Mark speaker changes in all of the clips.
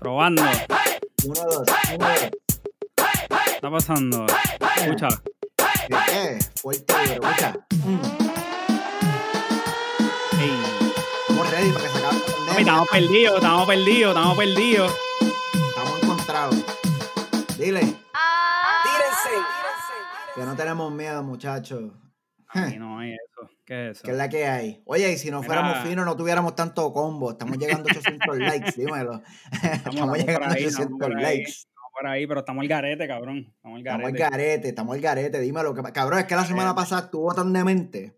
Speaker 1: Grabando.
Speaker 2: Uno, dos, uno, dos.
Speaker 1: Está pasando. Escucha.
Speaker 2: Eh, fuerte, pero escucha.
Speaker 1: Ey.
Speaker 2: Estamos ready para que se acabe. la
Speaker 1: Papi,
Speaker 2: pandemia.
Speaker 1: estamos perdidos, estamos perdidos, estamos perdidos.
Speaker 2: Estamos encontrados. Dile
Speaker 3: Tírense.
Speaker 2: que no tenemos miedo, muchachos.
Speaker 1: Aquí no hay eso. ¿Qué es
Speaker 2: Que
Speaker 1: eso?
Speaker 2: es la que hay. Oye, y si no
Speaker 1: Mira.
Speaker 2: fuéramos finos, no tuviéramos tanto combo. Estamos llegando a 800 likes, dímelo. Estamos
Speaker 1: estamos por
Speaker 2: llegando a
Speaker 1: ahí, estamos
Speaker 2: 800
Speaker 1: por ahí.
Speaker 2: likes.
Speaker 1: Estamos por ahí, pero estamos el garete, cabrón. Estamos el
Speaker 2: Estamos al
Speaker 1: garete.
Speaker 2: garete, estamos al garete. Dímelo, que, cabrón, es que la semana
Speaker 1: Garete.
Speaker 2: pasada estuvo tan demente.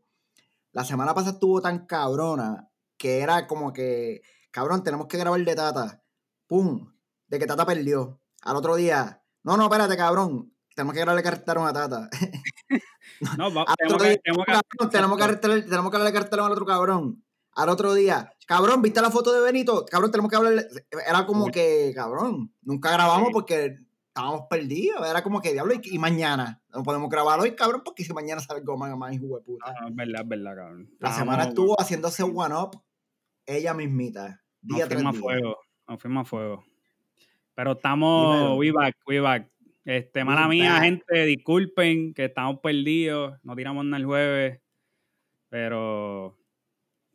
Speaker 2: La semana pasada estuvo tan cabrona que era como que, cabrón, tenemos que grabar de Tata. Pum, de que Tata perdió. Al otro día, no, no, espérate, cabrón. Tenemos que grabarle cartelón a Tata.
Speaker 1: No, va-
Speaker 2: Al
Speaker 1: tenemos
Speaker 2: otro
Speaker 1: que,
Speaker 2: día,
Speaker 1: tenemos que-
Speaker 2: cabrón, tenemos que arreglar- tenemos que hablarle cartelón al otro cabrón. Al otro día, cabrón, ¿viste la foto de Benito? Cabrón, tenemos que hablarle. Era como
Speaker 1: Uy.
Speaker 2: que, cabrón, nunca grabamos
Speaker 1: Sí.
Speaker 2: porque estábamos perdidos. Era como que, diablo, y, y mañana. No podemos grabar hoy, cabrón, porque si mañana sale algo más, más hijo de puta.
Speaker 1: No, Ah, es verdad, es verdad, cabrón.
Speaker 2: La
Speaker 1: Estábamos-
Speaker 2: semana estuvo haciéndose one up ella mismita. Día
Speaker 1: Nos
Speaker 2: tras
Speaker 1: fuimos a
Speaker 2: día.
Speaker 1: fuego, nos fuimos a fuego. Pero estamos,
Speaker 2: Dímelo.
Speaker 1: we back, we back. Este, mala
Speaker 2: We
Speaker 1: mía,
Speaker 2: back.
Speaker 1: gente, disculpen que estamos perdidos, no tiramos nada el jueves, pero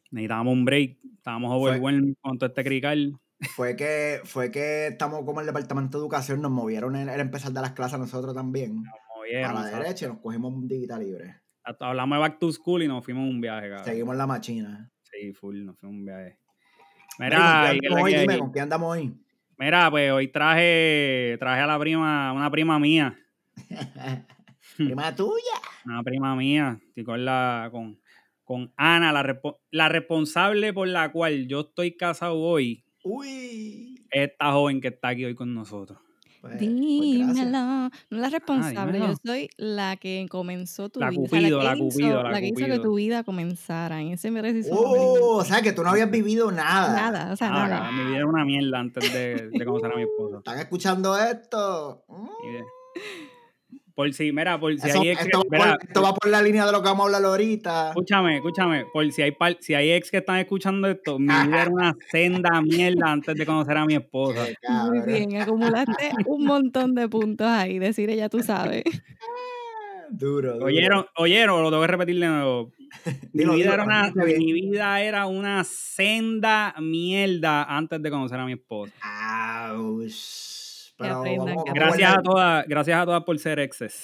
Speaker 1: necesitábamos un break, estábamos overwhelmed con todo este crical.
Speaker 2: Fue que, fue que estamos como el departamento de educación, nos movieron el, el empezar de las clases a nosotros también.
Speaker 1: Como
Speaker 2: A
Speaker 1: vieron,
Speaker 2: la
Speaker 1: ¿sabes?
Speaker 2: derecha y nos cogimos un digital libre.
Speaker 1: Hasta Hablamos de back to school y nos fuimos a un viaje, cabrón.
Speaker 2: Seguimos la machina.
Speaker 1: Sí, full, nos fuimos a un viaje.
Speaker 2: Mira,
Speaker 1: Mira,
Speaker 2: ¿con
Speaker 1: ¿y
Speaker 2: qué
Speaker 1: qué es la
Speaker 2: andamos hoy?
Speaker 1: que hay?
Speaker 2: Dime, ¿con qué andamos hoy?
Speaker 1: Mira, pues hoy traje, traje a la prima, una prima mía.
Speaker 2: Prima tuya.
Speaker 1: Una prima mía, estoy con la con, con Ana, la, respo- la responsable por la cual yo estoy casado hoy,
Speaker 2: Uy.
Speaker 1: es esta joven que está aquí hoy con nosotros.
Speaker 2: Pues, pues gracias.
Speaker 3: Dímelo. No la responsable,
Speaker 1: dímelo.
Speaker 3: yo soy la que comenzó tu
Speaker 1: La
Speaker 3: vida.
Speaker 1: cupido, la
Speaker 3: que
Speaker 1: cupido,
Speaker 3: hizo-
Speaker 1: la
Speaker 3: que hizo que
Speaker 1: cupido.
Speaker 3: tu vida comenzara en ese preciso momento.
Speaker 2: Oh, o sea que tú no habías vivido nada.
Speaker 3: Nada, o sea,
Speaker 1: Ah,
Speaker 3: nada.
Speaker 1: cabrón, mi vida era una mierda antes de, de conocer a mi esposa.
Speaker 2: ¿Están escuchando esto? Mm.
Speaker 1: Mi vida. Por si, mira, por si
Speaker 2: Eso-
Speaker 1: hay ex que-
Speaker 2: esto, va
Speaker 1: mira,
Speaker 2: por, esto va por la línea de lo que vamos a hablar ahorita.
Speaker 1: escúchame, escúchame, por si hay par- si hay ex que están escuchando esto, mi vida era una senda mierda antes de conocer a mi esposa.
Speaker 3: Muy
Speaker 2: Cabrón.
Speaker 3: bien, acumulaste un montón de puntos ahí. Decir ella, tú sabes.
Speaker 2: Duro, duro.
Speaker 1: Oyeron, oyeron, lo tengo que repetir de nuevo. Mi
Speaker 2: Dilo,
Speaker 1: vida,
Speaker 2: dilo,
Speaker 1: era una,
Speaker 2: escucha bien.
Speaker 1: mi vida era una senda mierda antes de conocer a mi esposa.
Speaker 2: Aush. Pero
Speaker 3: aprendan,
Speaker 2: vamos-
Speaker 3: que
Speaker 2: vamos
Speaker 3: aprendan.
Speaker 1: Gracias a
Speaker 2: volver.
Speaker 1: todas, gracias a todas por ser exes.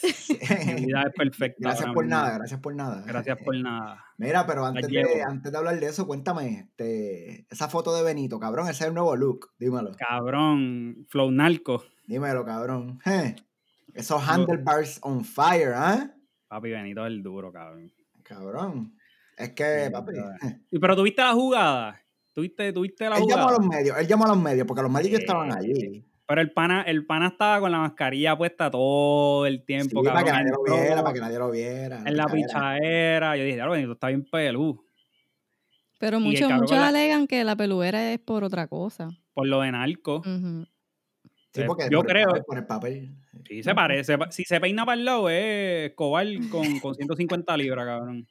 Speaker 1: Mi vida es perfecta.
Speaker 2: Gracias
Speaker 1: ahora
Speaker 2: por
Speaker 1: mismo.
Speaker 2: nada, gracias por nada.
Speaker 1: Gracias por nada.
Speaker 2: Mira, pero antes de,
Speaker 1: llevo.
Speaker 2: antes de hablar de eso, cuéntame, este, esa foto de Benito, cabrón, ese es el nuevo look. Dímelo,
Speaker 1: Cabrón, flow narco.
Speaker 2: dímelo, cabrón. Eh, Esos handlebars on fire, ¿ah?
Speaker 1: Papi Benito es el duro, cabrón.
Speaker 2: Cabrón. Es que,
Speaker 1: Sí,
Speaker 2: papi,
Speaker 1: verdad.
Speaker 2: eh,
Speaker 1: Y pero tuviste la jugada. Tuviste, tuviste la
Speaker 2: él llamó a
Speaker 1: jugada.
Speaker 2: los medios, él llamó a los medios, porque los medios
Speaker 1: Sí,
Speaker 2: estaban allí.
Speaker 1: Pero el pana, el pana estaba con la mascarilla puesta todo el
Speaker 2: Sí,
Speaker 1: tiempo,
Speaker 2: para
Speaker 1: cabrón.
Speaker 2: que nadie lo
Speaker 1: entró
Speaker 2: viera, para que nadie lo viera.
Speaker 1: en la
Speaker 2: pichadera.
Speaker 1: pichadera. Yo dije, ya Benito está bien pelú.
Speaker 3: Pero
Speaker 1: el
Speaker 3: muchos,
Speaker 1: cabrón
Speaker 3: muchos
Speaker 1: con la-
Speaker 3: alegan que la peluera es por otra cosa.
Speaker 1: Por lo de narco.
Speaker 3: Ujú.
Speaker 2: Sí, porque
Speaker 1: eh, Yo
Speaker 2: por el
Speaker 1: creo-
Speaker 2: papel, por el papel.
Speaker 1: Sí, se parece. Si se peina para el lado, es Escobar con, con 150 libras, cabrón.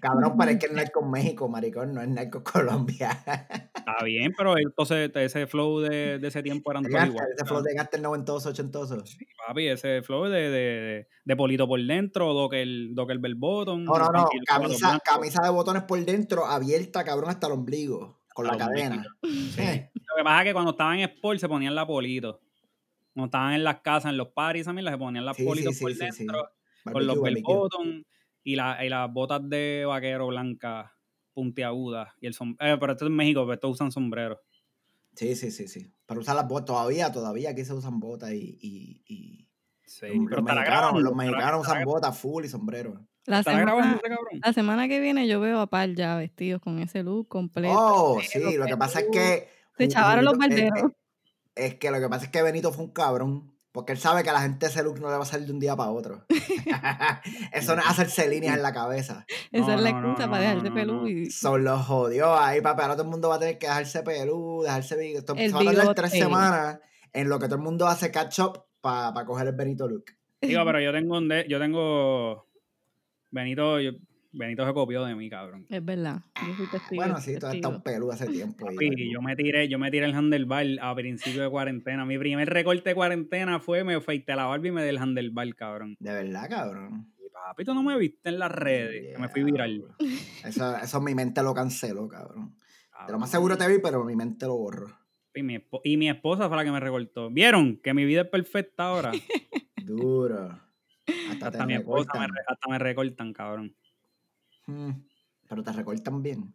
Speaker 2: Cabrón, parece que es narco México, maricón, no es narco Colombia.
Speaker 1: Está bien, pero entonces ese flow de, de ese tiempo eran todos igual.
Speaker 2: Ese flow de Gaster 92, 80.
Speaker 1: Papi, ese flow de, de, de, de Polito por dentro, Docker, Docker Bell Bottom.
Speaker 2: No, no, no.
Speaker 1: Tranquilo,
Speaker 2: Camisa,
Speaker 1: Carlos Blanco.
Speaker 2: camisa de botones por dentro, abierta, cabrón, hasta el ombligo. Con la
Speaker 1: Hasta el
Speaker 2: cadena. Eh,
Speaker 1: Lo que pasa es que cuando estaban en Sport se ponían la Polito. Cuando estaban en las casas, en los parties, también se ponían las
Speaker 2: Sí, sí,
Speaker 1: Politos
Speaker 2: sí,
Speaker 1: por
Speaker 2: sí, sí.
Speaker 1: dentro, con
Speaker 2: barbecue,
Speaker 1: los Bell
Speaker 2: barbecue.
Speaker 1: Bottom y, la, y las botas de vaquero blancas puntiagudas. Y el som- eh, pero esto es en México, pero estos usan sombreros.
Speaker 2: Sí, sí, sí, sí. Para usar las botas todavía, todavía aquí se usan botas y. y, y-
Speaker 1: Sí,
Speaker 2: los-
Speaker 1: pero
Speaker 2: los,
Speaker 1: estará
Speaker 2: mexicanos,
Speaker 1: grabando,
Speaker 2: los
Speaker 1: estará-
Speaker 2: mexicanos
Speaker 1: estará-
Speaker 2: usan botas full y sombrero.
Speaker 3: La
Speaker 1: estará grabando
Speaker 3: semana,
Speaker 1: ese cabrón.
Speaker 3: la semana que viene yo veo a par ya vestidos con ese look completo.
Speaker 2: Oh,
Speaker 3: sí,
Speaker 2: sí, lo que
Speaker 3: los
Speaker 2: pasa es
Speaker 3: Bell
Speaker 2: que.
Speaker 3: Se
Speaker 2: Ju-
Speaker 3: chavaron los
Speaker 2: Julito- eh, eh,
Speaker 3: barberos.
Speaker 2: Es que lo que pasa es que Benito fue un cabrón. Porque él sabe que a la gente ese look no le va a salir de un día para otro. Eso no es hacerse líneas en la cabeza.
Speaker 3: Esa
Speaker 1: No,
Speaker 3: es la
Speaker 1: no, no,
Speaker 3: excusa
Speaker 1: no,
Speaker 3: para dejarte
Speaker 1: no,
Speaker 3: pelú
Speaker 1: no.
Speaker 3: y
Speaker 2: Son los jodió ahí, papi. Ahora todo el mundo va a tener que dejarse pelú, dejarse bigote. Esto
Speaker 3: El
Speaker 2: Se va a tardar tres
Speaker 3: bigote.
Speaker 2: semanas en lo que todo el mundo hace catch up para coger el Benito Look.
Speaker 1: Digo, pero yo tengo un de, yo tengo Benito, yo, Benito se copió de mí, cabrón.
Speaker 3: Es verdad. Yo fui testigo.
Speaker 2: Bueno, sí, tú has
Speaker 3: testigo.
Speaker 2: estado peludo hace tiempo. y-
Speaker 1: Papi, yo me tiré, yo me tiré el handlebar a principio de cuarentena. Mi primer recorte de cuarentena fue me feité la barba y me di el handlebar, cabrón.
Speaker 2: De verdad, cabrón.
Speaker 1: Y papi, tú no me viste en las redes, que me fui viral.
Speaker 2: Diablo. Eso, eso mi mente lo canceló, cabrón. De lo más
Speaker 1: Cabrón.
Speaker 2: seguro te vi, pero mi mente lo borró.
Speaker 1: Y mi, espo- y mi esposa fue la que me recortó. ¿Vieron? Que mi vida es perfecta ahora.
Speaker 2: Duro. Hasta,
Speaker 1: Hasta
Speaker 2: te
Speaker 1: mi esposa me,
Speaker 2: recortan.
Speaker 1: re- hasta me recortan, cabrón.
Speaker 2: Mm, Pero te recortan bien.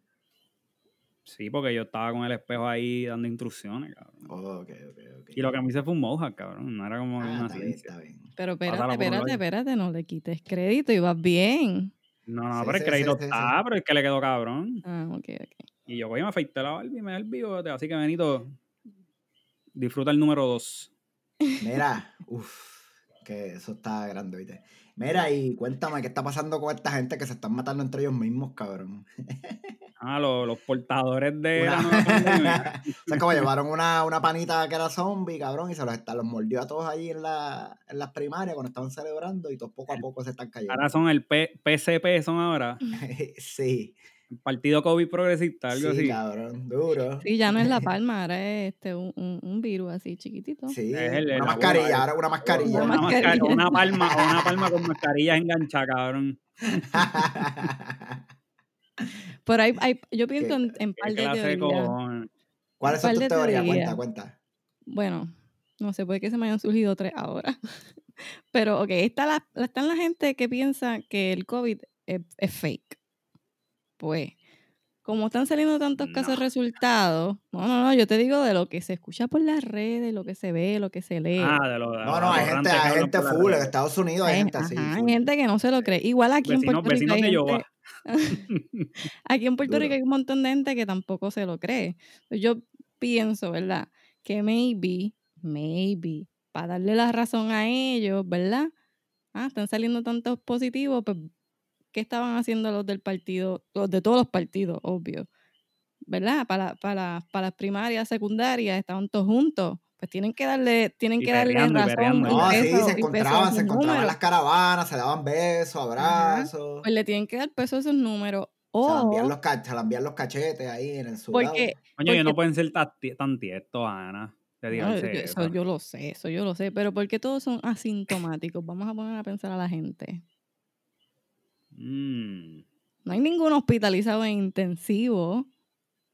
Speaker 1: Sí, porque yo estaba con el espejo ahí dando instrucciones, cabrón.
Speaker 2: Ok, ok, ok.
Speaker 1: Y lo que me hice fue un mohawk, cabrón. No era como
Speaker 2: Ah,
Speaker 1: una
Speaker 2: está bien,
Speaker 1: ciencia.
Speaker 2: está bien.
Speaker 3: Pero
Speaker 1: Pásala
Speaker 3: espérate,
Speaker 1: por un
Speaker 3: espérate,
Speaker 1: lado.
Speaker 3: espérate, no le quites crédito y vas bien.
Speaker 1: No, no,
Speaker 2: Sí,
Speaker 1: pero el
Speaker 2: sí, sí,
Speaker 1: crédito
Speaker 2: sí, sí.
Speaker 1: está, pero es que le quedó cabrón.
Speaker 3: Ah, ok, ok.
Speaker 1: Y yo voy y me afeité la barba y me da el bigote. Así que, Benito, disfruta el número 2.
Speaker 2: Mira, uff, que eso está grande, ¿viste? Mira, y cuéntame qué está pasando con esta gente que se están matando entre ellos mismos, cabrón.
Speaker 1: Ah, lo- los portadores de la nueva pandemia.
Speaker 2: Una... o sea, como llevaron una, una panita que era zombie, cabrón, y se los, está, los mordió a todos ahí en, la, en las primarias cuando estaban celebrando y todos poco a poco se están cayendo.
Speaker 1: Ahora son el P- PCP, son ahora.
Speaker 2: sí,
Speaker 1: El Partido COVID Progresista, algo
Speaker 2: sí,
Speaker 1: así.
Speaker 2: cabrón, duro.
Speaker 3: Sí, ya no es la palma, ahora es este, un, un- un virus así chiquitito.
Speaker 2: Sí,
Speaker 1: Es el-
Speaker 2: una
Speaker 1: la
Speaker 2: mascarilla,
Speaker 1: bola,
Speaker 2: ahora una mascarilla.
Speaker 1: Una,
Speaker 3: Una
Speaker 1: mascarilla,
Speaker 3: mascarilla.
Speaker 1: una palma, una palma con mascarillas enganchada, cabrón.
Speaker 3: Pero hay, hay- yo pienso en, en
Speaker 1: ¿Qué
Speaker 3: par de
Speaker 1: eh, clase de
Speaker 3: teorías.
Speaker 1: cojones?
Speaker 2: ¿Cuáles son
Speaker 3: ¿Cuál
Speaker 2: tus
Speaker 3: de
Speaker 2: teorías? Cuenta,
Speaker 3: teoría?
Speaker 2: cuenta.
Speaker 3: Bueno, no sé, puede que se me hayan surgido tres ahora. Pero, ok, está la, la- están la gente que piensa que el COVID es, es fake. Pues, como están saliendo tantos casos
Speaker 1: No.
Speaker 3: resultados, no, no, no, yo te digo de lo que se escucha por las redes, lo que se ve, lo que se lee.
Speaker 1: Ah, de los. de
Speaker 2: No,
Speaker 1: los
Speaker 2: no, hay gente,
Speaker 1: atorrantes que
Speaker 2: hay
Speaker 1: hablan
Speaker 2: gente
Speaker 1: por las
Speaker 2: full, en
Speaker 1: redes.
Speaker 2: Estados Unidos hay
Speaker 3: Hay-
Speaker 2: gente así.
Speaker 3: ajá, hay
Speaker 2: full.
Speaker 3: gente que no se lo cree. Igual aquí en
Speaker 1: Vecinos,
Speaker 3: Puerto Rico
Speaker 1: vecinos
Speaker 3: hay
Speaker 1: de
Speaker 3: gente,
Speaker 1: Yoba.
Speaker 3: aquí en Puerto
Speaker 2: Duro.
Speaker 3: Rico hay un montón de gente que tampoco se lo cree. Yo pienso, ¿verdad? Que maybe, maybe, para darle la razón a ellos, ¿verdad? Ah, están saliendo tantos positivos, pues, ¿qué estaban haciendo los del partido, los de todos los partidos, obvio? ¿Verdad? Para, para, para las primarias, secundarias, estaban todos juntos. Pues tienen que darle, tienen
Speaker 1: Y
Speaker 3: que darle
Speaker 1: perreando, y
Speaker 3: razón
Speaker 1: perreando,
Speaker 3: y
Speaker 2: No,
Speaker 1: ¿verdad?
Speaker 2: sí,
Speaker 3: peso-
Speaker 2: se
Speaker 3: y peso a
Speaker 2: encontraban, se
Speaker 3: esos
Speaker 2: encontraban
Speaker 3: números.
Speaker 2: las caravanas, se daban besos, abrazos,
Speaker 3: Pues le tienen que dar peso a esos números.
Speaker 2: se, la envían
Speaker 3: O
Speaker 2: los, ca- se la envían los cachetes ahí en el sudado.
Speaker 3: Oh. porque
Speaker 1: Coño, ellos no
Speaker 3: Porque-
Speaker 1: pueden ser tan, tie- tan tiestos, Ana. De
Speaker 3: no, yo,
Speaker 1: tirarse
Speaker 3: eso
Speaker 1: esa.
Speaker 3: yo lo sé, eso yo lo sé, pero porque todos son asintomáticos, vamos a poner a pensar a la gente.
Speaker 1: Mm,
Speaker 3: No hay ningún hospitalizado en intensivo.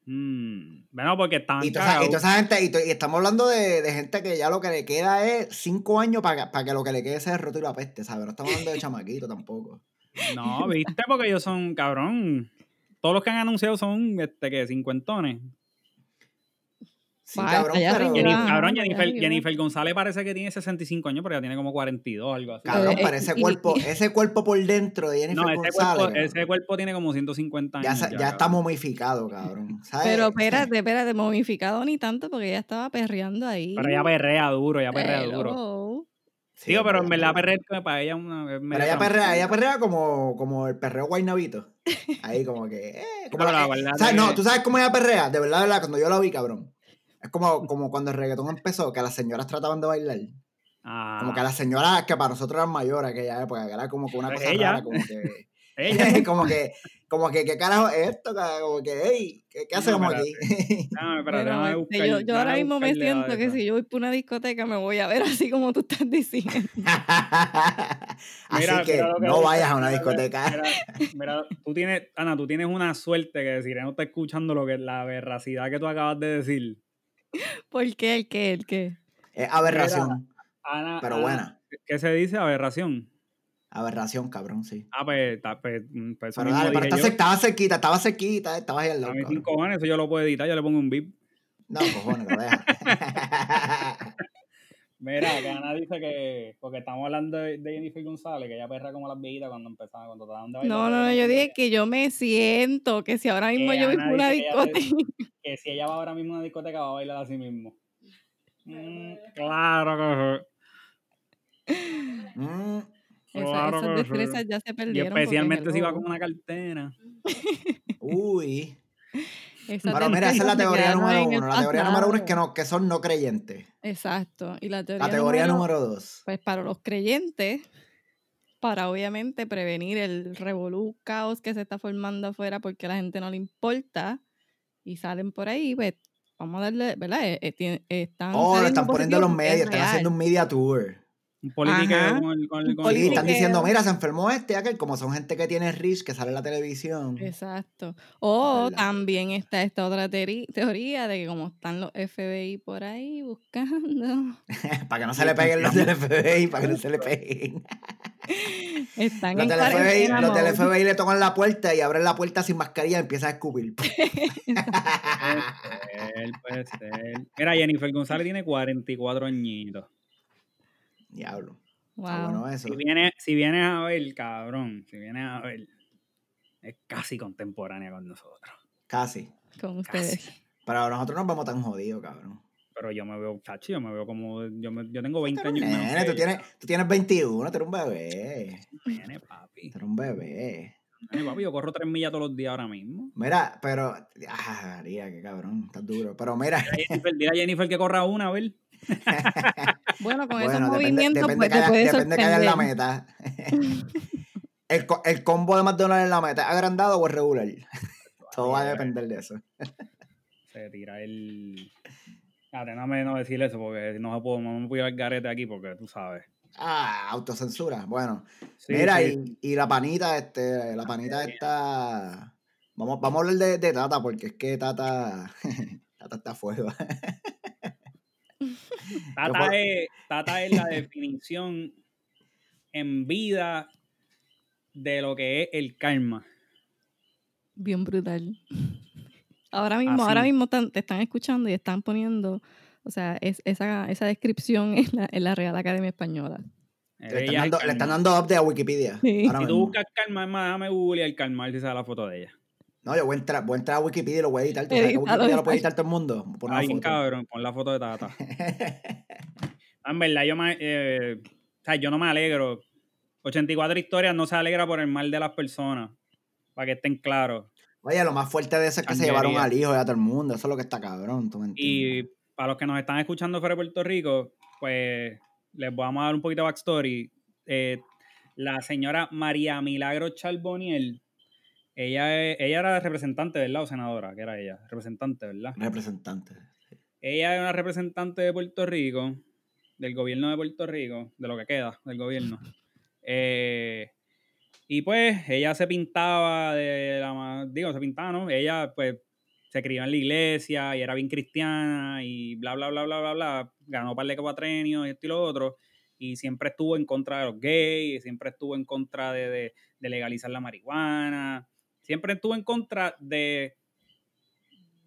Speaker 1: mm. Bueno, porque están
Speaker 2: Y toda, esa, y
Speaker 1: cagados.
Speaker 2: toda esa gente, y, to- y estamos hablando de, de gente que ya lo que le queda es cinco años para que lo que le quede sea el roto y la peste, ¿sabes? No estamos hablando de chamaquito tampoco.
Speaker 1: No, viste, porque ellos son, cabrón. Todos los que han anunciado son, este, que cincuentones.
Speaker 2: Sí,
Speaker 3: Va,
Speaker 2: cabrón,
Speaker 3: allá
Speaker 2: pero...
Speaker 1: Jenny-
Speaker 3: arriba.
Speaker 1: cabrón,
Speaker 3: ya
Speaker 1: Jennifer,
Speaker 3: digo.
Speaker 1: Jennifer González parece que tiene 65 años, pero ya tiene como 42, algo así.
Speaker 2: Cabrón,
Speaker 3: Eh,
Speaker 2: pero ese
Speaker 3: y-
Speaker 2: cuerpo, ese cuerpo por dentro de Jennifer
Speaker 1: no, ese
Speaker 2: González.
Speaker 1: cuerpo,
Speaker 2: cabrón,
Speaker 1: ese cuerpo tiene como 150
Speaker 2: ya,
Speaker 1: años.
Speaker 2: sa-
Speaker 1: ya,
Speaker 2: ya está
Speaker 1: cabrón.
Speaker 2: momificado, cabrón. ¿sabes?
Speaker 3: Pero espérate, espérate, momificado ni tanto porque ella estaba perreando ahí.
Speaker 1: Pero ya perrea duro, ya perrea
Speaker 3: Hello.
Speaker 1: duro.
Speaker 2: Sí,
Speaker 1: Digo,
Speaker 2: es
Speaker 1: pero en verdad
Speaker 2: es
Speaker 1: perrear como para ella una, es
Speaker 2: Pero
Speaker 1: medio
Speaker 2: ella perrea, ella
Speaker 1: tramposa.
Speaker 2: perrea como, como el perreo guaynabito. Ahí como que... eh, como
Speaker 1: No,
Speaker 2: la-
Speaker 1: la
Speaker 2: eh,
Speaker 1: verdad
Speaker 2: ¿sabes?
Speaker 1: que-
Speaker 2: No, tú sabes cómo ella perrea. De verdad, de verdad, cuando yo la vi, cabrón. Es como, como cuando el reggaetón empezó, que las señoras trataban de bailar.
Speaker 1: Ah,
Speaker 2: Como que las señoras, que para nosotros eran mayores aquella época, que era como que una
Speaker 1: Pues
Speaker 2: cosa
Speaker 1: ella.
Speaker 2: rara, como que...
Speaker 1: ella,
Speaker 2: como que, como que, ¿qué carajo es esto? cara? Como que, hey, ¿qué, qué
Speaker 1: No,
Speaker 2: hacemos
Speaker 1: espérate.
Speaker 2: aquí?
Speaker 1: déjame, espérate,
Speaker 3: Pero,
Speaker 1: déjame
Speaker 3: este,
Speaker 1: buscar-
Speaker 3: yo, yo ahora
Speaker 1: déjame
Speaker 3: mismo me
Speaker 1: buscarle la
Speaker 3: siento que
Speaker 1: esa.
Speaker 3: si yo voy por una discoteca me voy a ver así como tú estás diciendo.
Speaker 2: Así
Speaker 1: Mira,
Speaker 2: que
Speaker 1: mira lo que
Speaker 2: no
Speaker 1: dice,
Speaker 2: vayas a una
Speaker 1: mira lo que-
Speaker 2: discoteca.
Speaker 1: Mira, mira, tú tienes, Ana, tú tienes una suerte que decir, no está escuchando lo que la veracidad que tú acabas de decir.
Speaker 3: ¿Por qué? ¿El qué? ¿El qué?
Speaker 2: Es aberración,
Speaker 1: Ana,
Speaker 2: pero
Speaker 1: Ana,
Speaker 2: buena.
Speaker 1: ¿Qué se dice? Aberración.
Speaker 2: Aberración, cabrón, sí.
Speaker 1: Ah, pues, ta- pues, mm, pues eso
Speaker 2: Pero
Speaker 1: mismo
Speaker 2: dale, pero está
Speaker 1: dije yo.
Speaker 2: cer- estaba cerquita, estaba cerquita, estaba ahí al
Speaker 1: A
Speaker 2: lado.
Speaker 1: mí
Speaker 2: cabrón.
Speaker 1: sin cojones, eso yo lo puedo editar, yo le pongo un beep.
Speaker 2: No, cojones, lo deja.
Speaker 1: Mira, que Ana dice que, porque estamos hablando de, de Jennifer González, que ella perra como las viejitas cuando empezaban, cuando trataban de bailar.
Speaker 3: No, no, no, yo dije que yo me siento que si ahora mismo
Speaker 1: Eh,
Speaker 3: yo voy
Speaker 1: Ana
Speaker 3: por una
Speaker 1: dice que ella te-
Speaker 3: discoteca.
Speaker 1: que si ella va ahora mismo a una discoteca va a bailar a sí mismo. Mm, claro que sí.
Speaker 2: Mm,
Speaker 3: Eso-
Speaker 1: Claro
Speaker 3: esas
Speaker 1: que sí.
Speaker 3: destrezas ya se
Speaker 1: Y
Speaker 3: perdieron. porque,
Speaker 1: especialmente si va con
Speaker 3: hello,
Speaker 1: una cartera.
Speaker 2: uy.
Speaker 3: esas
Speaker 2: Pero mira, esa es
Speaker 3: destrezas
Speaker 2: la
Speaker 3: se
Speaker 2: teoría
Speaker 3: quedaron
Speaker 2: número
Speaker 3: en el
Speaker 2: uno. La teoría número uno es
Speaker 3: pasado.
Speaker 2: que, no, que son no creyentes.
Speaker 3: Exacto. Y la teoría,
Speaker 2: La teoría
Speaker 3: número,
Speaker 2: número dos.
Speaker 3: pues para los creyentes, para obviamente prevenir el revolú, caos que se está formando afuera porque a la gente no le importa y salen por ahí, pues vamos a darle, ¿verdad? Eh, eh, tien- eh, están
Speaker 2: Oh, lo
Speaker 3: saliendo
Speaker 2: están poniendo en los
Speaker 3: positivos porque es
Speaker 2: medios, están
Speaker 3: real.
Speaker 2: haciendo un media tour.
Speaker 1: Un político
Speaker 3: Ajá.
Speaker 1: con el- con el-
Speaker 2: Sí,
Speaker 1: con el-
Speaker 3: Un
Speaker 2: están
Speaker 3: Politiquero.
Speaker 2: diciendo, mira, se enfermó este, aquel, como son gente que tiene rich, que sale en la televisión.
Speaker 3: Exacto. O
Speaker 2: ¿Verdad?
Speaker 3: también está esta otra teori- teoría de que como están los FBI por ahí buscando,
Speaker 2: para que no se le peguen los del FBI, para que no se le peguen.
Speaker 3: están
Speaker 2: Los
Speaker 3: en
Speaker 2: del, FBI,
Speaker 3: cuarentena
Speaker 2: los del
Speaker 3: mode.
Speaker 2: FBI le tocan la puerta y abren la puerta sin mascarilla y empiezan a escupir.
Speaker 1: Puede ser, puede ser. Mira, Jennifer González tiene 44 añitos.
Speaker 2: Diablo. Está
Speaker 3: Wow.
Speaker 2: Ah, bueno eso.
Speaker 1: Si vienes si viene a ver, cabrón, si vienes a ver, es casi contemporánea con nosotros.
Speaker 2: Casi.
Speaker 3: con
Speaker 1: Casi.
Speaker 3: ustedes.
Speaker 2: Pero nosotros nos vemos tan jodidos, cabrón.
Speaker 1: Pero yo me veo, chacho, yo me veo como, yo, me- yo tengo 20 años menos
Speaker 2: Nene,
Speaker 1: que
Speaker 2: tú
Speaker 1: ella.
Speaker 2: tienes, tú tienes 21, tú eres un bebé.
Speaker 1: Nene, papi.
Speaker 2: Tú eres un bebé.
Speaker 1: Nene, papi, yo corro 3 millas todos los días ahora mismo.
Speaker 2: Mira, pero. Ah, María, qué cabrón, estás duro. Pero mira,
Speaker 1: Jennifer, dile a Jennifer que corra una, a ver.
Speaker 3: Bueno, con esos
Speaker 2: bueno, depende,
Speaker 3: movimientos
Speaker 2: depende,
Speaker 3: pues,
Speaker 2: que
Speaker 3: te
Speaker 2: haya,
Speaker 3: puede
Speaker 2: depende que haya en la
Speaker 3: sorprender.
Speaker 2: meta. el, co- el combo de McDonald's en la meta, ¿es agrandado o es regular? Todo va a depender de eso.
Speaker 1: Se tira el. Fíjate, no me no decir eso porque no, se puedo, no me puedo ir al garete aquí porque tú sabes.
Speaker 2: Ah, autocensura. Bueno,
Speaker 1: Sí,
Speaker 2: Mira,
Speaker 1: sí.
Speaker 2: Y, y la panita, este, la panita está. Vamos, vamos a hablar de, de Tata, porque es que Tata. Tata está a fuego.
Speaker 1: Tata,
Speaker 2: puedo-
Speaker 1: es, Tata es la definición en vida de lo que es el karma.
Speaker 3: Bien brutal. Ahora mismo, ahora
Speaker 1: Así.
Speaker 3: mismo están- te están escuchando y están poniendo, o sea, es- esa, esa descripción en la, en la Real Academia Española.
Speaker 2: Le
Speaker 1: Ella es
Speaker 2: están, dando,
Speaker 1: el
Speaker 2: le están
Speaker 1: karma.
Speaker 2: dando update a Wikipedia.
Speaker 3: Sí.
Speaker 2: ahora
Speaker 1: Si tú
Speaker 2: mismo.
Speaker 1: buscas karma, es más, déjame googlear el karma, a ver si sale la foto de ella.
Speaker 2: No, yo voy a entrar, voy a entrar a Wikipedia y lo voy a editar. ¿Tú sabes que
Speaker 3: Edítalo,
Speaker 2: Wikipedia lo puede
Speaker 3: edítalo.
Speaker 2: editar todo el mundo? Pon una
Speaker 1: Ay, bien
Speaker 2: foto.
Speaker 1: cabrón, pon la foto de Tata. Ah, En verdad, yo, me, eh, o sea, yo no me alegro. 84 historias no se alegra por el mal de las personas. Para que estén claros.
Speaker 2: Oye, lo más fuerte de eso es que se
Speaker 1: Changuería.
Speaker 2: llevaron al hijo y a todo el mundo. Eso es lo que está cabrón, tú me
Speaker 1: Y
Speaker 2: entiendes.
Speaker 1: para los que nos están escuchando fuera de Puerto Rico, pues les vamos a dar un poquito de backstory. Eh, la señora María Milagro Charboniel, ella, es- ella era representante, ¿verdad? O senadora, que era ella, representante, ¿verdad?
Speaker 2: Representante.
Speaker 1: Ella es una representante de Puerto Rico, del gobierno de Puerto Rico, de lo que queda del gobierno. Eh, y pues ella se pintaba de la ma- digo, se pintaba, ¿no? Ella pues se crió en la iglesia y era bien cristiana y bla, bla, bla, bla, bla, bla. Ganó un par de cuatrenios y esto y lo otro. Y siempre estuvo en contra de los gays, siempre estuvo en contra de, de- de legalizar la marihuana, siempre estuvo en contra de,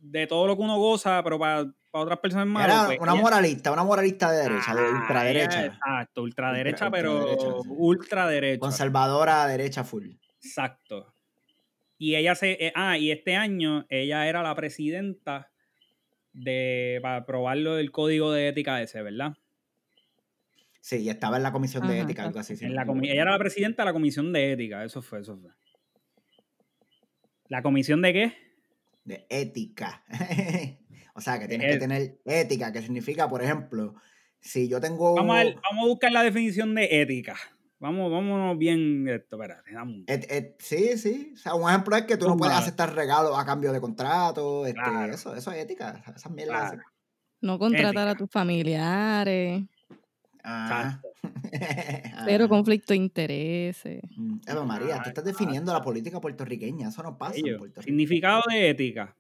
Speaker 1: de todo lo que uno goza, pero para, para otras personas pues, más.
Speaker 2: Era una moralista, una moralista de derecha, de ultraderecha.
Speaker 1: Ah, Exacto, ultraderecha,
Speaker 2: Ultra-
Speaker 1: pero
Speaker 2: ultraderecha, sí.
Speaker 1: ultraderecha.
Speaker 2: Conservadora derecha full.
Speaker 1: Exacto. Y ella se. eh, ah, y este año ella era la presidenta de. para aprobar lo del código de ética ese, ¿verdad?
Speaker 2: Sí, y estaba en la comisión de
Speaker 3: Ajá,
Speaker 2: ética, algo así. si
Speaker 1: En
Speaker 2: no
Speaker 1: la
Speaker 2: me
Speaker 1: comi-
Speaker 2: equivoco.
Speaker 1: ella era la presidenta de la comisión de ética, eso fue, eso fue. ¿La comisión de qué?
Speaker 2: De ética. o sea, que tienes que
Speaker 1: Et-
Speaker 2: tener ética, que significa, por ejemplo, si yo tengo.
Speaker 1: Vamos a, ver- vamos a buscar la definición de ética. Vamos, vámonos bien. Esto, espérate, dame un-
Speaker 2: Et- et- sí, sí. O sea, un ejemplo es que tú no
Speaker 1: Zumba.
Speaker 2: puedes aceptar regalos a cambio de contrato. Este,
Speaker 1: Claro.
Speaker 2: eso, eso es ética. Esas mierdas.
Speaker 1: Claro.
Speaker 3: No contratar a
Speaker 1: Ética.
Speaker 3: tus familiares,
Speaker 2: Ajá.
Speaker 3: cero
Speaker 2: Ajá.
Speaker 3: conflicto de intereses.
Speaker 2: Ah, Mm, Eva María, tú estás definiendo la política puertorriqueña. Eso no pasa en
Speaker 1: Ello.
Speaker 2: Puerto Rico.
Speaker 1: Significado de ética.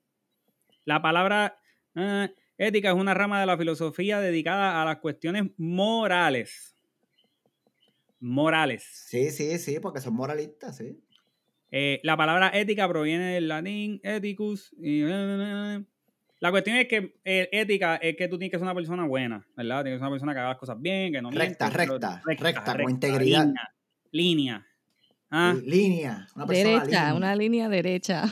Speaker 1: La palabra eh, ética es una rama de la filosofía dedicada a las cuestiones morales. Morales.
Speaker 2: Sí, sí, sí, porque son moralistas, sí.
Speaker 1: Eh, la palabra ética proviene del latín ethicus. y, eh, la cuestión es que eh, ética es que tú tienes que ser una persona buena, ¿verdad? Tienes que ser una persona que haga las cosas bien, que no
Speaker 2: Recta,
Speaker 1: miente, pero-
Speaker 2: recta, recta, con integridad.
Speaker 1: Línea. línea. Ah,
Speaker 2: Línea. Una persona
Speaker 3: derecha,
Speaker 2: línea.
Speaker 3: una línea derecha.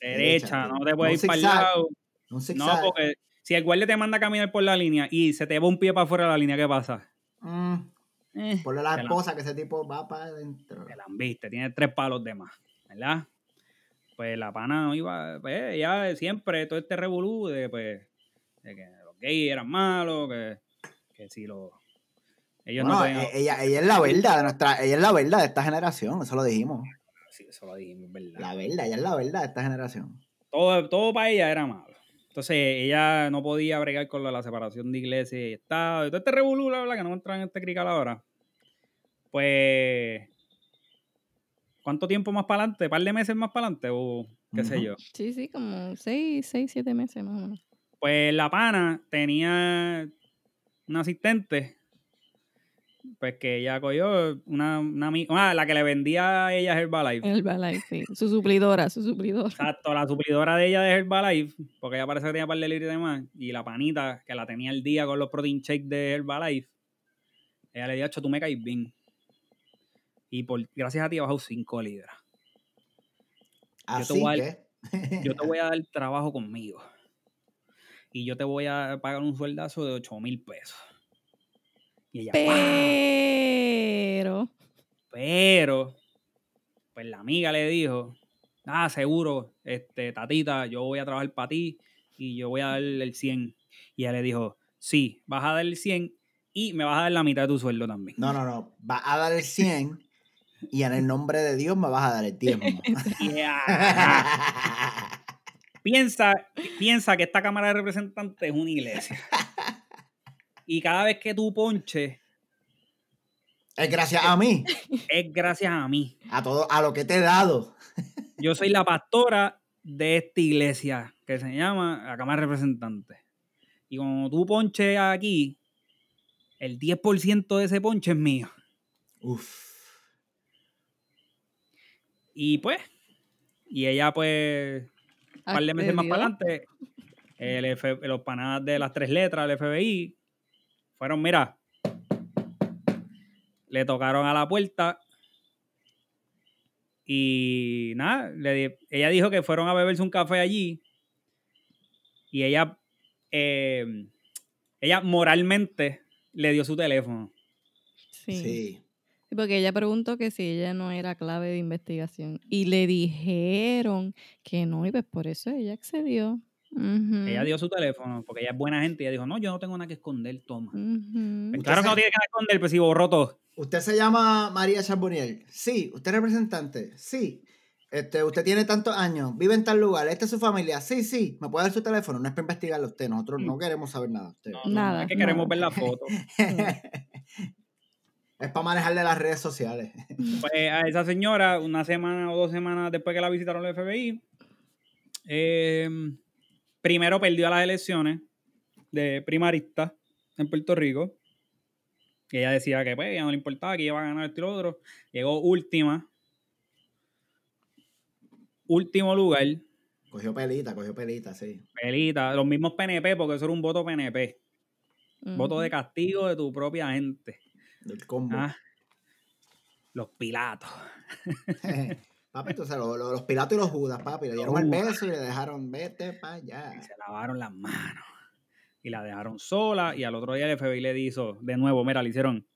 Speaker 1: derecha,
Speaker 2: derecha,
Speaker 1: no
Speaker 2: sí.
Speaker 1: te
Speaker 2: No un
Speaker 1: puedes ir para el
Speaker 2: zigzag.
Speaker 1: lado.
Speaker 2: Un
Speaker 1: No,
Speaker 2: zigzag.
Speaker 1: porque si el guardia te manda a caminar por la línea y se te va un pie para afuera de la línea, ¿qué pasa?
Speaker 2: Mm,
Speaker 1: Eh,
Speaker 2: ponle a la
Speaker 1: Te la-
Speaker 2: esposa que ese tipo va para adentro.
Speaker 1: te la viste, tiene tres palos de más, ¿verdad? Pues la pana no iba, pues ya siempre todo este revolú de, pues, de que los gays eran malos, que, que si los, Ellos
Speaker 2: Bueno,
Speaker 1: no pueden.
Speaker 2: e- ella, ella es la verdad de nuestra, ella es la verdad de esta generación, eso lo dijimos.
Speaker 1: Sí, eso lo dijimos, es ¿verdad?
Speaker 2: La verdad, ella es la verdad de esta generación.
Speaker 1: Todo, todo para ella era malo. Entonces ella no podía bregar con lo de la separación de iglesia y Estado. Y todo este revolú, bla, bla, que no me entra en este crical ahora. Pues. ¿Cuánto tiempo más para adelante? ¿Par de meses más para adelante? O qué sé
Speaker 2: Ujú.
Speaker 1: yo.
Speaker 3: Sí, sí, como seis, seis, siete meses más o menos.
Speaker 1: Pues la pana tenía un asistente. Pues que ella cogió una, una ami- Ah, la que le vendía a ella Herbalife.
Speaker 3: El Balay, sí. Su suplidora, su suplidora.
Speaker 1: Exacto, la suplidora de ella de Herbalife, porque ella parece que tenía par de libros y demás, y la panita que la tenía al día con los protein shakes de Herbalife, ella le dijo, "Acho, tú me caes bien. Y por, gracias a ti he bajado 5 libras.
Speaker 2: Así
Speaker 1: voy a
Speaker 2: que.
Speaker 1: Yo te voy a dar trabajo conmigo. Y yo te voy a pagar un sueldazo de 8 mil pesos. Y ella, "Wow".
Speaker 3: Pero.
Speaker 1: Pero, pues la amiga le dijo, ah, seguro, este, tatita, yo voy a trabajar para ti y yo voy a dar el 100. Y ella le dijo, sí, vas a dar el 100 y me vas a dar la mitad de tu sueldo también.
Speaker 2: No, no, no. Vas a dar el 100 y en el nombre de Dios me vas a dar el diezmo.
Speaker 1: Y ella, piensa, piensa que esta Cámara de Representantes es una iglesia. Y cada vez que tú ponches,
Speaker 2: es gracias a mí,
Speaker 1: es gracias a mí.
Speaker 2: a todo, a lo que te he dado.
Speaker 1: Yo soy la pastora de esta iglesia que se llama la Cámara de Representantes. Y cuando tú ponches aquí, el 10% de ese ponche es mío.
Speaker 2: Uf.
Speaker 1: Y pues, y ella pues, un
Speaker 3: Ah,
Speaker 1: par de meses más
Speaker 3: accedió.
Speaker 1: para adelante, el F- los panadas de las tres letras del FBI fueron, mira, le tocaron a la puerta y nada, le di- ella dijo que fueron a beberse un café allí y ella, eh, ella moralmente le dio su teléfono.
Speaker 3: Sí.
Speaker 2: Sí.
Speaker 3: Sí, Porque ella preguntó que si ella no era clave de investigación. Y le dijeron que no, y pues por eso ella accedió. Ujú,
Speaker 1: Ella dio su teléfono porque ella es buena gente y ella dijo, no, yo no tengo nada que esconder,
Speaker 3: Mm.
Speaker 1: toma.
Speaker 3: ujú.
Speaker 1: Pues claro que no tiene que esconder, pues si borró todo.
Speaker 2: Usted se llama María Charbonnier. Sí. Usted es representante. Sí. Este, usted tiene tantos años, vive en tal lugar, esta es su familia. Sí, sí, me puede dar su teléfono, no es para investigarle a usted, nosotros no queremos saber nada de usted.
Speaker 1: Mm. No,
Speaker 3: Nada, Mm.
Speaker 1: Es que
Speaker 3: nada.
Speaker 1: queremos ver la foto.
Speaker 2: es para manejarle las redes sociales.
Speaker 1: Pues a esa señora, una semana o dos semanas después que la visitaron el FBI, eh, primero perdió las elecciones de primarista en Puerto Rico. Y ella decía que pues, ella no le importaba, que iba a ganar esto y lo otro. Llegó última. Último lugar.
Speaker 2: Cogió pelita, cogió pelita, sí.
Speaker 1: Pelita. Los mismos PNP, porque eso era un voto PNP.
Speaker 3: Ujú.
Speaker 1: Voto de castigo de tu propia gente.
Speaker 2: Del combo.
Speaker 1: Ah, Los pilatos.
Speaker 2: papi, tú sabes, lo- lo- los, pilatos y los judas, papi, le dieron el
Speaker 1: Judas.
Speaker 2: beso y le dejaron, vete para allá.
Speaker 1: y se lavaron las manos y la dejaron sola y al otro día el FBI le hizo de nuevo, mira, le hicieron,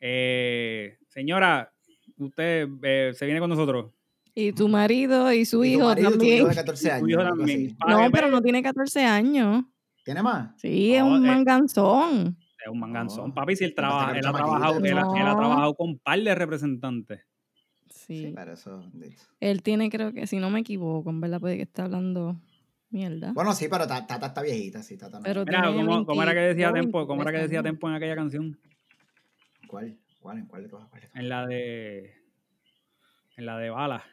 Speaker 1: eh, señora, usted eh, se viene con nosotros.
Speaker 3: Y tu marido y su
Speaker 2: Y tu
Speaker 3: hijo
Speaker 2: marido y tu hijo
Speaker 3: también.
Speaker 2: de 14 años.
Speaker 1: Tu hijo
Speaker 2: algo
Speaker 1: también.
Speaker 2: así.
Speaker 1: Para
Speaker 3: No,
Speaker 1: que
Speaker 3: pero
Speaker 1: vea,
Speaker 3: no tiene 14 años.
Speaker 2: ¿Tiene más?
Speaker 3: Sí, es
Speaker 1: No,
Speaker 3: un
Speaker 1: eh,
Speaker 3: manganzón.
Speaker 1: Es un manganzón,
Speaker 2: No.
Speaker 1: papi, si él,
Speaker 2: Yo pensé
Speaker 1: traba-
Speaker 2: que era
Speaker 1: él ha
Speaker 2: chamaquito,
Speaker 1: trabajado,
Speaker 2: yo
Speaker 1: él, ha- él ha
Speaker 3: No.
Speaker 1: trabajado con un par de representantes.
Speaker 2: Sí,
Speaker 3: Sí.
Speaker 2: pero eso.
Speaker 3: Él tiene, creo que, si no me equivoco, en verdad puede que está hablando mierda.
Speaker 2: Bueno, sí, pero Ta- Tata está viejita, sí, Tata no.
Speaker 3: Pero
Speaker 1: Mira,
Speaker 3: tiene
Speaker 1: ¿cómo, cómo era que
Speaker 3: 20,
Speaker 1: decía Tempo? ¿Cómo era que
Speaker 3: 23
Speaker 1: decía
Speaker 3: años.
Speaker 1: Tempo en aquella canción?
Speaker 2: ¿Cuál? ¿Cuál? ¿En cuál de todas? ¿Cuál de todas?
Speaker 1: En la de. En la de Bala.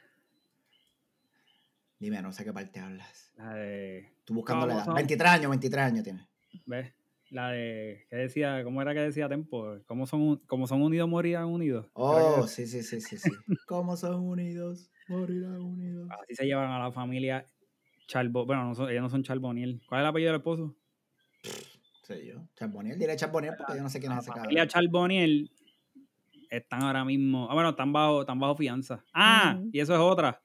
Speaker 2: Dime, no sé qué parte hablas.
Speaker 1: La de.
Speaker 2: Tú buscando la
Speaker 1: Vamos,
Speaker 2: edad.
Speaker 1: vamos.
Speaker 2: 23 años, 23 años tiene.
Speaker 1: ¿Ves? La de. ¿Qué decía? ¿Cómo era que decía Tempo? ¿Cómo son, un- cómo son unidos, morirán unidos? Creo que
Speaker 2: Oh, sí, sí, sí, sí, sí. ¿Cómo son unidos? Morirán unidos.
Speaker 1: así se llevan a la familia Charbo. Bueno, no son, ellos no son Charboniel. ¿Cuál es el apellido del esposo?
Speaker 2: Sé yo. Charboniel, diré Charboniel porque yo no sé quién es
Speaker 1: Ah, La
Speaker 2: ese
Speaker 1: familia
Speaker 2: cabrón.
Speaker 1: Charboniel están ahora mismo. Ah, bueno, están bajo, están bajo fianza. Ah,
Speaker 3: Ujú.
Speaker 1: y eso es otra.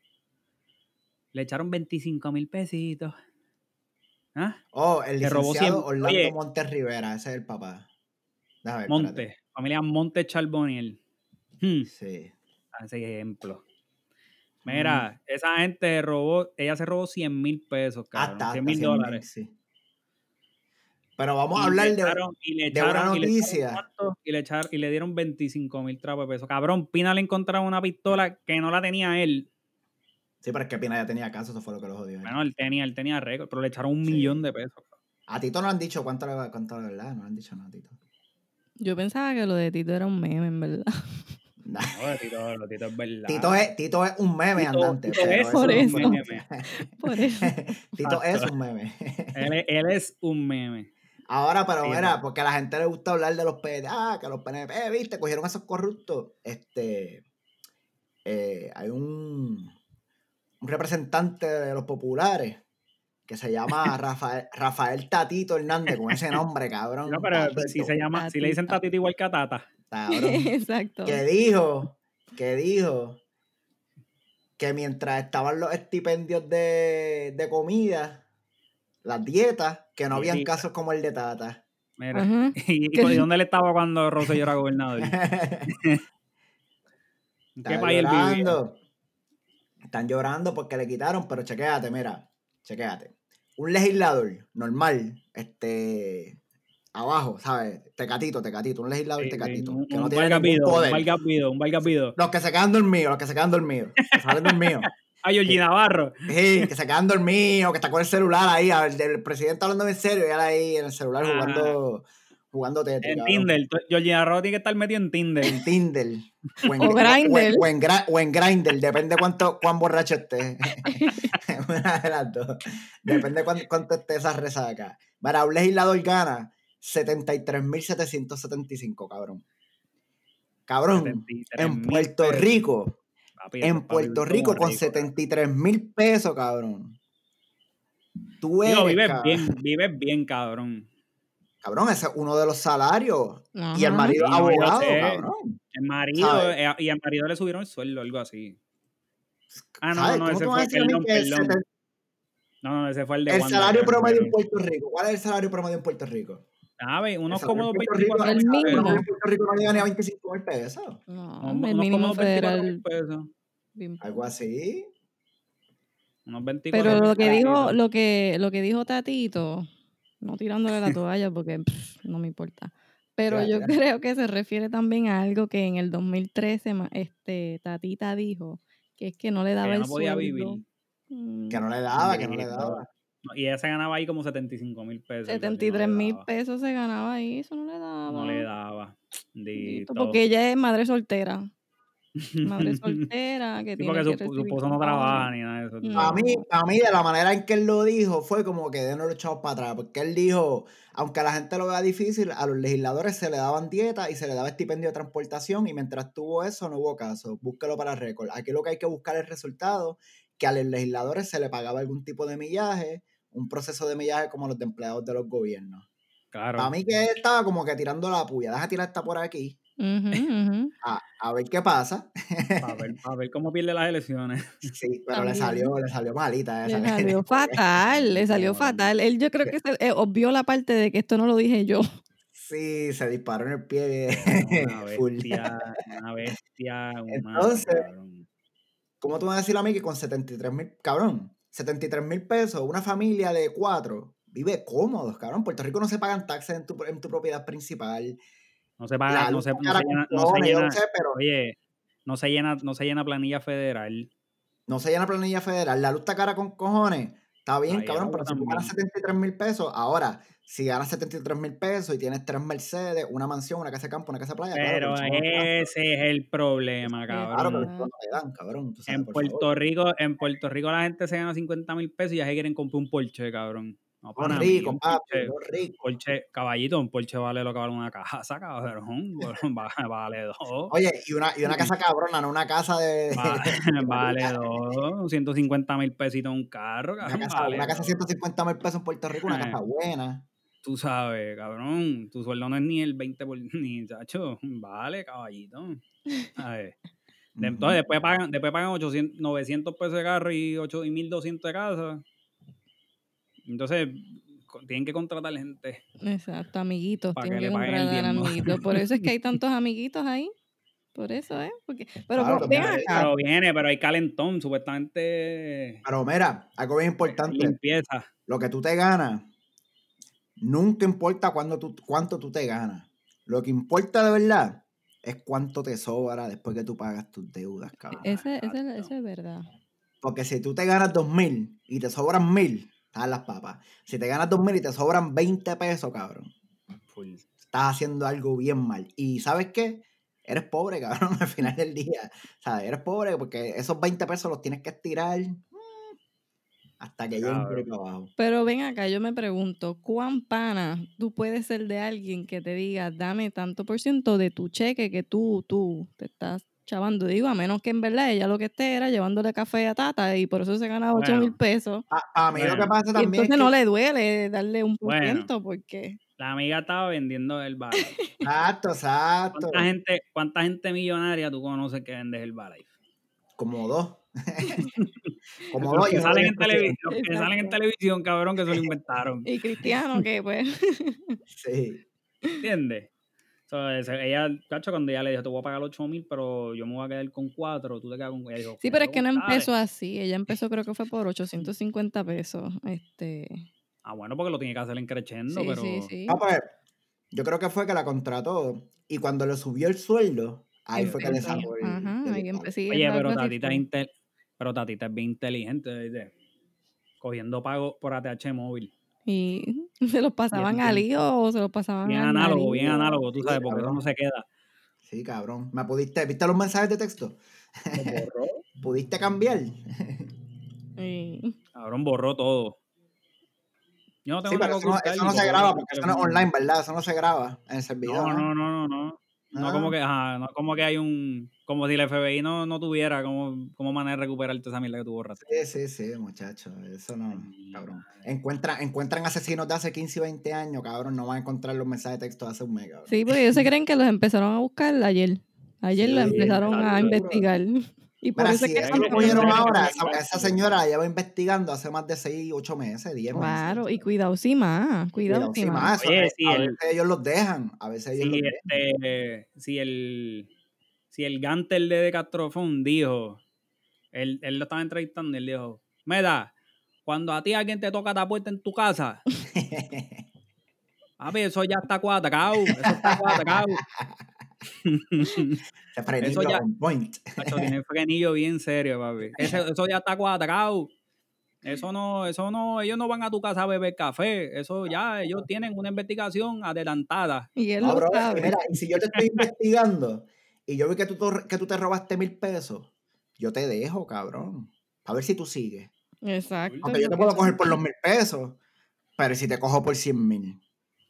Speaker 1: Le echaron 25 mil pesitos. ¿Ah?
Speaker 2: Oh, el
Speaker 1: Se robó
Speaker 2: licenciado
Speaker 1: 100.
Speaker 2: Orlando
Speaker 1: Oye.
Speaker 2: Montes Rivera, ese es el papá. Déjame ver,
Speaker 1: Monte.
Speaker 2: espérate.
Speaker 1: Familia Monte Charboniel. Hmm.
Speaker 2: Sí.
Speaker 1: Así ejemplo. Mira,
Speaker 2: Mm.
Speaker 1: esa gente
Speaker 2: Ah,
Speaker 1: robó, ella se robó 100 mil pesos, cabrón.
Speaker 2: Hasta, hasta
Speaker 1: 100 mil
Speaker 2: 100.000,
Speaker 1: dólares.
Speaker 2: Sí. Pero vamos a
Speaker 1: Y le
Speaker 2: hablar de.
Speaker 1: echaron- y le
Speaker 2: de una
Speaker 1: echaron- y le echaron
Speaker 2: noticia.
Speaker 1: cuánto, Y le, echar- y le dieron 25 mil trapos de peso. Cabrón, Pina le encontraron una pistola que no la tenía él.
Speaker 2: Sí, pero es que Pina ya tenía caso, eso fue lo que los jodió.
Speaker 1: Bueno, él tenía, él tenía récord, pero le echaron un
Speaker 2: Sí.
Speaker 1: millón de pesos.
Speaker 2: A Tito no le han dicho cuánto le va cuánto, ¿verdad? No le han dicho nada a Tito.
Speaker 3: Yo pensaba que lo de Tito era un meme, en verdad.
Speaker 2: Nah.
Speaker 1: No, Tito, lo Tito es verdad.
Speaker 2: Tito, es, Tito es un meme
Speaker 1: Tito-
Speaker 2: andante.
Speaker 1: Tito
Speaker 2: pero
Speaker 1: es
Speaker 2: eso
Speaker 3: Por
Speaker 1: un
Speaker 2: no es
Speaker 3: eso.
Speaker 2: meme.
Speaker 1: meme.
Speaker 3: Por eso.
Speaker 2: Tito es un meme.
Speaker 1: Él, es- él es un meme.
Speaker 2: Ahora, pero
Speaker 1: Sí,
Speaker 2: mira,
Speaker 1: no.
Speaker 2: porque a la gente le gusta hablar de los PNP, ah, que los PNP, eh, viste, cogieron a esos corruptos. Este, eh, hay un, un representante de los populares que se llama Rafael, Rafael Tatito Hernández, con ese nombre, cabrón.
Speaker 1: No, pero si
Speaker 2: Tatito,
Speaker 1: se llama, si le dicen
Speaker 3: Tatita.
Speaker 1: Tatito igual que a Tata.
Speaker 2: cabrón.
Speaker 3: Exacto.
Speaker 2: que dijo, que dijo que mientras estaban los estipendios de, de comida, las dietas, que no habían
Speaker 1: Dietas.
Speaker 2: casos como el de Tata.
Speaker 1: Mira.
Speaker 3: Ajá.
Speaker 1: ¿Y, y dónde él estaba cuando Rosselló era gobernador? ¿En qué
Speaker 2: Están
Speaker 1: país él vivía?
Speaker 2: llorando. Están llorando porque le quitaron, pero chequéate, mira, chequéate. Un legislador normal, este, abajo, ¿sabes? Tecatito, tecatito, un legislador
Speaker 1: Sí, sí,
Speaker 2: tecatito,
Speaker 1: un,
Speaker 2: este que no
Speaker 1: un
Speaker 2: tiene
Speaker 1: Vargas
Speaker 2: ningún
Speaker 1: Vidal, un
Speaker 2: poder.
Speaker 1: Vargas Vidal, un Vargas Vidal.
Speaker 2: Los que se quedan dormidos, los que se quedan dormidos, que salen dormidos.
Speaker 1: Ah, Georgie Navarro.
Speaker 2: Sí, que se quedan dormidos, que está con el celular ahí, a ver, el presidente hablando en serio y él ahí en el celular
Speaker 1: Ajá.
Speaker 2: jugando, jugando Tetris,
Speaker 1: En
Speaker 2: cabrón.
Speaker 1: Tinder. to- Georgie Navarro tiene que estar metido en Tinder.
Speaker 2: En Tinder. O en,
Speaker 3: O Grindr.
Speaker 2: O, en, Gra- o en Grindr, depende cuánto, cuán borracho estés. Una de las dos. Depende cuán- cuánto esté esa resaca. Para un legislador gana 73.775, cabrón. Cabrón,
Speaker 1: 73
Speaker 2: en
Speaker 1: mil
Speaker 2: Puerto
Speaker 1: pesos,
Speaker 2: Rico,
Speaker 1: papi, eso es
Speaker 2: en
Speaker 1: pa'
Speaker 2: Puerto
Speaker 1: vivir
Speaker 2: Rico
Speaker 1: como
Speaker 2: con
Speaker 1: rico,
Speaker 2: 73 mil pesos, cabrón. Tú eres,
Speaker 1: cabrón. Digo, vives
Speaker 2: cabrón.
Speaker 1: bien, vives bien, cabrón.
Speaker 2: Cabrón, ese es uno de los salarios. Y el
Speaker 3: Ajá.
Speaker 2: marido es
Speaker 1: Sí, no, yo
Speaker 2: abogado,
Speaker 1: sé.
Speaker 2: cabrón.
Speaker 1: El marido,
Speaker 2: ¿Sabes?
Speaker 1: eh, y al marido le subieron el sueldo, algo así. Ah, no,
Speaker 2: ¿Sabes?
Speaker 1: no,
Speaker 2: ¿Cómo
Speaker 1: ese
Speaker 2: tú vas a
Speaker 1: fue
Speaker 2: decir a mí
Speaker 1: perdón,
Speaker 2: que el
Speaker 1: perdón.
Speaker 2: seten-
Speaker 1: No, no, ese fue el de
Speaker 2: el
Speaker 1: Wanda,
Speaker 2: salario
Speaker 1: cabrón,
Speaker 2: promedio en
Speaker 1: pero-
Speaker 2: Puerto Rico? ¿Cuál es el salario promedio en Puerto Rico?
Speaker 1: ¿Sabes?
Speaker 2: El
Speaker 1: Unos
Speaker 2: salario en
Speaker 1: cómodos
Speaker 2: Puerto Rico-
Speaker 1: 24
Speaker 3: El
Speaker 1: mil
Speaker 2: El
Speaker 1: pesos.
Speaker 2: salario en Puerto Rico no llega ni a 25 mil pesos.
Speaker 3: No,
Speaker 1: Un-
Speaker 3: el
Speaker 1: unos
Speaker 3: mínimo
Speaker 1: cómodos 24 mil
Speaker 3: federal.
Speaker 1: pesos.
Speaker 3: bien
Speaker 2: Algo así.
Speaker 1: Unos 24
Speaker 3: Pero
Speaker 1: mil
Speaker 3: lo que
Speaker 1: pesos.
Speaker 3: dijo, lo que, lo que dijo Tatito, no tirándole la toalla porque pff, no me importa. Pero
Speaker 2: Tira,
Speaker 3: yo
Speaker 2: tira.
Speaker 3: creo que se refiere también a algo que en el 2013 ma- este, Tatita dijo, que es que no le daba
Speaker 1: ella
Speaker 3: el
Speaker 1: no podía
Speaker 3: sueldo.
Speaker 1: vivir.
Speaker 3: Mm,
Speaker 2: Que no le daba, que no le
Speaker 1: Sí,
Speaker 2: daba.
Speaker 1: No, Y ella se ganaba ahí como 75 mil pesos. algo así, no le
Speaker 3: 73 mil
Speaker 1: daba.
Speaker 3: pesos se ganaba ahí, eso no le daba.
Speaker 1: No le daba. Dito.
Speaker 3: Bendito, Porque ella es madre soltera. Madre soltera, que
Speaker 1: Sí,
Speaker 3: tiene
Speaker 1: porque
Speaker 3: que
Speaker 1: su, su
Speaker 3: recibir
Speaker 1: esposo no
Speaker 3: pago.
Speaker 1: trabaja ni nada de eso. tú
Speaker 3: No.
Speaker 2: A
Speaker 1: sabes.
Speaker 2: mí, a mí, de la manera en que él lo dijo, fue como que denos los chavos para atrás, porque él dijo, aunque la gente lo vea difícil, a los legisladores se le daban dieta y se le daba estipendio de transportación, y mientras tuvo eso no hubo caso, búsquelo para récord. Aquí lo que hay que buscar es resultado, que a los legisladores se le pagaba algún tipo de millaje, un proceso de millaje como los de empleados de los gobiernos.
Speaker 1: Claro.
Speaker 2: Para mí que él estaba como que tirando la puya, deja tirar esta por aquí,
Speaker 3: Ujú, ujú.
Speaker 2: a, a ver qué pasa.
Speaker 1: Para ver, pa' ver cómo pierde las elecciones.
Speaker 2: Sí, pero le
Speaker 3: También.
Speaker 2: salió, le salió malita esa.
Speaker 3: Le salió fatal, le salió
Speaker 2: Cabrón.
Speaker 3: fatal. Él yo creo que se eh, obvió la parte de que esto no lo dije yo.
Speaker 2: Sí, se disparó en el pie.
Speaker 1: Una
Speaker 2: full.
Speaker 1: bestia. Una bestia humana.
Speaker 2: Entonces,
Speaker 1: cabrón.
Speaker 2: ¿Cómo tú me vas a decir a mí que con 73 mil, cabrón, 73 mil pesos, una familia de cuatro vive cómodos, cabrón? Puerto Rico no se pagan taxes en tu, en tu propiedad principal.
Speaker 1: No se
Speaker 2: la
Speaker 1: paga, Ah, no
Speaker 2: luz
Speaker 1: se,
Speaker 2: está
Speaker 1: no
Speaker 2: cara
Speaker 1: se llena,
Speaker 2: con
Speaker 1: no se
Speaker 2: cojones, yo
Speaker 1: llena.
Speaker 2: no sé, pero
Speaker 1: Oye, no se llena, no se llena planilla federal.
Speaker 2: no se llena planilla federal. La luz está cara con cojones. Está bien,
Speaker 1: Ahí el
Speaker 2: cabrón,
Speaker 1: agua
Speaker 2: pero si tú ganas
Speaker 1: también.
Speaker 2: 73 mil pesos, ahora, si ganas 73 mil pesos y tienes tres Mercedes, una mansión, una casa de campo, una casa de playa,
Speaker 1: Pero
Speaker 2: claro, que el chavo no te dan.
Speaker 1: ese es el problema,
Speaker 2: Claro, pero
Speaker 1: cabrón.
Speaker 2: el chavo no te dan, cabrón, tú sabes,
Speaker 1: En
Speaker 2: Ah, por favor.
Speaker 1: Puerto Rico, en Puerto Rico la gente se gana 50 mil pesos y ya se quieren comprar un Porsche, cabrón. No,
Speaker 2: Todo
Speaker 1: pana mía,
Speaker 2: rico,
Speaker 1: un
Speaker 2: papi,
Speaker 1: Porsche,
Speaker 2: todo rico.
Speaker 1: Porsche, caballito, un Porsche vale lo que vale una casa, cabrón. Bueno, va- vale dos.
Speaker 2: Oye, y una, y una casa cabrona, no una casa de.
Speaker 1: va-
Speaker 2: de
Speaker 1: vale
Speaker 2: maldita.
Speaker 1: dos. 150 mil pesitos un carro,
Speaker 2: Una
Speaker 1: cabrón.
Speaker 2: casa,
Speaker 1: Vale
Speaker 2: una casa de
Speaker 1: dos.
Speaker 2: 150 mil pesos en Puerto Rico, una
Speaker 1: Eh.
Speaker 2: casa buena.
Speaker 1: Tú sabes, cabrón. Tu sueldo no es ni el 20 por ni, chacho. Vale, caballito. ¿Sabes? De- Entonces,
Speaker 2: Ujú.
Speaker 1: después pagan, después pagan 800, 900 pesos de carro y, 8, y 1200 de casa. Entonces, co- tienen que contratar gente.
Speaker 3: Exacto, amiguitos,
Speaker 1: Pa'
Speaker 3: tienen
Speaker 1: que
Speaker 3: que
Speaker 1: le paguen el
Speaker 3: contratar
Speaker 1: diezmo.
Speaker 3: amiguitos. Por eso es que hay tantos amiguitos ahí. Por eso, ¿eh? Porque, pero
Speaker 2: Claro,
Speaker 3: pues,
Speaker 2: también
Speaker 3: ven
Speaker 2: hay-
Speaker 3: acá.
Speaker 1: Pero viene, pero hay calentón, supuestamente.
Speaker 2: Pero mira, algo bien importante,
Speaker 1: Limpieza.
Speaker 2: lo que tú te ganas, Nunca importa cuándo tú, cuánto tú te ganas. Lo que importa de verdad es cuánto te sobra después que tú pagas tus deudas, cabrón.
Speaker 3: Ese, ese- ese es verdad.
Speaker 2: Porque si tú te ganas 2.000 y te sobran 1.000, estás en las papas. Si te ganas 2.000 y te sobran 20 pesos, cabrón,
Speaker 4: Full.
Speaker 2: estás haciendo algo bien mal. Y ¿sabes qué? Eres pobre, cabrón, al final del día. O sea, eres pobre porque esos 20 pesos los tienes que estirar mm, hasta que lleguen por ahí para abajo.
Speaker 3: Pero ven acá, yo me pregunto, ¿cuán pana tú puedes ser de alguien que te diga, dame tanto por ciento de tu cheque que tú, tú te estás chavando? Digo, a menos que en verdad ella lo que esté era llevándole café a Tata y por eso se ganaba ocho
Speaker 1: Bueno.
Speaker 3: mil pesos.
Speaker 2: A, a mí lo que
Speaker 1: Bueno.
Speaker 2: pasa
Speaker 3: Y
Speaker 2: también
Speaker 3: entonces
Speaker 2: es que,
Speaker 3: no le duele darle un por
Speaker 1: Bueno.
Speaker 3: ciento porque...
Speaker 1: La amiga estaba vendiendo el Herbalife.
Speaker 2: Exacto, exacto.
Speaker 1: ¿Cuánta gente, ¿Cuánta gente millonaria tú conoces que vende Herbalife?
Speaker 2: Como dos. Como
Speaker 1: Los
Speaker 2: dos. y
Speaker 1: que
Speaker 2: uno
Speaker 1: salen
Speaker 2: bien
Speaker 1: en televisión, los que
Speaker 3: Exacto.
Speaker 1: salen en televisión, cabrón, que se lo inventaron.
Speaker 3: Y Cristiano, que pues...
Speaker 2: Sí.
Speaker 1: ¿Entiendes? So, ese- ella, cacho, cuando ella le dijo, te voy a pagar 8 mil, pero yo me voy a quedar con 4, tú te quedas con ella dijo,
Speaker 3: Sí, pero es que no
Speaker 1: "Pero, dale".
Speaker 3: empezó así. Ella empezó creo que fue por 850 pesos. Este,
Speaker 1: Ah, bueno, porque lo tenía que hacer en creciendo,
Speaker 3: sí,
Speaker 1: pero.
Speaker 3: sí, sí.
Speaker 2: Ah, pues, yo creo que fue que la contrató y cuando le subió el sueldo, ahí fue que le
Speaker 3: Em, Empezó.
Speaker 2: sacó el.
Speaker 3: Ajá,
Speaker 2: el
Speaker 3: ahí
Speaker 2: disparo.
Speaker 3: empezó. sí,
Speaker 1: Oye,
Speaker 3: algo
Speaker 1: pero
Speaker 3: así
Speaker 1: Tatita,
Speaker 3: fue.
Speaker 1: es intel- pero Tatita es bien inteligente, ¿viste? Cogiendo pago por ATH móvil.
Speaker 3: Y se los pasaban
Speaker 1: Bien,
Speaker 3: a
Speaker 1: bien.
Speaker 3: Lío o se los pasaban
Speaker 1: Bien
Speaker 3: a
Speaker 1: análogo, bien
Speaker 2: marido,
Speaker 1: análogo, tú
Speaker 2: sí,
Speaker 1: sabes, porque eso
Speaker 2: cabrón.
Speaker 1: no se queda.
Speaker 2: Sí, cabrón. ¿Me pudiste? ¿Viste los mensajes de texto?
Speaker 1: Lo borró.
Speaker 2: ¿Pudiste cambiar?
Speaker 1: Cabrón, borró todo. Yo no tengo
Speaker 2: sí, pero
Speaker 1: nada que
Speaker 2: eso no,
Speaker 1: ocultar,
Speaker 2: eso no
Speaker 1: y
Speaker 2: se
Speaker 1: borró
Speaker 2: graba
Speaker 1: todo
Speaker 2: porque
Speaker 1: el
Speaker 2: eso no es
Speaker 1: teléfono.
Speaker 2: online, ¿verdad? Eso no se graba en el servidor.
Speaker 1: No, no, no, no, no. No
Speaker 2: Ah,
Speaker 1: como que, ajá, no como que hay un, como si el FBI no, no tuviera como, como manera de recuperarte esa mierda que tú borraste.
Speaker 2: Sí, sí, sí, muchachos. Eso no,
Speaker 1: Ay,
Speaker 2: cabrón. Encuentra, encuentran asesinos de hace 15 y 20 años, cabrón. No van a encontrar los mensajes de texto de hace un mes, cabrón.
Speaker 3: Sí, porque ellos se creen que los empezaron a buscar ayer. Ayer
Speaker 2: Sí,
Speaker 3: los empezaron a
Speaker 2: seguro.
Speaker 3: investigar. Y por
Speaker 2: Mira,
Speaker 3: eso es
Speaker 2: si
Speaker 3: que
Speaker 2: eso
Speaker 1: son
Speaker 2: lo
Speaker 1: tan
Speaker 2: cogieron
Speaker 1: grandes.
Speaker 2: ahora, esa, esa señora la lleva investigando hace más de 6, 8 meses, 10 meses.
Speaker 3: Claro, y cuidado sí más,
Speaker 2: Cuidado,
Speaker 3: cuidado sí
Speaker 2: sí,
Speaker 3: más.
Speaker 2: más, eso,
Speaker 1: Oye,
Speaker 2: eh,
Speaker 1: si
Speaker 2: a
Speaker 1: el-
Speaker 2: veces ellos los dejan, a veces ellos
Speaker 1: Si,
Speaker 2: los dejan.
Speaker 1: este, si el, si el Gantel de De Castrofón dijo, él, él lo estaba entrevistando y él dijo, Meda, cuando a ti alguien te toca la puerta en tu casa, papi, eso ya está cuadrado, eso está cuadrado.
Speaker 2: Se prende
Speaker 1: Eso ya-
Speaker 2: con point.
Speaker 1: Hacho, tiene el frenillo bien serio, papi. Ese- eso ya está cuadrado. Eso no, eso no, ellos no van a tu casa a beber café. Eso ya, ellos tienen una investigación adelantada.
Speaker 3: Y él
Speaker 2: No,
Speaker 3: lo
Speaker 2: bro, y
Speaker 3: sabe.
Speaker 2: Ah, mira, y si yo te estoy investigando y yo vi que tú, to- que tú te robaste mil pesos, yo te dejo, cabrón. A ver si tú sigues.
Speaker 3: Exacto.
Speaker 2: Aunque yo te
Speaker 3: porque
Speaker 2: puedo
Speaker 3: tú-
Speaker 2: coger por los mil pesos, pero si te cojo por 100 mil,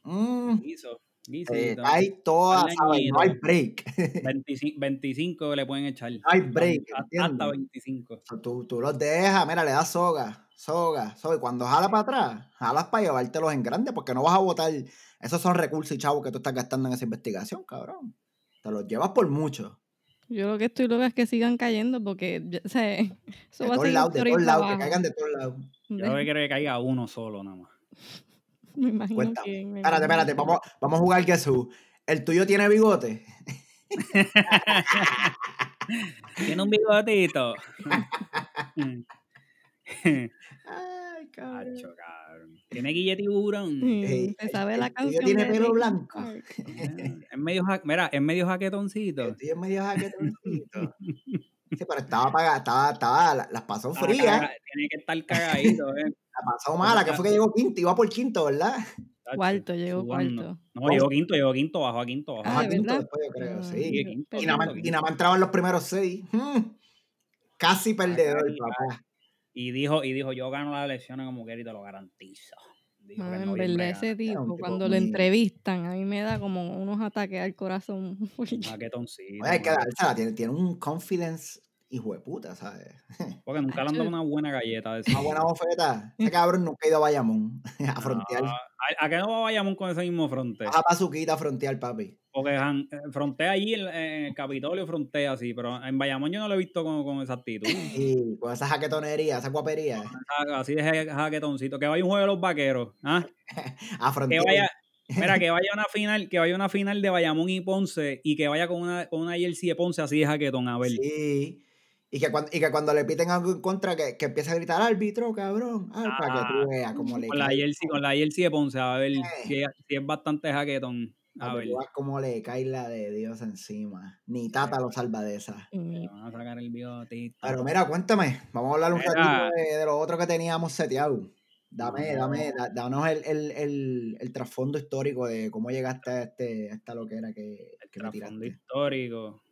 Speaker 2: mm,
Speaker 1: Guiso,
Speaker 2: eh,
Speaker 1: guisito.
Speaker 2: hay toda,
Speaker 1: Dale,
Speaker 2: ¿sabes? No hay
Speaker 1: ñero.
Speaker 2: break.
Speaker 1: 25, 25 le pueden echar.
Speaker 2: hay Ah, break,
Speaker 1: Hasta- Hasta
Speaker 2: ¿entiendes?
Speaker 1: 25.
Speaker 2: So, Tú, tú los dejas, mira, le das soga, soga, soga. Y cuando jala para atrás, jalas para llevártelos en grande, porque no vas a botar. Esos son recursos y chavos que tú estás gastando en esa investigación, cabrón. Te los llevas por mucho.
Speaker 3: Yo lo que estoy loca es que sigan cayendo porque ya- o sea, eso
Speaker 2: De
Speaker 3: va a
Speaker 2: todos
Speaker 3: seguir
Speaker 2: lados, de
Speaker 3: por ahí
Speaker 2: todos
Speaker 3: para
Speaker 2: lados, que
Speaker 3: abajo.
Speaker 2: caigan de todos lados.
Speaker 1: Yo creo que quiero que caiga uno solo nada más.
Speaker 3: Me imagino
Speaker 2: Cuéntame.
Speaker 3: que... me
Speaker 2: Espérate,
Speaker 3: imagino
Speaker 2: espérate,
Speaker 3: que-
Speaker 2: vamos, vamos a jugar Jesús. ¿El tuyo tiene bigote?
Speaker 1: Tiene un bigotito.
Speaker 2: Ay, cabrón.
Speaker 1: Hacho, cabrón. Tiene guillete y tiburón.
Speaker 2: Mm.
Speaker 3: Sí, se
Speaker 2: el-
Speaker 3: mm, sabe la
Speaker 2: eh, el tuyo
Speaker 3: canción
Speaker 2: tiene
Speaker 3: de
Speaker 2: pelo
Speaker 3: Linkin
Speaker 2: blanco.
Speaker 3: Park.
Speaker 1: Eh, Es medio, ja- mira, es medio jaquetoncito.
Speaker 2: El tuyo es medio jaquetoncito. Sí, pero estaba apagada, estaba, estaba, la- las pasó
Speaker 1: Está
Speaker 2: frías,
Speaker 1: caga- tiene que estar cagadito, ¿eh?
Speaker 2: las pasó mala, que fue que llegó quinto, iba por quinto, ¿verdad?
Speaker 1: Hacho,
Speaker 3: Cuarto, llegó
Speaker 1: sudando.
Speaker 3: cuarto.
Speaker 1: No, llegó quinto, llegó quinto, bajo a quinto, bajó.
Speaker 3: Ah,
Speaker 2: Ajá,
Speaker 3: ¿de
Speaker 1: a
Speaker 2: quinto
Speaker 1: quinto.
Speaker 3: verdad?
Speaker 2: después, yo creo,
Speaker 3: Ah,
Speaker 2: sí.
Speaker 1: Sí, quinto,
Speaker 2: Y
Speaker 3: pero-
Speaker 2: nada, más,
Speaker 1: quinto,
Speaker 2: y nada más entraban los primeros seis. Mm.
Speaker 3: Ah,
Speaker 2: Casi perdedor,
Speaker 1: ay,
Speaker 2: papá.
Speaker 1: Y dijo, y dijo, yo gano las elecciones como quiera y te lo garantizo. Dijo que en
Speaker 3: Mano, Ah, en
Speaker 1: noviembre
Speaker 3: verdad ese
Speaker 1: gana.
Speaker 2: Era un
Speaker 3: tipo,
Speaker 2: tipo
Speaker 3: cuando lo
Speaker 2: muy-
Speaker 3: entrevistan, a mí me da como unos ataques al corazón. porque-
Speaker 1: Jaquetoncito.
Speaker 2: Oye, hay que
Speaker 1: mano.
Speaker 2: dársela, tiene, tiene un confidence hijo de puta, ¿sabes?
Speaker 1: Porque nunca le han dado
Speaker 3: Hacho.
Speaker 1: una buena galleta de esa.
Speaker 2: Una buena bofeta. Ese cabrón nunca ha ido a Bayamón a frontear.
Speaker 1: Ah, ¿A, a qué no vayamos con ese mismo fronte?
Speaker 2: Baja pa' Suquita a frontear, papi.
Speaker 1: Porque han- eh, frontea allí en, en el Capitolio, frontea así, pero en Bayamón yo no lo he visto con, con esa actitud.
Speaker 2: Y con esa jaquetonería, esa guapería,
Speaker 1: Ah, Así de ja- jaquetoncito. Que vaya un juego de los vaqueros. ¿ah?
Speaker 2: a
Speaker 1: Que
Speaker 2: frontear.
Speaker 1: vaya, mira, que vaya a una final, que vaya a una final de Bayamón y Ponce y que vaya con una, con una jersey de Ponce así de jaquetón, a ver.
Speaker 2: Sí. Y que, cuando, y que cuando le piten algo en contra, que, que empiece a gritar árbitro, cabrón. Ay, para que
Speaker 3: Ah,
Speaker 2: tú veas cómo le
Speaker 1: Con la
Speaker 2: cae.
Speaker 1: jersey, con la jersey de Ponce, a ver
Speaker 2: Eh.
Speaker 1: si, es- si es bastante jaquetón.
Speaker 2: para
Speaker 1: A
Speaker 2: que
Speaker 1: ver,
Speaker 2: tú veas cómo le cae la de Dios encima. Ni Tata lo salva de esa.
Speaker 1: le
Speaker 3: Y
Speaker 1: van a sacar el biotito.
Speaker 2: Pero mira, cuéntame. Vamos a hablar un
Speaker 1: Mira.
Speaker 2: ratito de, de lo otro que teníamos seteado. Dame,
Speaker 1: No.
Speaker 2: dame, da- danos el, el, el, el trasfondo histórico de cómo llegaste a, este, a esta loquera que,
Speaker 1: El
Speaker 2: que te
Speaker 1: trasfondo
Speaker 2: tiraste.
Speaker 1: histórico.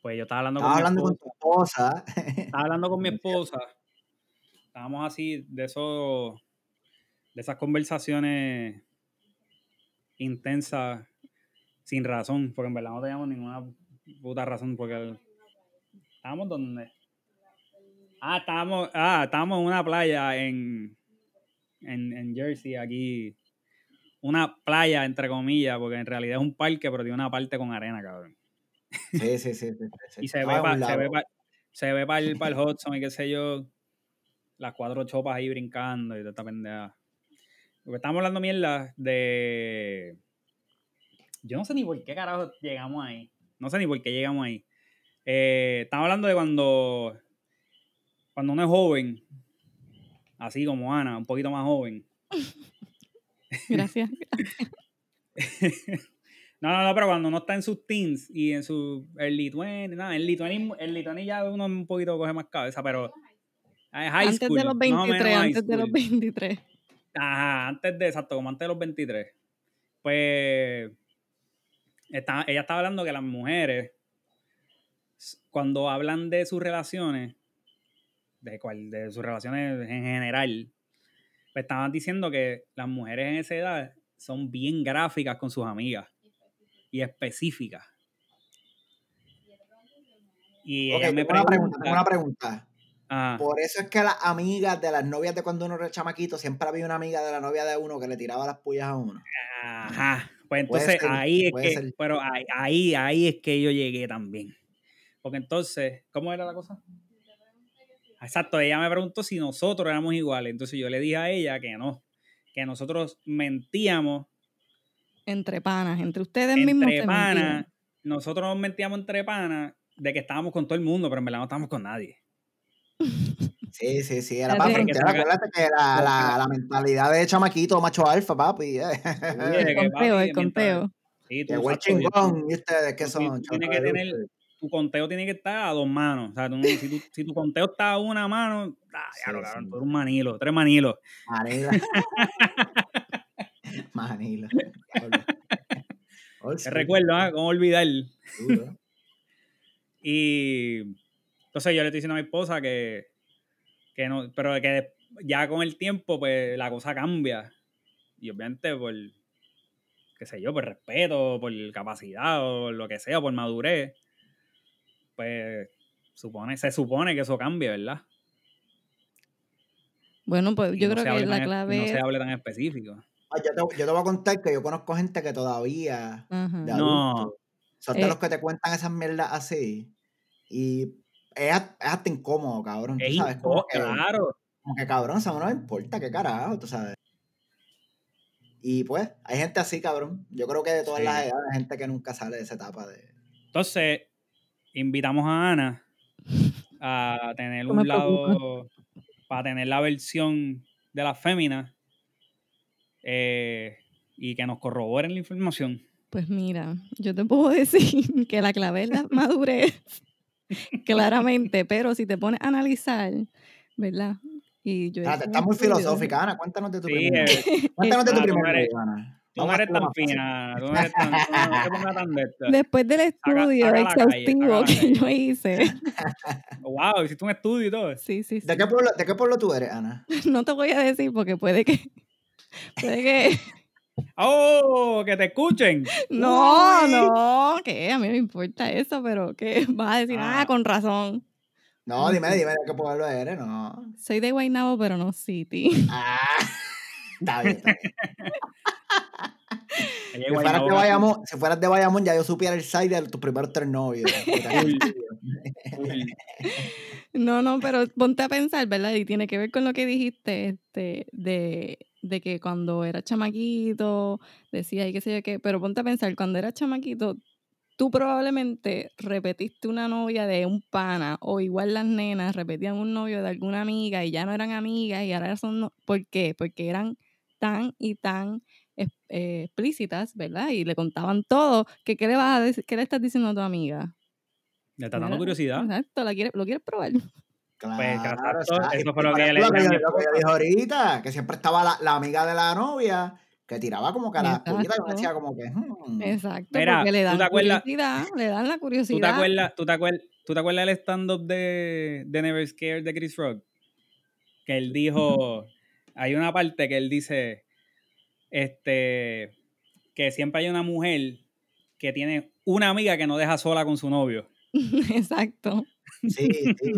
Speaker 1: Pues yo estaba hablando
Speaker 2: Estabas
Speaker 1: con mi
Speaker 2: hablando con
Speaker 1: esposa.
Speaker 2: tu esposa. ¿eh?
Speaker 1: Estaba hablando con mi esposa. Estábamos así de esos de esas conversaciones intensas sin razón, porque en verdad no teníamos ninguna puta razón porque el- estábamos donde Ah, estábamos, ah, estábamos en una playa en, en, en Jersey, aquí. Una playa, entre comillas, porque en realidad es un parque, pero tiene una parte con arena, cabrón.
Speaker 2: Sí, sí, sí. sí, sí, sí.
Speaker 1: Y se
Speaker 2: Estaba
Speaker 1: ve
Speaker 2: en un
Speaker 1: para se ve
Speaker 2: lado.
Speaker 1: pa- se ve para el, pa el Hudson y qué sé yo. Las cuatro chopas ahí brincando y toda esta pendeja. Porque estamos hablando mierda de. Yo no sé ni por qué carajo llegamos ahí. No sé ni por qué llegamos ahí. Eh, estamos hablando de cuando. Cuando uno es joven. Así como Ana, un poquito más joven.
Speaker 3: gracias.
Speaker 1: No, no, no, pero cuando uno está en sus teens y en su early 20, nada, early 20, early 20 ya uno un poquito coge más cabeza, pero ah, es high
Speaker 3: antes
Speaker 1: school,
Speaker 3: de los
Speaker 1: más o menos
Speaker 3: 23,
Speaker 1: high
Speaker 3: antes de los
Speaker 1: school.
Speaker 3: 23.
Speaker 1: Ajá, antes de, exacto, como antes de los 23. Pues está- ella estaba hablando que las mujeres, s- cuando hablan de sus relaciones, de, cual, de sus relaciones en general, pues estaban diciendo que las mujeres en esa edad son bien gráficas con sus amigas y específicas. Y
Speaker 2: Ok,
Speaker 1: ella me
Speaker 2: tengo una
Speaker 1: pregunta, Ah.
Speaker 2: pregunta, tengo una pregunta.
Speaker 1: ajá,
Speaker 2: Por eso es que las amigas de las novias de cuando uno era chamaquito, siempre había una amiga de la novia de uno que le tiraba las pullas a uno.
Speaker 1: Ajá. Pues
Speaker 2: Puede
Speaker 1: entonces
Speaker 2: ser,
Speaker 1: ahí es
Speaker 2: puede
Speaker 1: que,
Speaker 2: ser.
Speaker 1: pero ahí, ahí, ahí es que yo llegué también. Porque entonces, ¿cómo era la cosa? Exacto, ella me preguntó si nosotros éramos iguales. Entonces yo le dije a ella que no, que nosotros mentíamos
Speaker 3: Entre panas, entre ustedes mismos.
Speaker 1: entre
Speaker 3: se mentían.
Speaker 1: panas. Nosotros nos mentíamos entre panas de que estábamos con todo el mundo, pero en verdad no estábamos con nadie.
Speaker 2: Sí, sí, sí, era
Speaker 3: Así
Speaker 2: para
Speaker 3: es.
Speaker 2: frontear. Acuérdate que la, la, la mentalidad de chamaquito macho alfa, papi. eh.
Speaker 1: Oye, que,
Speaker 3: El conteo,
Speaker 1: papi,
Speaker 3: el
Speaker 1: mientras-
Speaker 3: conteo.
Speaker 1: Sí, tú,
Speaker 2: Llegó el
Speaker 1: exacto, bien,
Speaker 2: chingón. ¿Y ustedes qué
Speaker 1: tú-
Speaker 2: son?
Speaker 1: tú tienes
Speaker 2: chorro
Speaker 1: que
Speaker 2: de
Speaker 1: tener-
Speaker 2: luces?
Speaker 1: tu conteo tiene que estar a dos manos. O sea, tú no- si, tu, si tu conteo está a una mano, ah, ya lo
Speaker 2: Sí,
Speaker 1: cabrón,
Speaker 2: sí.
Speaker 1: tú eres un manilo, tres manilos.
Speaker 2: Manila. Manila. diablo. Old
Speaker 1: Te
Speaker 2: school,
Speaker 1: recuerdo, ¿ah? ¿Cómo olvidar?
Speaker 2: duro.
Speaker 1: Y entonces yo le estoy diciendo a mi esposa que, que no, pero que des- ya con el tiempo, pues la cosa cambia. Y obviamente por, qué sé yo, por respeto, por capacidad o lo que sea, por madurez, pues supone, se supone que eso cambie, ¿verdad?
Speaker 3: Bueno, pues
Speaker 1: Y
Speaker 3: yo
Speaker 1: no se
Speaker 3: creo que
Speaker 1: hable
Speaker 3: la
Speaker 1: tan- e,
Speaker 3: clave
Speaker 1: No se
Speaker 3: es-
Speaker 1: hable tan específico.
Speaker 2: Ah, yo, te, yo te voy a contar que yo conozco gente que todavía
Speaker 3: Ajá.
Speaker 2: de
Speaker 1: No.
Speaker 2: adulto, son de
Speaker 3: Eh.
Speaker 2: los que te cuentan esas mierdas así. Y es, ha- es hasta incómodo, cabrón. Tú
Speaker 1: Es
Speaker 2: sabes, como
Speaker 1: incó-
Speaker 2: que,
Speaker 1: claro.
Speaker 2: como que cabrón, o sea, no me importa, qué carajo, tú sabes. Y pues, hay gente así, cabrón. Yo creo que de todas
Speaker 1: Sí.
Speaker 2: las edades hay gente que nunca sale de esa etapa de.
Speaker 1: Entonces, invitamos a Ana a tener
Speaker 3: No
Speaker 1: un
Speaker 3: me
Speaker 1: lado, para tener la versión de las féminas eh, y que nos corroboren la información.
Speaker 3: Pues mira, yo te puedo decir que la clave es la madurez, claramente, pero si te pones a analizar, ¿verdad? Y yo he
Speaker 2: Espérate,
Speaker 3: hecho
Speaker 2: estás muy
Speaker 3: estudios.
Speaker 2: filosófica, Ana. Cuéntanos de tu
Speaker 1: Sí,
Speaker 2: primer novio.
Speaker 1: eh,
Speaker 2: Cuéntanos de tu
Speaker 1: Ah, tú
Speaker 2: primer
Speaker 1: no eres-
Speaker 2: novio, Ana.
Speaker 1: tú no
Speaker 2: Vamos a
Speaker 1: eres
Speaker 2: hacerlo
Speaker 1: tan
Speaker 2: más fácil.
Speaker 1: fina, tú no eres tan, tú no no te pongas tan de esta.
Speaker 3: Después del
Speaker 1: Saca- saca
Speaker 3: estudio
Speaker 1: la calle,
Speaker 3: exhaustivo
Speaker 1: saca la
Speaker 3: que
Speaker 1: calle.
Speaker 3: yo hice,
Speaker 1: Wow, hiciste un estudio y todo.
Speaker 3: sí, sí, sí.
Speaker 2: ¿De qué, pueblo, ¿De qué pueblo tú eres, Ana?
Speaker 3: No te voy a decir porque puede que, puede que,
Speaker 1: ¡Oh! ¡Que te escuchen!
Speaker 3: no,
Speaker 2: Uy.
Speaker 3: no, que a mí me importa eso, pero que vas a decir, ah,
Speaker 1: Ah.
Speaker 3: con razón.
Speaker 2: No, dime, dime de qué pueblo eres, no.
Speaker 3: Soy de Guaynabo, pero no City.
Speaker 2: Ah, está bien, está bien.
Speaker 1: Ella
Speaker 2: Si
Speaker 1: igual
Speaker 2: fueras,
Speaker 1: no
Speaker 2: de
Speaker 1: va a-
Speaker 2: Bayamón, si fueras de Bayamón, ya yo supiera el site de tus primeros tres novios. que te han
Speaker 1: Uy. pues,
Speaker 2: conocido.
Speaker 1: Uy,
Speaker 3: No, no, pero ponte a pensar, ¿verdad? Y tiene que ver con lo que dijiste, este, de, de que cuando era chamaquito, decía y qué sé yo qué, pero ponte a pensar, cuando era chamaquito, tú probablemente repetiste una novia de un pana o igual las nenas repetían un novio de alguna amiga y ya no eran amigas y ahora son... no- ¿Por qué? Porque eran tan y tan es- eh, explícitas, ¿verdad? Y le contaban todo. Que, ¿Qué le vas a decir? ¿Qué le estás diciendo a tu amiga?
Speaker 1: Le está dando
Speaker 3: Mira,
Speaker 1: curiosidad.
Speaker 3: Exacto, la quieres- lo quieres probar.
Speaker 2: Claro,
Speaker 1: exacto,
Speaker 2: está.
Speaker 1: eso
Speaker 2: Y
Speaker 1: fue lo que
Speaker 2: parece
Speaker 1: yo le dije a mi
Speaker 2: lo que yo dije ahorita, que siempre estaba la, la amiga de la novia que tiraba como que a las
Speaker 3: Exacto.
Speaker 2: puñitas y uno decía como que. hmm.
Speaker 3: Exacto,
Speaker 1: Mira,
Speaker 3: porque le
Speaker 1: ¿tú
Speaker 3: dan
Speaker 1: te acuerdas?
Speaker 3: curiosidad, le dan la curiosidad.
Speaker 1: ¿Tú te, acuerdas, tú, te acuerdas, ¿Tú te acuerdas del stand-up de, de Never Scared de Chris Rock? Que él dijo, hay una parte que él dice, este, que siempre hay una mujer que tiene una amiga que no deja sola con su novio.
Speaker 3: Exacto.
Speaker 2: Sí, sí.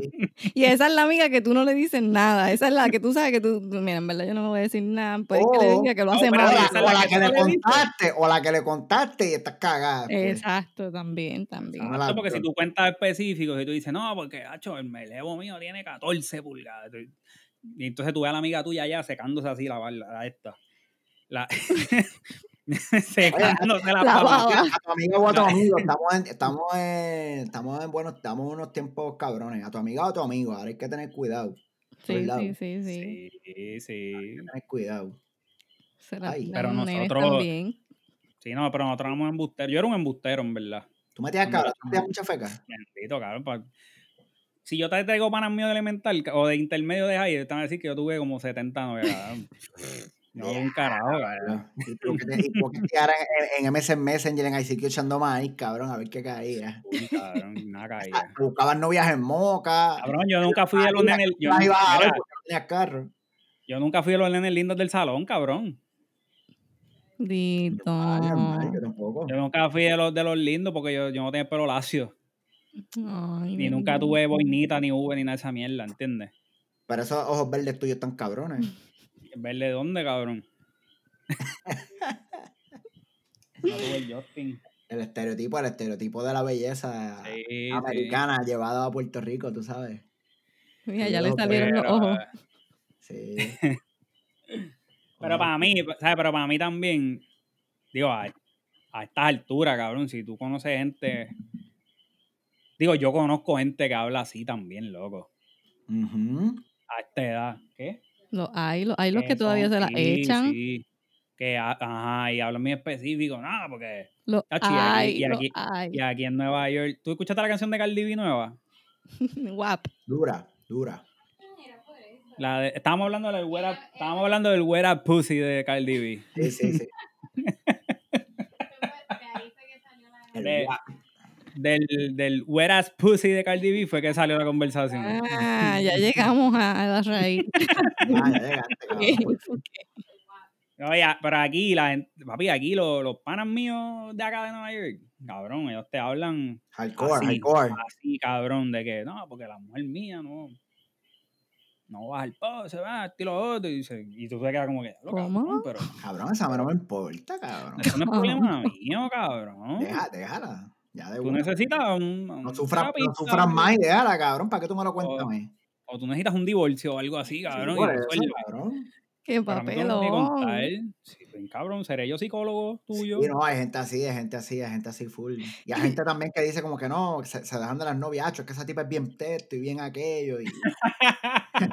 Speaker 3: Y esa es la amiga que tú no le dices nada. Esa es la que tú sabes que tú, mira, en verdad yo no me voy a decir nada. Puede que le
Speaker 2: Oh,
Speaker 3: diga que lo
Speaker 1: no,
Speaker 3: hace
Speaker 1: pero
Speaker 2: O
Speaker 3: mal.
Speaker 2: la,
Speaker 1: esa es
Speaker 2: o
Speaker 1: la
Speaker 2: la
Speaker 1: que
Speaker 2: que
Speaker 1: no
Speaker 2: le
Speaker 1: le dices.
Speaker 2: contaste, o la que le contaste y estás cagada. pues.
Speaker 3: Exacto, también, también.
Speaker 2: No la-
Speaker 1: Exacto, porque si tú cuentas específicos y tú dices, no, porque hacho, el melevo mío tiene 14 pulgadas. Y entonces tú ves a la amiga tuya allá secándose así la barba, la esta. La... secándose la
Speaker 3: La
Speaker 1: papa.
Speaker 3: baba.
Speaker 2: A tu amiga o a tu amigo, estamos en, estamos en, estamos en, bueno, estamos en unos tiempos cabrones. A tu amiga o a tu amigo, ahora hay que tener cuidado.
Speaker 3: Sí,
Speaker 2: ¿verdad?
Speaker 3: sí, sí, sí.
Speaker 1: Sí, sí.
Speaker 2: Hay que tener cuidado.
Speaker 3: Se la
Speaker 2: Ay.
Speaker 3: tiran
Speaker 1: Pero
Speaker 3: los nenes
Speaker 1: nosotros-
Speaker 3: también.
Speaker 1: Sí, no, pero nosotros éramos embusteros. Yo era un embustero, en verdad.
Speaker 2: Tú metías
Speaker 1: Hombre,
Speaker 2: cabra, tú metías mucha feca.
Speaker 1: Bendito, cabrón. pa- Si yo te traigo panas mío de elemental ca- o de intermedio de high, te van a decir que yo tuve como 70 novias. cabrón. No, un carajo, cabrón.
Speaker 2: Y tú que te, y tú que te harán en, en MSN Messenger, en ICQ echando maíz, cabrón, a ver qué caía.
Speaker 1: Uy, cabrón, nada caía.
Speaker 2: Te buscaban novias en moca.
Speaker 1: Cabrón, yo nunca fui de los
Speaker 2: Ahí
Speaker 1: nenes. Yo,
Speaker 2: las ibas a ver
Speaker 1: mira,
Speaker 2: porque no tenías carro.
Speaker 1: yo nunca fui de los nenes lindos del salón, cabrón.
Speaker 3: Dito.
Speaker 2: Ay, normal, yo tampoco.
Speaker 1: Yo nunca fui de los, de los lindos porque yo, yo no tenía pelo lacio.
Speaker 3: Ay,
Speaker 1: Ni nunca
Speaker 3: bendito.
Speaker 1: tuve boinita, ni V, ni nada de esa mierda, ¿entiendes?
Speaker 2: Pero esos ojos verdes tuyos están cabrones.
Speaker 1: ¿Verle dónde, cabrón? no tuve el Justin.
Speaker 2: El estereotipo, el estereotipo de la belleza
Speaker 1: Sí, sí.
Speaker 2: americana llevada a Puerto Rico, tú sabes.
Speaker 3: Mira, ya le
Speaker 2: Pero-
Speaker 3: salieron los
Speaker 1: Pero- ah,
Speaker 3: ojos.
Speaker 2: Sí.
Speaker 1: Pero para mí, ¿sabes? Pero para mí también, digo, a, a estas alturas, cabrón, si tú conoces gente. Digo, yo conozco gente que habla así también, loco.
Speaker 2: Ujú.
Speaker 1: A esta edad. ¿Qué?
Speaker 3: Los hay, los hay los que
Speaker 1: son-
Speaker 3: todavía se las
Speaker 1: sí,
Speaker 3: echan.
Speaker 1: Sí. Que, a- ajá, y hablan muy específico, nada, porque.
Speaker 3: Los
Speaker 1: Tacho, y aquí-
Speaker 3: hay,
Speaker 1: y
Speaker 3: los
Speaker 1: aquí-
Speaker 3: hay.
Speaker 1: Y aquí en Nueva York. ¿Tú escuchaste la canción de Cardi B nueva?
Speaker 3: Guap.
Speaker 2: Dura, dura.
Speaker 1: La de- estábamos hablando del Where
Speaker 3: eh.
Speaker 1: Up- estábamos hablando del Where Up Pussy de Cardi B.
Speaker 2: Sí, sí, sí. El
Speaker 1: De-
Speaker 2: guap.
Speaker 1: Del, del Where Up Pussy de Cardi B fue que salió la conversación.
Speaker 3: Ah, ya llegamos a, a la raíz.
Speaker 2: Ah, ya llegaste, cabrón.
Speaker 1: Oye, pero aquí, la gente, papi, aquí los, los panas míos de acá de Nueva York, cabrón, ellos te hablan
Speaker 2: Hardcore,
Speaker 1: así,
Speaker 2: hardcore.
Speaker 1: así, cabrón, de que no, porque la mujer mía no, no baja el pavo, se va, estilo otro, y, dice- y tú te quedas como que, "Lo, cabrón,
Speaker 3: ¿Cómo?
Speaker 1: pero
Speaker 2: Cabrón, esa mano no me importa, cabrón.
Speaker 1: eso no es problema mío, cabrón.
Speaker 2: Deja, déjala. Ya de
Speaker 1: Tú
Speaker 2: una.
Speaker 1: necesitas un, un
Speaker 2: No sufras, no
Speaker 1: terapista,
Speaker 2: sufras más y déjala, cabrón. ¿Para qué tú me lo cuentas a mí?
Speaker 1: o tú necesitas un divorcio o algo así, Oh, cabrón,
Speaker 2: Sí,
Speaker 1: y
Speaker 2: por eso,
Speaker 1: resuelve.
Speaker 2: cabrón.
Speaker 3: Qué
Speaker 1: Pero a mí tú no me contar, ¿eh?
Speaker 3: papelón.
Speaker 1: sí, ven, cabrón, seré yo psicólogo tuyo.
Speaker 2: Y no, hay gente así, hay gente así, hay gente así full. Y hay gente también que dice como que no, se, se dejan de las novias, "Acho, es que esa tipa es bien testo y bien aquello.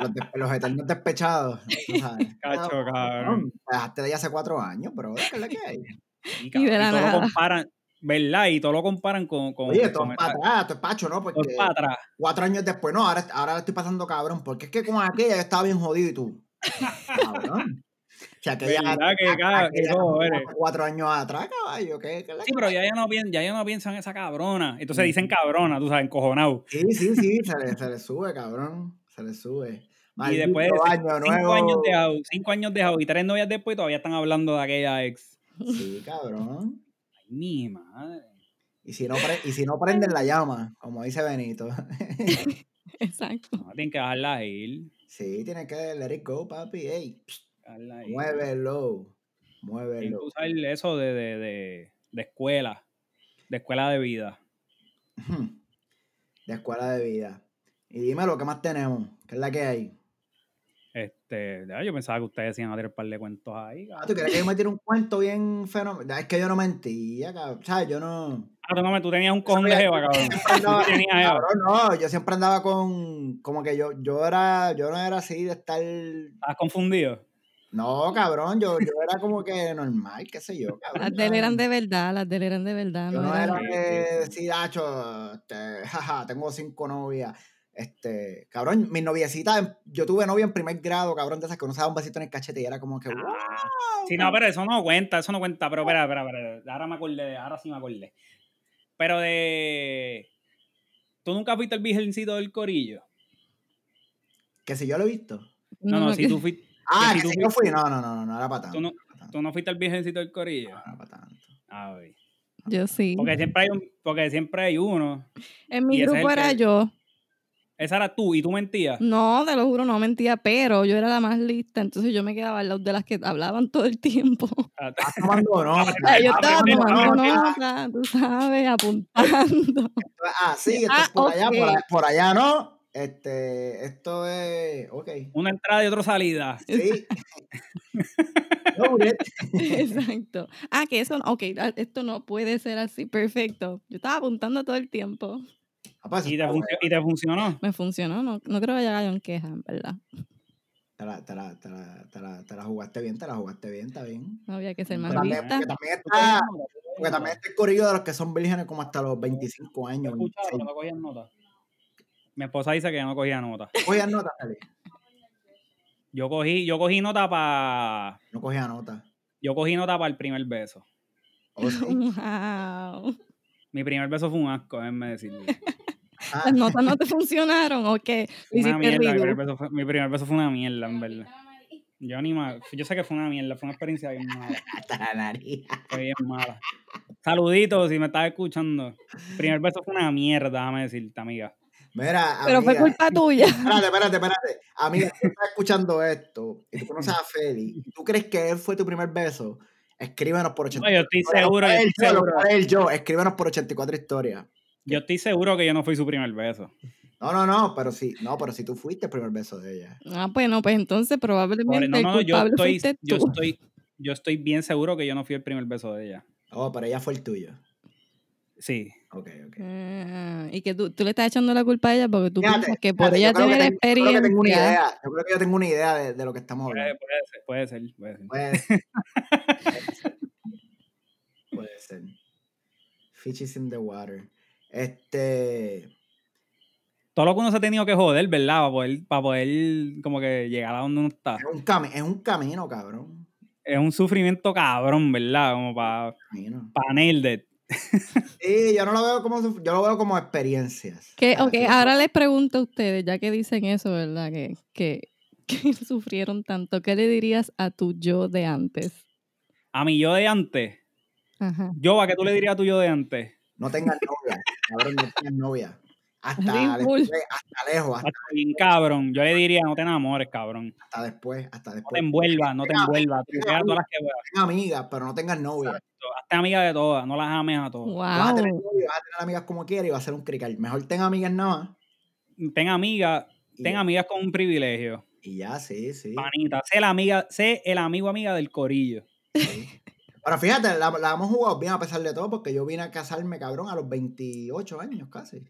Speaker 2: Y los, de- los eternos despechados. tú sabes.
Speaker 1: Cacho, cabrón.
Speaker 2: Cabrón, te dejaste de ella hace cuatro años, pero ¿qué es la que hay?
Speaker 1: Sí,
Speaker 3: Y de
Speaker 1: cabrón,
Speaker 3: la
Speaker 1: todo
Speaker 3: nada.
Speaker 1: lo comparan, ¿verdad? Y todo lo comparan con. con
Speaker 2: Oye, esto
Speaker 1: con
Speaker 2: es para
Speaker 1: esa-
Speaker 2: atrás, esto es pacho, ¿no?
Speaker 1: con
Speaker 2: Porque
Speaker 1: para atrás.
Speaker 2: cuatro años después, no, ahora, ahora la estoy pasando cabrón, porque es que con aquella yo estaba bien jodido y tú. Cabrón. Si aquella,
Speaker 1: ¿Verdad que,
Speaker 2: a-
Speaker 1: ca- que
Speaker 2: aquella
Speaker 1: cojo eres?
Speaker 2: hace cuatro años atrás, caballo, ¿qué, qué es la
Speaker 1: Sí,
Speaker 2: que
Speaker 1: pero ya ya no piensan, ya ya no piensan esa cabrona. Entonces
Speaker 2: Ujú.
Speaker 1: dicen cabrona, tú sabes, encojonado.
Speaker 2: Sí, sí, sí, se le, se le sube, cabrón. Se le sube.
Speaker 1: Y después de
Speaker 2: Maldito
Speaker 1: c-
Speaker 2: año
Speaker 1: cinco
Speaker 2: nuevo.
Speaker 1: años de out, cinco años de out y tres novias después todavía están hablando de aquella ex.
Speaker 2: Sí, cabrón.
Speaker 1: Ay, mi madre.
Speaker 2: Y si no, pre- y si no prenden la llama, como dice Benito.
Speaker 3: Exacto.
Speaker 1: No, tienen que dejarla ir.
Speaker 2: Sí, tienes que let it go, papi. Ey, psst,
Speaker 1: dejarla ir.
Speaker 2: muévelo.
Speaker 1: Tienen que
Speaker 2: Muévelo.
Speaker 1: usar eso de, de, de, de escuela, de escuela de vida.
Speaker 2: Ujú. De escuela de vida. Y dime lo que más tenemos. ¿Qué es la que hay?
Speaker 1: Este, ya, yo pensaba que ustedes iban a tener un par de cuentos ahí.
Speaker 2: Ah,
Speaker 1: cabrón.
Speaker 2: ¿Tú crees que yo me tire un cuento bien fenomenal? Es que yo no mentía, cabrón. ¿Sabes? Yo no.
Speaker 1: Ah, tú, no, tú tenías un cojón de jeva, cabrón.
Speaker 2: andaba-
Speaker 1: Tú tenías jeva.
Speaker 2: Cabrón, no, yo siempre andaba con. Como que yo, yo era. Yo no era así de estar.
Speaker 1: Estabas confundido.
Speaker 2: No, cabrón, yo, yo era como que normal, qué sé yo, cabrón.
Speaker 3: Las
Speaker 2: yo
Speaker 3: de él
Speaker 2: no-
Speaker 3: eran de verdad, las de él eran de verdad.
Speaker 2: Yo
Speaker 3: no
Speaker 2: no era
Speaker 3: eran-
Speaker 1: Sí,
Speaker 2: de
Speaker 1: sí,
Speaker 2: decir, "Acho, este, jaja, tengo cinco novias. Este, cabrón, mis noviecitas, yo tuve novia en primer grado, cabrón, de esas que uno se daba un besito en el cachete y era como que, wow.
Speaker 1: Sí, no, pero eso no cuenta, eso no cuenta. Pero espera, espera, espera. Ahora me acordé, ahora sí me acordé. Pero de. ¿Tú nunca fuiste el virgencito del corillo?
Speaker 2: Que si yo lo he visto.
Speaker 1: No, no, si
Speaker 3: que-
Speaker 1: tú fuiste.
Speaker 2: Ah,
Speaker 1: si
Speaker 2: que
Speaker 1: tú
Speaker 2: si yo fui. No, no, no, no, no era para tanto.
Speaker 1: Tú no,
Speaker 2: era pa' tanto,
Speaker 1: tú no fuiste el virgencito del corillo.
Speaker 2: no era pa' tanto.
Speaker 1: Ah, ok.
Speaker 3: Yo sí.
Speaker 1: Porque siempre hay un, porque siempre hay uno.
Speaker 3: En
Speaker 1: y
Speaker 3: mi
Speaker 1: ese es
Speaker 3: grupo
Speaker 1: el
Speaker 3: era
Speaker 1: que-
Speaker 3: yo.
Speaker 1: Esa era tú y tú mentías.
Speaker 3: No, te lo juro, no mentía, pero yo era la más lista, entonces yo me quedaba al lado de las que hablaban todo el tiempo.
Speaker 1: Ah,
Speaker 2: Estás tomando nota.
Speaker 3: O sea, yo
Speaker 1: Ah,
Speaker 3: estaba
Speaker 1: pero-
Speaker 3: tomando
Speaker 1: pero-
Speaker 3: nota, tú sabes, apuntando.
Speaker 2: Ah, sí, esto
Speaker 3: Ah,
Speaker 2: es por allá, por
Speaker 3: ok.
Speaker 2: allá, por allá, ¿no? Este, esto es. Ok.
Speaker 1: Una entrada y otra salida.
Speaker 2: Sí. No, Juliet,
Speaker 3: Exacto. Ah, que eso, ok, ah, esto no puede ser así, perfecto. Yo estaba apuntando todo el tiempo.
Speaker 2: ah, pues,
Speaker 1: Y te,
Speaker 2: está
Speaker 1: func-
Speaker 2: bueno.
Speaker 1: y te funcionó.
Speaker 3: Me funcionó, no, no creo que haya un queja, en verdad.
Speaker 2: Te la, te, la, te, la, te, la, te la jugaste bien, te la jugaste bien, está bien.
Speaker 3: No había que ser más
Speaker 2: Pero también-
Speaker 3: lista.
Speaker 2: porque también
Speaker 1: Ah,
Speaker 3: Ah.
Speaker 2: está, porque también está el corillo de los que son vírgenes como hasta los 25 años.
Speaker 1: Escuchaba, pero
Speaker 2: 26.
Speaker 1: no cogían nota. Mi esposa dice que yo no cogía nota.
Speaker 2: Cogía nota, Sally.
Speaker 1: Yo cogí, yo cogí nota para
Speaker 2: No cogía nota.
Speaker 1: yo cogí nota para el primer beso.
Speaker 2: Oh, sí.
Speaker 3: Wow.
Speaker 1: Mi primer beso fue un asco, déjenme decirlo.
Speaker 2: Ah,
Speaker 3: Las notas no te funcionaron, o que
Speaker 1: Una
Speaker 3: lo hiciste
Speaker 1: mierda, mi primer,
Speaker 3: ruido.
Speaker 1: beso fue, mi primer beso fue una mierda, en verdad. Yo ni ma- yo sé que fue una mierda, fue una experiencia bien mala.
Speaker 2: hasta la nariz.
Speaker 1: Fue bien mala. Saluditos si me estás escuchando. Primer beso fue una mierda, déjame decirte, amiga.
Speaker 2: Mira,
Speaker 3: Pero fue
Speaker 2: amiga,
Speaker 3: culpa tuya.
Speaker 2: Espérate, espérate, espérate. Amiga, si tú estás escuchando esto y tú conoces a Feli, ¿tú crees que él fue tu primer beso? Escríbenos por 84.
Speaker 1: No, yo estoy seguro, yo estoy seguro.
Speaker 2: él, yo. Escríbenos por 84 historias.
Speaker 1: Yo estoy seguro que yo no fui su primer beso.
Speaker 2: No, no, no, pero sí, no, pero si tú fuiste el primer beso de ella.
Speaker 3: Ah, bueno, pues entonces probablemente
Speaker 1: Pobre- No,
Speaker 3: el
Speaker 1: no, no, yo
Speaker 3: culpable
Speaker 1: estoy,
Speaker 3: fuiste
Speaker 1: yo
Speaker 3: tú.
Speaker 1: estoy, yo estoy bien seguro que yo no fui el primer beso de ella.
Speaker 2: Oh, pero ella fue el tuyo.
Speaker 1: Sí.
Speaker 2: Ok, ok.
Speaker 3: Ah, y que tú, tú le estás echando la culpa a ella porque tú
Speaker 2: Fíjate,
Speaker 3: piensas que por
Speaker 2: Espérate,
Speaker 3: ella
Speaker 2: yo creo que
Speaker 3: tener
Speaker 2: tengo- yo creo que tengo una
Speaker 3: experiencia.
Speaker 2: idea. Yo creo que yo tengo una idea de, de lo que estamos
Speaker 1: Puede,
Speaker 2: hablando.
Speaker 1: puede ser, puede ser, puede ser.
Speaker 2: Puede ser. Puede ser. Fishes in the water. Este.
Speaker 1: Todo lo que uno se ha tenido que joder, ¿verdad? Para poder, para poder como que llegar a donde uno está.
Speaker 2: Es un, cami- es un camino, cabrón.
Speaker 1: Es un sufrimiento cabrón, ¿verdad? Como para
Speaker 2: Camino.
Speaker 1: panel de...
Speaker 2: Sí, yo no lo veo como suf- yo lo veo como experiencias.
Speaker 3: Que,
Speaker 2: Ah,
Speaker 3: ok,
Speaker 2: sí.
Speaker 3: ahora les pregunto a ustedes, ya que dicen eso, ¿verdad? Que, que, que sufrieron tanto. ¿Qué le dirías a tu yo de antes?
Speaker 1: A mi yo de antes.
Speaker 3: Ajá.
Speaker 1: Yo, ¿a qué tú le dirías a tu yo de antes?
Speaker 2: No tengas novia, cabrón, no tengas novia. Hasta,
Speaker 3: Red Bull.
Speaker 2: después, hasta lejos, hasta,
Speaker 1: Macho, Bien cabrón. Yo le diría, no te enamores, cabrón.
Speaker 2: hasta después, hasta
Speaker 1: No te
Speaker 2: después.
Speaker 1: envuelvas, no te envuelvas. Tripea a todas las que puedas.
Speaker 2: Ten amigas, pero no tengas novia.
Speaker 1: Hazte amiga de todas, no las ames a todas.
Speaker 2: Vas a tener
Speaker 3: Wow.
Speaker 2: novia, vas a tener amigas como quieras y vas a ser un crical. Mejor ten amigas nada más.
Speaker 1: Ten amigas,
Speaker 2: Y
Speaker 1: ten
Speaker 2: ya.
Speaker 1: amigas con un privilegio.
Speaker 2: Y ya, sí, sí.
Speaker 1: Panita, sé la amiga, sé el amigo amiga del corillo.
Speaker 2: sí. Pero fíjate, la, la hemos jugado bien a pesar de todo, porque yo vine a casarme, cabrón, a los 28 años casi. Eh.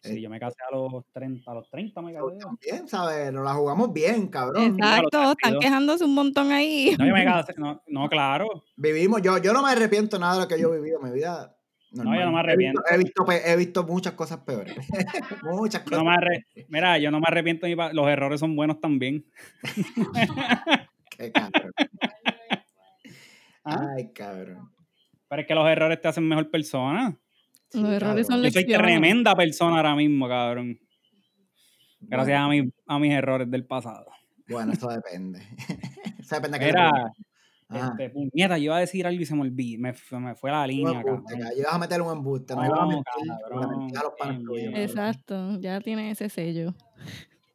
Speaker 1: Sí, yo me casé a los 30, a los 30 me casé.
Speaker 2: Bien, ¿sabes? Nos la jugamos bien, cabrón.
Speaker 3: Exacto, están
Speaker 1: 32.
Speaker 3: quejándose un montón ahí.
Speaker 1: No, yo me casé, no, no, claro.
Speaker 2: Vivimos, yo, yo no me arrepiento nada de lo que yo he vivido, mi vida. normal.
Speaker 1: yo no me
Speaker 2: He
Speaker 1: arrepiento.
Speaker 2: visto- He visto, pe- he visto muchas cosas peores. muchas
Speaker 1: Yo
Speaker 2: cosas.
Speaker 1: no me arre- Mira, yo no me arrepiento, ni pa- los errores son buenos también.
Speaker 2: Qué cabrón.
Speaker 1: Ah.
Speaker 2: Ay, cabrón.
Speaker 1: Pero es que los errores te hacen mejor persona.
Speaker 2: Sí,
Speaker 3: Los errores son
Speaker 2: cabrón.
Speaker 1: Yo soy
Speaker 3: Lecciones.
Speaker 1: tremenda persona ahora mismo, cabrón.
Speaker 2: Bueno,
Speaker 1: Gracias a, mis- a mis errores del pasado.
Speaker 2: Bueno, eso depende. eso depende de qué
Speaker 1: Era,
Speaker 2: le- Ajá.
Speaker 1: este, puñeta, yo iba a decir algo y se me olvidó. Me, f- me fue la
Speaker 2: Un
Speaker 1: línea, cabrón.
Speaker 2: embuste, cabrón. Yo iba a meterle un embuste. No,
Speaker 1: No,
Speaker 2: iba a mentir,
Speaker 1: cabrón,
Speaker 2: porque le mentí a los panas
Speaker 1: qué
Speaker 2: tuyos,
Speaker 1: mierda.
Speaker 2: cabrón.
Speaker 3: Exacto, ya tiene ese sello.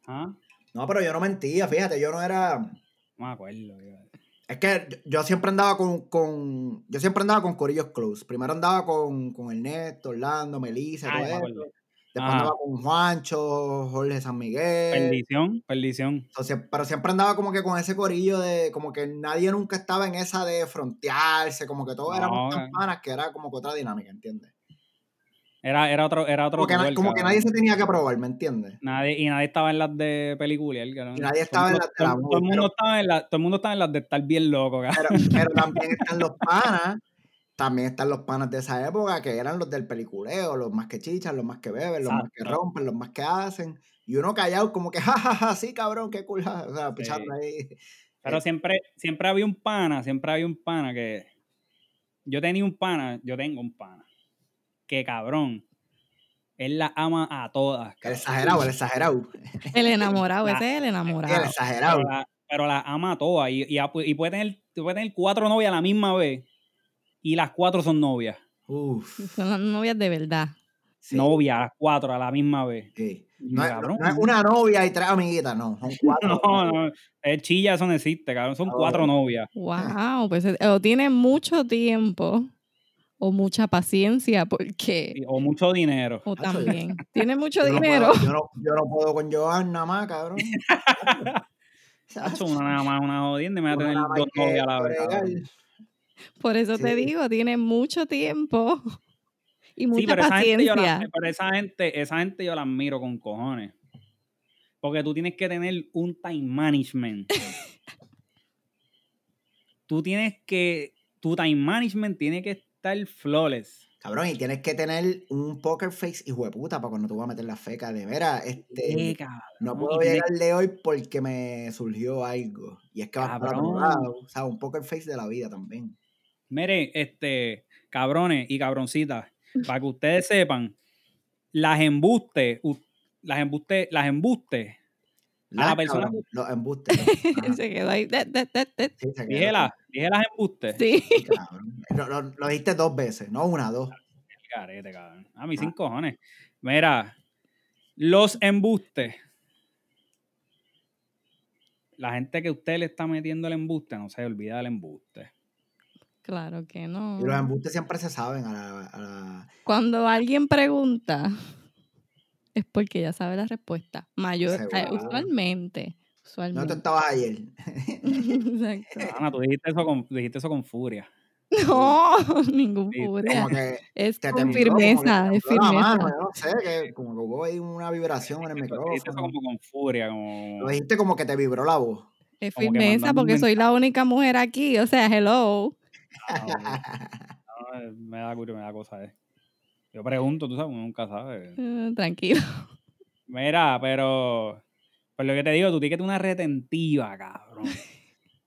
Speaker 1: Ah,
Speaker 2: No, pero yo no mentía, fíjate, yo no era.
Speaker 1: No me acuerdo. tío.
Speaker 2: Es que yo- yo siempre andaba con, con- yo siempre andaba con corillos close. Primero andaba con, con Ernesto, Orlando, Melissa,
Speaker 1: Ah,
Speaker 2: todo
Speaker 1: ya me
Speaker 2: eso.
Speaker 1: acuerdo.
Speaker 2: Después
Speaker 1: Ajá.
Speaker 2: andaba con Juancho, Jorge San Miguel.
Speaker 1: Perdición, perdición.
Speaker 2: O sea, pero siempre andaba como que con ese corillo de como que nadie nunca estaba en esa de frontearse, como que todos éramos
Speaker 1: No,
Speaker 2: tan
Speaker 1: eh.
Speaker 2: panas que era como que otra dinámica, ¿entiendes?
Speaker 1: Era, era otro, era otro
Speaker 2: Como que, na-
Speaker 1: duel,
Speaker 2: como que
Speaker 1: cabrón.
Speaker 2: nadie se tenía que probar, ¿me entiendes?
Speaker 1: Nadie- y nadie estaba en las de película. el cabrón.
Speaker 2: Y nadie estaba en
Speaker 1: Todo el
Speaker 2: las de la movie,
Speaker 1: mundo- todo el mundo estaba en la- Todo el mundo estaba en las de estar bien loco, cabrón.
Speaker 2: Pero, pero también están los panas, también están los panas de esa época que eran los del peliculeo, los más que chichan, los más que beben, los más que
Speaker 1: Exacto.
Speaker 2: rompen, los más que hacen. Y uno callado como que, jajaja, sí, cabrón, qué cool. ja". O sea, pichando ahí.
Speaker 1: Pero siempre, siempre había un pana, siempre había un pana que. Yo tenía un pana, yo tengo un pana. Que cabrón. Él la ama a todas.
Speaker 2: El
Speaker 1: cabrón.
Speaker 2: exagerado, el exagerado.
Speaker 3: El enamorado, ese es el
Speaker 2: El
Speaker 3: enamorado.
Speaker 2: exagerado.
Speaker 1: Pero la, pero la ama a todas. Y, y, a- y puede, tener, puede tener cuatro novias a la misma vez. Y las cuatro son novias.
Speaker 2: Uf.
Speaker 3: Son las novias de verdad.
Speaker 2: sí,
Speaker 1: Novias, las cuatro a la misma vez.
Speaker 2: sí.
Speaker 1: Y
Speaker 2: No,
Speaker 1: yo,
Speaker 2: es, no-
Speaker 1: cabrón,
Speaker 2: no es una novia y tres amiguitas, no. Son cuatro.
Speaker 1: No, no, es chilla, eso no existe, cabrón. Son
Speaker 2: Ah,
Speaker 1: cuatro
Speaker 2: bueno.
Speaker 1: novias.
Speaker 3: Wow, pues eh, o tiene mucho tiempo o mucha paciencia porque
Speaker 1: y- O mucho dinero.
Speaker 3: o
Speaker 2: Hacho, yo-
Speaker 3: también tiene mucho
Speaker 2: Yo no puedo-
Speaker 3: dinero.
Speaker 2: yo, no, yo no puedo con Joan nada más, cabrón.
Speaker 1: Hacho, una nada más, una jodienda, y me va a
Speaker 2: Uno
Speaker 1: tener
Speaker 2: nada más
Speaker 1: dos
Speaker 2: que
Speaker 1: novias a la vez.
Speaker 2: bregar.
Speaker 1: cabrón.
Speaker 3: Por eso te
Speaker 2: Sí.
Speaker 3: digo, tiene mucho tiempo y mucha
Speaker 1: Sí, pero esa, gente yo
Speaker 3: paciencia.
Speaker 1: la, pero esa gente, esa gente yo la admiro con cojones. Porque tú tienes que tener un time management. tú tienes que, tu time management tiene que estar flawless.
Speaker 2: Cabrón, y tienes que tener un poker face hijo de puta para cuando tú vas a meter la feca de veras,
Speaker 1: Eh,
Speaker 2: este,
Speaker 1: cabrón,
Speaker 2: no
Speaker 1: y
Speaker 2: puedo
Speaker 1: tienes-
Speaker 2: llegarle hoy porque me surgió algo. Y es que va a estar
Speaker 1: Cabrón.
Speaker 2: atorado. O sea, un poker face de la vida también.
Speaker 1: Mire, este, cabrones y cabroncitas, para que ustedes sepan, las embustes, u- las embustes, las embustes,
Speaker 2: Las,
Speaker 1: la persona-
Speaker 2: cabrón, los embustes. Ajá,
Speaker 3: Se quedó ahí. "Tet, tet, tet, tet".
Speaker 2: sí, se quedó.
Speaker 1: dije, las- dije las embustes.
Speaker 3: Sí.
Speaker 2: Sí, cabrón. Lo, lo- lo dijiste dos veces, no una, dos.
Speaker 1: Carete, cabrón. A mí sin cojones. Mira, los embustes. La gente que usted le está metiendo el embuste, no se olvida del embuste.
Speaker 3: Claro que no.
Speaker 2: Y los embustes siempre se saben a la- a la,
Speaker 3: Cuando alguien pregunta, es porque ya sabe la respuesta. Mayor, eh,
Speaker 2: Seguro.
Speaker 3: usualmente.
Speaker 2: No tú
Speaker 3: Usualmente.
Speaker 2: estabas ayer.
Speaker 3: Exacto.
Speaker 1: Ana, tú dijiste eso con, dijiste eso con furia.
Speaker 3: No, ningún
Speaker 1: Sí,
Speaker 3: pura.
Speaker 2: Como que
Speaker 3: Es
Speaker 2: te
Speaker 3: con
Speaker 2: tembló, como que te
Speaker 3: firmeza, es
Speaker 2: tembló la mano,
Speaker 3: firmeza.
Speaker 2: yo no sé, que como que hubo ahí una vibración en el
Speaker 1: Dijiste eso- dijiste eso
Speaker 2: micrófono.
Speaker 1: como con furia, como...
Speaker 2: Lo dijiste como que te vibró la voz.
Speaker 3: Es
Speaker 1: como que
Speaker 3: firmeza
Speaker 1: mandando un
Speaker 3: porque soy la única mujer aquí. O sea, hello.
Speaker 1: Ah, ok. No, eh, me da curio, me da cosa, eh. Yo pregunto, tú sabes, uno nunca sabe.
Speaker 3: Eh, Tranquilo.
Speaker 1: Mira, pero. Pues lo que te digo, tú tienes que tener una retentiva, cabrón.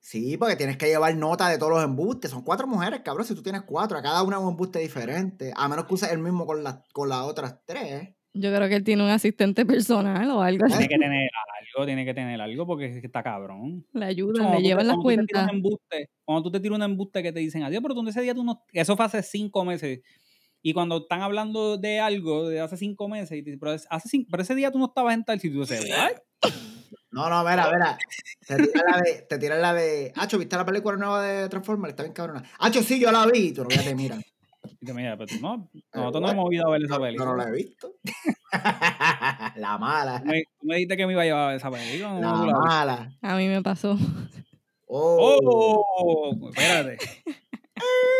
Speaker 2: Sí, porque tienes que llevar nota de todos los embustes. Son cuatro mujeres, cabrón. Si tú tienes cuatro, a cada una un embuste diferente. A menos que uses el mismo con, las con las otras tres.
Speaker 3: Yo creo que él tiene un asistente personal o algo así.
Speaker 1: Tiene que tener algo, tiene que tener algo, porque es que está cabrón.
Speaker 3: Le
Speaker 1: Cuando
Speaker 3: ayudan, le
Speaker 1: tú te-
Speaker 3: llevan las
Speaker 1: cuando tú te tiras
Speaker 3: cuentas.
Speaker 1: un embuste- Cuando tú te tiras un embuste que te dicen adiós, pero tú ese día tú no. Eso fue hace cinco meses. Y cuando están hablando de algo de hace cinco meses, y te dicen, pero, es- hace cinco- pero ese día tú no estabas en tal sitio, y tú dices, ¿what?
Speaker 2: No, no, mira, mira. Te tiran la de. Te tiran la de. Acho, ¿viste la película nueva de Transformers? Está bien cabrona. Acho, sí, yo la vi. Y tú no ya te miran.
Speaker 1: Y te mira, pero tú no,
Speaker 2: Eh,
Speaker 1: nosotros no
Speaker 2: what?
Speaker 1: hemos ido a ver esa
Speaker 2: Yo
Speaker 1: película.
Speaker 2: no la he visto. la mala.
Speaker 1: Tú me, tú me dijiste que me iba a llevar a esa película. ¿cómo
Speaker 2: La
Speaker 1: tú la viste?
Speaker 2: mala.
Speaker 3: A mí me pasó.
Speaker 2: Oh.
Speaker 1: ¡Oh! Espérate.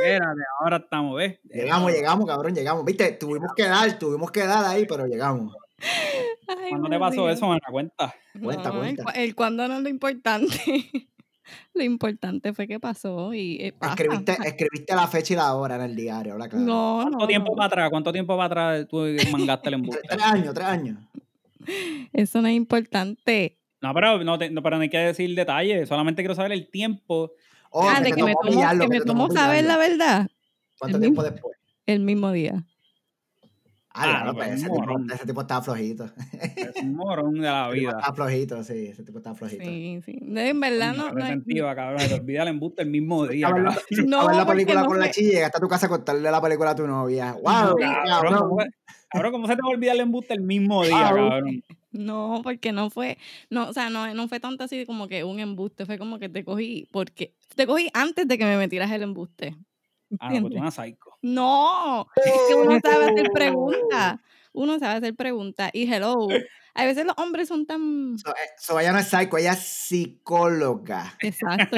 Speaker 1: Espérate, ahora estamos, ¿ves?
Speaker 2: Llegamos, llegamos, cabrón, llegamos. Viste, tuvimos que dar, tuvimos que dar ahí, pero llegamos.
Speaker 3: Ay,
Speaker 1: ¿Cuándo te
Speaker 3: Dios
Speaker 1: pasó
Speaker 3: mío.
Speaker 1: eso, Ana? Cuenta.
Speaker 2: Cuenta,
Speaker 3: No, el,
Speaker 2: cuenta.
Speaker 3: cua- el cuándo no es lo importante. lo importante fue que pasó y eh, pasa.
Speaker 2: Escribiste, escribiste la fecha y la hora en el diario, ahora claro.
Speaker 3: No,
Speaker 1: ¿Cuánto
Speaker 3: no,
Speaker 1: tiempo
Speaker 3: no.
Speaker 1: para atrás? ¿Cuánto tiempo para atrás tú mangaste el
Speaker 2: Tres,
Speaker 1: embuste?
Speaker 2: tres años, tres años.
Speaker 3: Eso no es importante.
Speaker 1: No, pero no, te- no, pero no hay que decir detalles. Solamente quiero saber el tiempo.
Speaker 2: Oh,
Speaker 3: ah,
Speaker 2: te
Speaker 3: de que me
Speaker 2: tomó
Speaker 3: tomó,
Speaker 2: pillarlo,
Speaker 3: que me
Speaker 2: te
Speaker 3: tomó saber la
Speaker 2: pillarlo.
Speaker 3: verdad
Speaker 2: ¿Cuánto
Speaker 3: el
Speaker 2: tiempo después?
Speaker 3: el mismo día.
Speaker 2: Ah,
Speaker 1: Ah,
Speaker 2: claro,
Speaker 1: no,
Speaker 2: pues,
Speaker 1: pero
Speaker 2: ese,
Speaker 1: un
Speaker 2: tipo,
Speaker 1: morón.
Speaker 2: ese tipo estaba flojito. Ese
Speaker 1: Es un morón de la
Speaker 2: tipo
Speaker 1: vida.
Speaker 2: estaba flojito, sí, ese tipo estaba flojito.
Speaker 3: Sí, sí. No, En verdad no. no,
Speaker 1: Resentido, cabrón. Te olvida el embuste el mismo día.
Speaker 2: Estaba en
Speaker 1: cabrón.
Speaker 2: la,
Speaker 3: no,
Speaker 2: estaba en la
Speaker 3: porque
Speaker 2: película
Speaker 3: no
Speaker 2: con la
Speaker 3: fue-
Speaker 2: chilla y llegaste a tu casa a contarle la película a tu novia. ¡Wow!
Speaker 1: Cabrón, ¿cómo, se- cabrón, ¿cómo se te va a olvidar el embuste el mismo día,
Speaker 2: Au.
Speaker 1: cabrón?
Speaker 3: No, porque no fue, no, o sea, no, no fue tanto así como que un embuste, fue como que te cogí, porque te cogí antes de que me metieras el embuste.
Speaker 1: Ah, no, pues tú
Speaker 3: ¿entiendes?
Speaker 1: eres una psycho.
Speaker 3: No, es que uno sabe hacer preguntas. uno sabe hacer preguntas. Y hello, a veces los hombres son tan...
Speaker 2: So, eh, so ella no es psycho, ella es psicóloga.
Speaker 3: Exacto,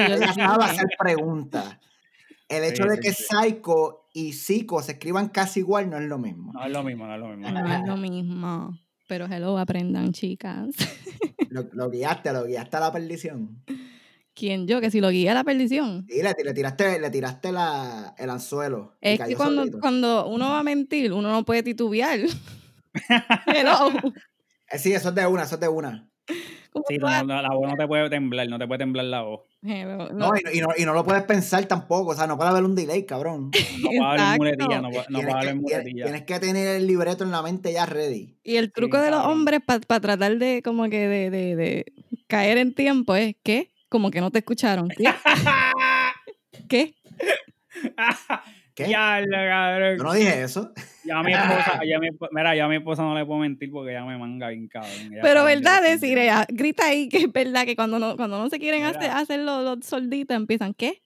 Speaker 3: yo
Speaker 2: Ella
Speaker 3: les
Speaker 2: sabe
Speaker 3: dije.
Speaker 2: hacer preguntas. El hecho
Speaker 1: Sí,
Speaker 2: de
Speaker 1: sí,
Speaker 2: que
Speaker 1: sí.
Speaker 2: psycho y psico se escriban casi igual no es lo mismo.
Speaker 1: No es lo mismo, no es lo mismo.
Speaker 3: No es lo mismo. Pero hello, aprendan, chicas.
Speaker 2: Lo, lo guiaste, lo guiaste a la perdición.
Speaker 3: ¿Quién yo? Que si lo guía a la perdición.
Speaker 2: Y le, le tiraste, le tiraste la, el anzuelo. y
Speaker 3: Es que
Speaker 2: cayó
Speaker 3: cuando,
Speaker 2: solito.
Speaker 3: cuando uno va a mentir, uno no puede titubear. hello.
Speaker 2: Eh, sí, eso es de una, eso es de una.
Speaker 3: ¿Cómo
Speaker 1: Sí,
Speaker 3: tú
Speaker 1: no, no, la voz no te puede temblar, no te puede temblar la voz.
Speaker 3: Hello,
Speaker 2: No, y, no, y no- y no lo puedes pensar tampoco. O sea, no puede haber un delay, cabrón.
Speaker 1: No puedo hablar en
Speaker 3: Exacto.
Speaker 1: muletilla, no, puedo- no
Speaker 2: tienes,
Speaker 1: puedo
Speaker 2: que,
Speaker 1: hablar en
Speaker 2: tienes-
Speaker 1: muletilla.
Speaker 2: tienes que tener el libreto en la mente ya ready.
Speaker 3: Y el truco de los
Speaker 1: cabrón.
Speaker 3: hombres para tratar de como que de, de- de caer en tiempo es que como que no te escucharon. ¿Qué? ¿Qué?
Speaker 2: ¿Qué?
Speaker 1: Ya,
Speaker 2: Yo
Speaker 1: cabrón.
Speaker 2: no dije eso.
Speaker 1: Ya mi esposa, ya mi, esp- mira, ya a mi esposa no le puedo mentir porque ella me manga bien cabrón. Ella
Speaker 3: Pero
Speaker 1: sabe que
Speaker 3: verdad
Speaker 1: yo soy
Speaker 3: decir,
Speaker 1: bien-
Speaker 3: ella, grita ahí que es verdad que cuando no, cuando no se quieren
Speaker 1: Mira.
Speaker 3: hacer, hacer los, los solditos empiezan ¿qué?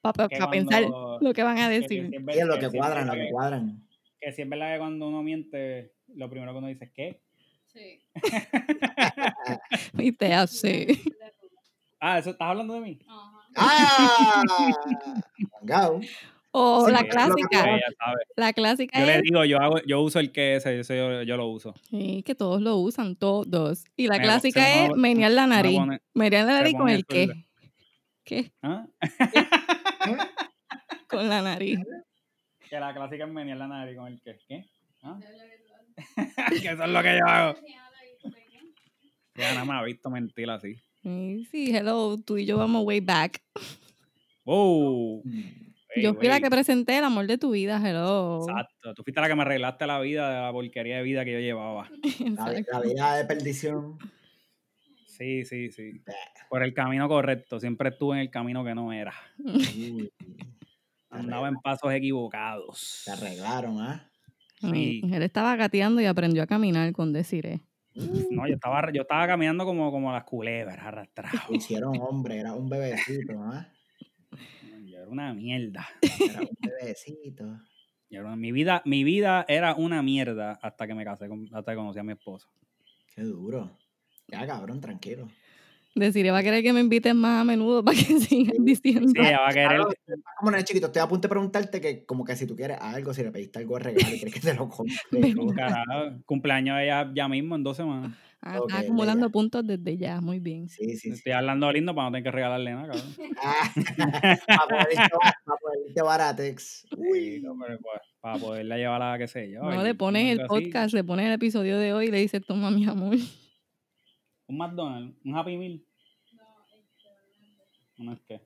Speaker 3: Para
Speaker 1: que
Speaker 3: pensar
Speaker 1: cuando-
Speaker 3: lo que van a
Speaker 1: que- que si
Speaker 3: decir.
Speaker 1: es
Speaker 2: Y es
Speaker 1: ver-
Speaker 2: lo
Speaker 1: que
Speaker 2: que
Speaker 1: si es
Speaker 2: cuadran, lo
Speaker 1: verdad
Speaker 2: que
Speaker 1: que-
Speaker 2: cuadran.
Speaker 1: Que si es verdad que cuando uno miente, lo primero que uno dice es ¿qué?
Speaker 3: Viste, así.
Speaker 1: Ah, ¿eso estás hablando de mí?
Speaker 2: ¡Ah! Mangao.
Speaker 3: O
Speaker 2: Sí,
Speaker 3: la
Speaker 1: Sí,
Speaker 2: porque es lo que
Speaker 3: clásica,
Speaker 2: tú
Speaker 1: ella sabe.
Speaker 3: la
Speaker 1: Yo
Speaker 3: clásica
Speaker 1: le
Speaker 3: es
Speaker 1: digo, yo hago, yo uso el que ese, eso yo, yo lo uso.
Speaker 3: Sí, que todos lo usan, todos. Y la
Speaker 1: Me-
Speaker 3: clásica
Speaker 1: se
Speaker 3: es
Speaker 1: pone-
Speaker 3: menear la
Speaker 1: Uno
Speaker 3: nariz.
Speaker 1: pone-
Speaker 3: Menear la
Speaker 1: se
Speaker 3: nariz con
Speaker 1: pone
Speaker 3: el qué.
Speaker 1: azul.
Speaker 3: ¿Qué?
Speaker 1: ¿ah?
Speaker 3: Con la nariz.
Speaker 1: Que la clásica es menear la nariz con el que ¿qué? ¿Ah? que eso es lo que yo hago. Ya nada me ha visto mentir así.
Speaker 3: Sí, sí, hello, tú y yo vamos way back.
Speaker 1: ¡Wow! Ey,
Speaker 3: yo fui la
Speaker 1: wey.
Speaker 3: que presenté el amor de tu vida, hello.
Speaker 1: Exacto. Tú fuiste la que me arreglaste la vida de la porquería de vida que yo llevaba.
Speaker 2: La,
Speaker 3: Exacto.
Speaker 2: la vida de perdición.
Speaker 1: Sí, sí, sí. Por el camino correcto. Siempre estuve en el camino que no era.
Speaker 2: Uy. Te
Speaker 1: Andaba en
Speaker 2: arregla-
Speaker 1: pasos equivocados.
Speaker 2: te arreglaron, ¿ah?
Speaker 1: Sí.
Speaker 3: Sí, Él estaba gateando y aprendió a caminar con deciré.
Speaker 1: No, yo estaba, yo estaba caminando como, como las culebras
Speaker 2: Te
Speaker 1: arrastrado.
Speaker 2: hicieron hombre, era un bebecito, ¿ah?
Speaker 1: Yo era una mierda.
Speaker 2: Era un bebecito.
Speaker 1: Yo era una- mi, vida, mi vida era una mierda hasta que me casé, con, hasta que conocí a mi esposa.
Speaker 2: Qué duro. Ya, cabrón, tranquilo.
Speaker 3: Deciré va a querer que me inviten más a menudo para que sigan diciendo.
Speaker 1: Sí, ella va a querer.
Speaker 2: Claro, estás como en el chiquito, estoy a punto de preguntarte que como que si tú quieres algo, si le pediste algo de regalo y quieres que te lo compre.
Speaker 3: Ven.
Speaker 2: ¿no?
Speaker 1: carajo, cumpleaños de ella ya mismo en dos semanas.
Speaker 3: Ah, está
Speaker 2: Ok,
Speaker 3: acumulando
Speaker 2: bella.
Speaker 3: puntos desde ya, muy bien.
Speaker 2: Sí, sí, sí.
Speaker 1: Estoy hablando lindo para no tener que regalarle nada, cabrón.
Speaker 2: Ah, para poder irte ba- para poder irte baratex.
Speaker 1: Sí,
Speaker 2: Uy.
Speaker 1: no, pero pues, para poderla llevar a qué sé yo.
Speaker 3: No
Speaker 1: y
Speaker 3: le pones el
Speaker 1: algo así.
Speaker 3: podcast, le pones el episodio de hoy y le dices, toma mi amor.
Speaker 1: Un McDonald's, un Happy Meal. No, es que.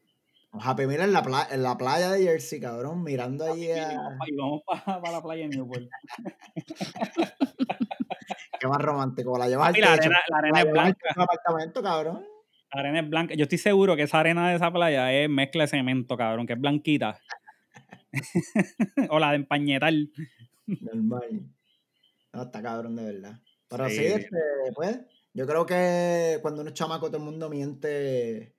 Speaker 2: Un Happy Meal en la, pla- en la playa de Jersey, cabrón, mirando allí a...
Speaker 1: Y vamos para la playa de Newport.
Speaker 2: Qué más romántico, la llevas al
Speaker 1: Y la
Speaker 2: techo.
Speaker 1: arena, la arena
Speaker 2: La
Speaker 1: es
Speaker 2: llevas al
Speaker 1: blanca.
Speaker 2: techo del apartamento, cabrón.
Speaker 1: La arena es blanca. Yo estoy seguro que esa arena de esa playa es mezcla de cemento, cabrón, que es blanquita. o la de empañetar.
Speaker 2: Normal. No, está cabrón de verdad. Pero sí,
Speaker 1: Sí.
Speaker 2: este, pues, yo creo que cuando uno es chamaco todo el mundo miente.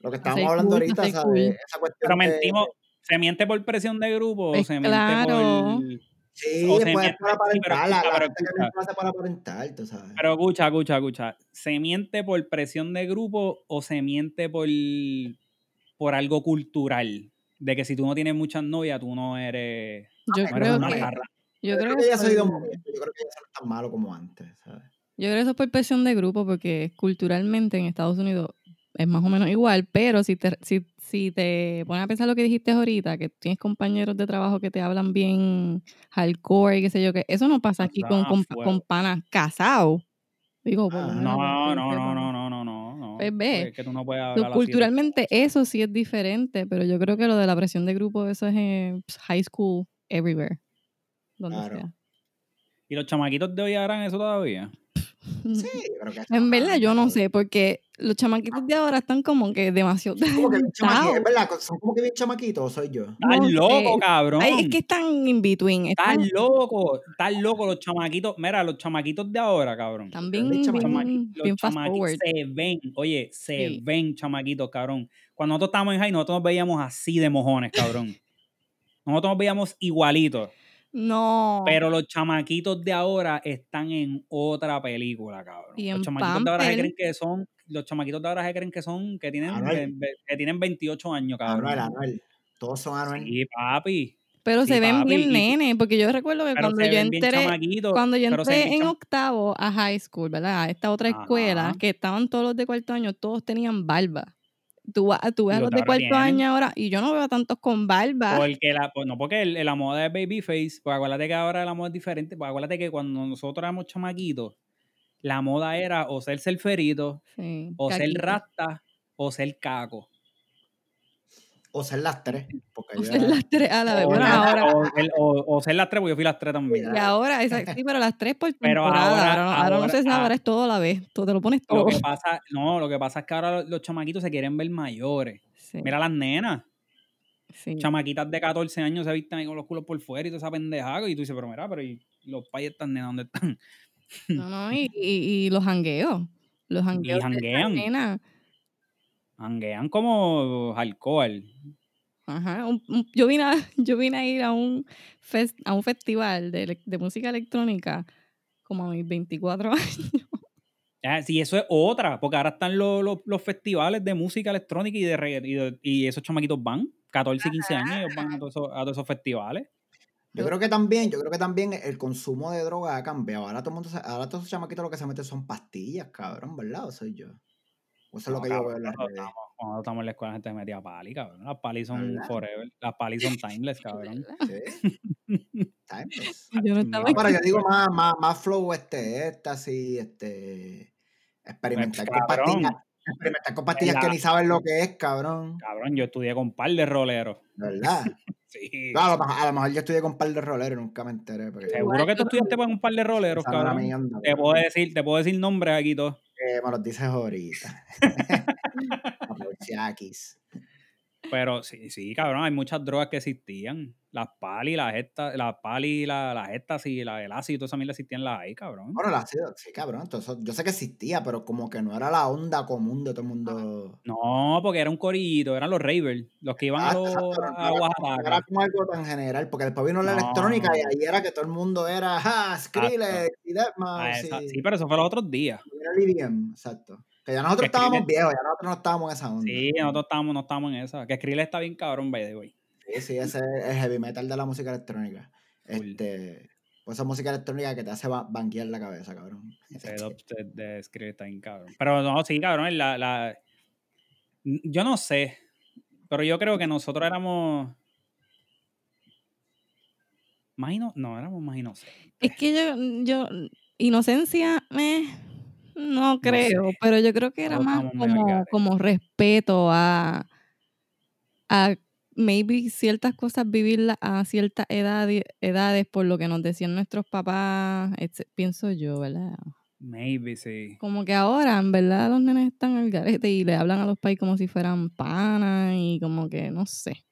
Speaker 2: Lo que estábamos
Speaker 3: Hacer
Speaker 2: hablando
Speaker 3: cool,
Speaker 2: ahorita,
Speaker 3: hacer
Speaker 2: ¿sabes?
Speaker 3: cool.
Speaker 2: Esa cuestión
Speaker 1: Pero
Speaker 2: de-
Speaker 1: mentimos. ¿Se miente por presión de grupo o
Speaker 3: Pues
Speaker 1: se
Speaker 3: claro.
Speaker 1: miente por...?
Speaker 2: Sí,
Speaker 1: o
Speaker 2: pues
Speaker 1: se
Speaker 2: es
Speaker 1: miente,
Speaker 2: para
Speaker 1: sí, pero
Speaker 2: aparentar. La,
Speaker 1: escucha,
Speaker 2: la
Speaker 1: pero
Speaker 2: gente que
Speaker 1: escucha.
Speaker 2: miente lo hace para aparentar, tú sabes.
Speaker 1: Pero escucha, escucha, escucha. ¿Se miente por presión de grupo o se miente por, por algo cultural? De que si tú no tienes muchas novias, tú no eres,
Speaker 2: Ah,
Speaker 3: Yo
Speaker 1: no eres
Speaker 3: creo
Speaker 1: una
Speaker 3: que...
Speaker 1: jarra.
Speaker 3: Yo
Speaker 2: Yo
Speaker 3: creo
Speaker 2: creo
Speaker 3: que
Speaker 2: que ya
Speaker 3: es
Speaker 2: se ha ido
Speaker 3: por-
Speaker 2: moviendo. Yo creo que ya no es tan malo como antes, ¿sabes?
Speaker 3: Yo creo que eso es por presión de grupo, porque culturalmente en Estados Unidos es más o menos igual, pero si te, si, si te pones a pensar lo que dijiste ahorita, que tienes compañeros de trabajo que te hablan bien hardcore y qué sé yo, que eso no pasa
Speaker 1: Nos
Speaker 3: aquí con,
Speaker 1: daban a
Speaker 3: con,
Speaker 1: Ah, fuego.
Speaker 3: con panas casados. Digo, por lo
Speaker 2: Ah.
Speaker 3: menos
Speaker 1: No,
Speaker 3: yo
Speaker 1: no, no,
Speaker 3: sepa.
Speaker 1: no, no, no, no. no.
Speaker 3: Pues ve.
Speaker 1: Porque Es que tú no puedes
Speaker 3: So,
Speaker 1: hablar así de-
Speaker 3: culturalmente eso sí es diferente, pero yo creo que lo de la presión de grupo, eso es en pues, high school, everywhere, donde
Speaker 2: Claro.
Speaker 3: sea.
Speaker 1: ¿Y los chamaquitos de hoy harán eso todavía?
Speaker 2: Sí, ah, yo creo que
Speaker 3: Mm. En verdad yo no
Speaker 2: sé.
Speaker 3: sé, porque los chamaquitos de ahora están como que demasiado...
Speaker 2: Como que bien chamaquito,
Speaker 3: Chao.
Speaker 2: es verdad, son como que bien chamaquitos, o soy yo.
Speaker 1: ¡Estás
Speaker 3: No sé.
Speaker 1: loco, cabrón!
Speaker 3: Ay, es que están in between.
Speaker 1: ¡Estás
Speaker 3: Están,
Speaker 1: loco! ¡Estás loco los chamaquitos! Mira, los chamaquitos de ahora, cabrón.
Speaker 3: están
Speaker 2: Los
Speaker 3: bien, bien,
Speaker 2: chamaqui-
Speaker 1: Los
Speaker 3: bien fast
Speaker 1: chamaquitos
Speaker 3: forward.
Speaker 1: se ven, oye, se
Speaker 3: Sí.
Speaker 1: ven chamaquitos, cabrón. Cuando nosotros estábamos en high, nosotros nos veíamos así de mojones, cabrón. nosotros nos veíamos igualitos.
Speaker 3: No.
Speaker 1: Pero los chamaquitos de ahora están en otra película, cabrón.
Speaker 3: Y en
Speaker 1: los chamaquitos de ahora se
Speaker 3: Pamper.
Speaker 1: creen que son, los chamaquitos de ahora se creen que son, que tienen,
Speaker 2: Anuel.
Speaker 1: que, que tienen 28 años, cabrón.
Speaker 2: Anuel, Anuel. Todos son Anuel.
Speaker 1: Sí, papi.
Speaker 3: Pero
Speaker 1: Sí,
Speaker 3: se ven
Speaker 1: papi,
Speaker 3: bien
Speaker 1: y-
Speaker 3: nenes, porque yo recuerdo que
Speaker 1: Pero
Speaker 3: Pues cuando
Speaker 1: se
Speaker 3: yo
Speaker 1: ven bien
Speaker 3: entré,
Speaker 1: chamaquitos.
Speaker 3: cuando yo
Speaker 1: pero se
Speaker 3: entré
Speaker 1: ven
Speaker 3: en
Speaker 1: cham-
Speaker 3: octavo a high school, ¿verdad? A esta otra
Speaker 1: Ajá.
Speaker 3: escuela, que estaban todos los de cuarto año, todos tenían barba. Tú, va- tú ves
Speaker 1: Y
Speaker 3: a
Speaker 1: los
Speaker 3: los
Speaker 1: de
Speaker 3: de
Speaker 1: ahora
Speaker 3: cuarto
Speaker 1: tienen.
Speaker 3: año ahora y yo no veo a tantos con barba.
Speaker 1: Porque la, pues, no porque el- la moda es babyface, pues acuérdate que ahora la moda es diferente, pues acuérdate que cuando nosotros éramos chamaquitos, la moda era o ser selferito,
Speaker 3: Sí,
Speaker 1: o ser
Speaker 3: caquito.
Speaker 1: rasta, o ser caco.
Speaker 2: O ser las tres. Porque
Speaker 3: O
Speaker 2: yo
Speaker 3: ser
Speaker 2: era-
Speaker 3: las tres a la vez.
Speaker 1: O,
Speaker 3: Bueno,
Speaker 1: la-
Speaker 3: Ah, ahora.
Speaker 1: o el- o- o ser las tres, porque yo fui las tres también.
Speaker 3: Y ahora, exacto, sí, pero las tres por
Speaker 1: Pero
Speaker 3: temporada. Ahora,
Speaker 1: ahora-
Speaker 3: no- ahora no
Speaker 1: ahora-
Speaker 3: se sabe,
Speaker 1: ah.
Speaker 3: ahora es todo a la vez. Tú te lo pones todo.
Speaker 1: Lo que pasa, no, lo que pasa es que ahora los, los chamaquitos se quieren ver mayores.
Speaker 3: Sí,
Speaker 1: Mira las nenas,
Speaker 3: sí.
Speaker 1: chamaquitas de 14 años se visten ahí con los culos por fuera y toda esa pendejada. Y tú dices, pero mira, pero ¿y los payas están nenas dónde están?
Speaker 3: No, no, y, y- y los jangueos. Los jangueos. de estas
Speaker 1: janguean.
Speaker 3: nenas.
Speaker 1: Hanguean como alcohol.
Speaker 3: Ajá, un- un- yo, vine a, yo vine a ir a un, fest- a un festival de, elec- de música electrónica como a mis 24 años.
Speaker 1: Ah, Sí, eso es otra, porque ahora están los, los- los festivales de música electrónica y de reggae- y, de- y esos chamaquitos van, 14 y 15 años, ellos van a todos esos, a todos esos festivales.
Speaker 2: Yo creo que también, yo creo que también el consumo de droga ha cambiado. Ahora todo el mundo, se- ahora todos esos chamaquitos lo que se meten son pastillas, cabrón, ¿verdad? O soy yo. O eso es lo
Speaker 1: No,
Speaker 2: que yo
Speaker 1: cabrón,
Speaker 2: veo en las
Speaker 1: nosotros
Speaker 2: redes.
Speaker 1: estamos- Cuando estamos en la escuela, la gente metía pali, cabrón. Las palis son
Speaker 2: ¿Verdad?
Speaker 1: forever, las palis son timeless, cabrón.
Speaker 2: Sí. Timeless.
Speaker 3: Yo no estaba
Speaker 2: No,
Speaker 1: Ay,
Speaker 2: pero yo
Speaker 1: qué
Speaker 2: digo más, más, más flow este, éxtasis, este. Experimentar
Speaker 1: Pues,
Speaker 2: con
Speaker 1: cabrón.
Speaker 2: pastillas. Experimentar con pastillas que
Speaker 1: la-
Speaker 2: ni saben lo que es, cabrón.
Speaker 1: Cabrón, yo estudié con un par de roleros.
Speaker 2: ¿Verdad?
Speaker 1: Sí.
Speaker 2: Yo a, lo mejor, a lo mejor yo estudié con un par de roleros y nunca me enteré. Porque
Speaker 1: Seguro que tú estudiaste con un par de roleros,
Speaker 2: esa no era
Speaker 1: cabrón.
Speaker 2: mi onda,
Speaker 1: Te puedo decir, te puedo decir nombres aquí todos.
Speaker 2: que me los dices ahorita. Aprovechakis.
Speaker 1: Pero sí, sí, cabrón, hay muchas drogas que existían. Las pali, las estas, las pali, la- las estas y la, el ácido, esas mierdas existían las hay, cabrón.
Speaker 2: Bueno, el ácido, sí, cabrón. Entonces, yo sé que existía, pero como que no era la onda común de todo el mundo.
Speaker 1: No, porque era un corillito, eran los ravers, los que iban a
Speaker 2: Exacto,
Speaker 1: los
Speaker 2: exacto, pero no
Speaker 1: a
Speaker 2: era No era
Speaker 1: Oaxaca.
Speaker 2: como algo tan general, porque después vino la
Speaker 1: Ah, No.
Speaker 2: electrónica y ahí era que todo el mundo era, ja, Skrillex y
Speaker 1: A
Speaker 2: Deathmouse
Speaker 1: Ah, esa-
Speaker 2: y
Speaker 1: sí, pero eso fue los otros días.
Speaker 2: era el EDM, exacto. Que ya nosotros
Speaker 1: Que Skrillex-
Speaker 2: estábamos viejos, ya nosotros no estábamos en esa onda.
Speaker 1: Sí, nosotros estábamos, no estábamos en esa. Que Skrill está bien cabrón, by the way.
Speaker 2: Sí, sí, ese es el heavy metal de la música electrónica.
Speaker 1: Full.
Speaker 2: Este, pues esa música electrónica que te hace ba- banquear la cabeza, cabrón.
Speaker 1: Ese dub de, de Skrill está bien cabrón. Pero no, sí, cabrón, la, la... Yo no sé, pero yo creo que nosotros éramos... Más ino- No, éramos más inocentes.
Speaker 3: Es que yo, mm, yo inocencia, eh, no
Speaker 1: sé.
Speaker 3: creo, pero yo creo que era
Speaker 1: Todos
Speaker 3: más
Speaker 1: estamos medio al
Speaker 3: como,
Speaker 1: garete.
Speaker 3: como respeto a, a maybe ciertas cosas vivirlas a ciertas edades, edades por lo que nos decían nuestros papás, etc. pienso yo, ¿verdad?
Speaker 1: Maybe, sí.
Speaker 3: Como que ahora, en verdad, los nenes están al garete y le hablan a los pais como si fueran panas y como que, no sé.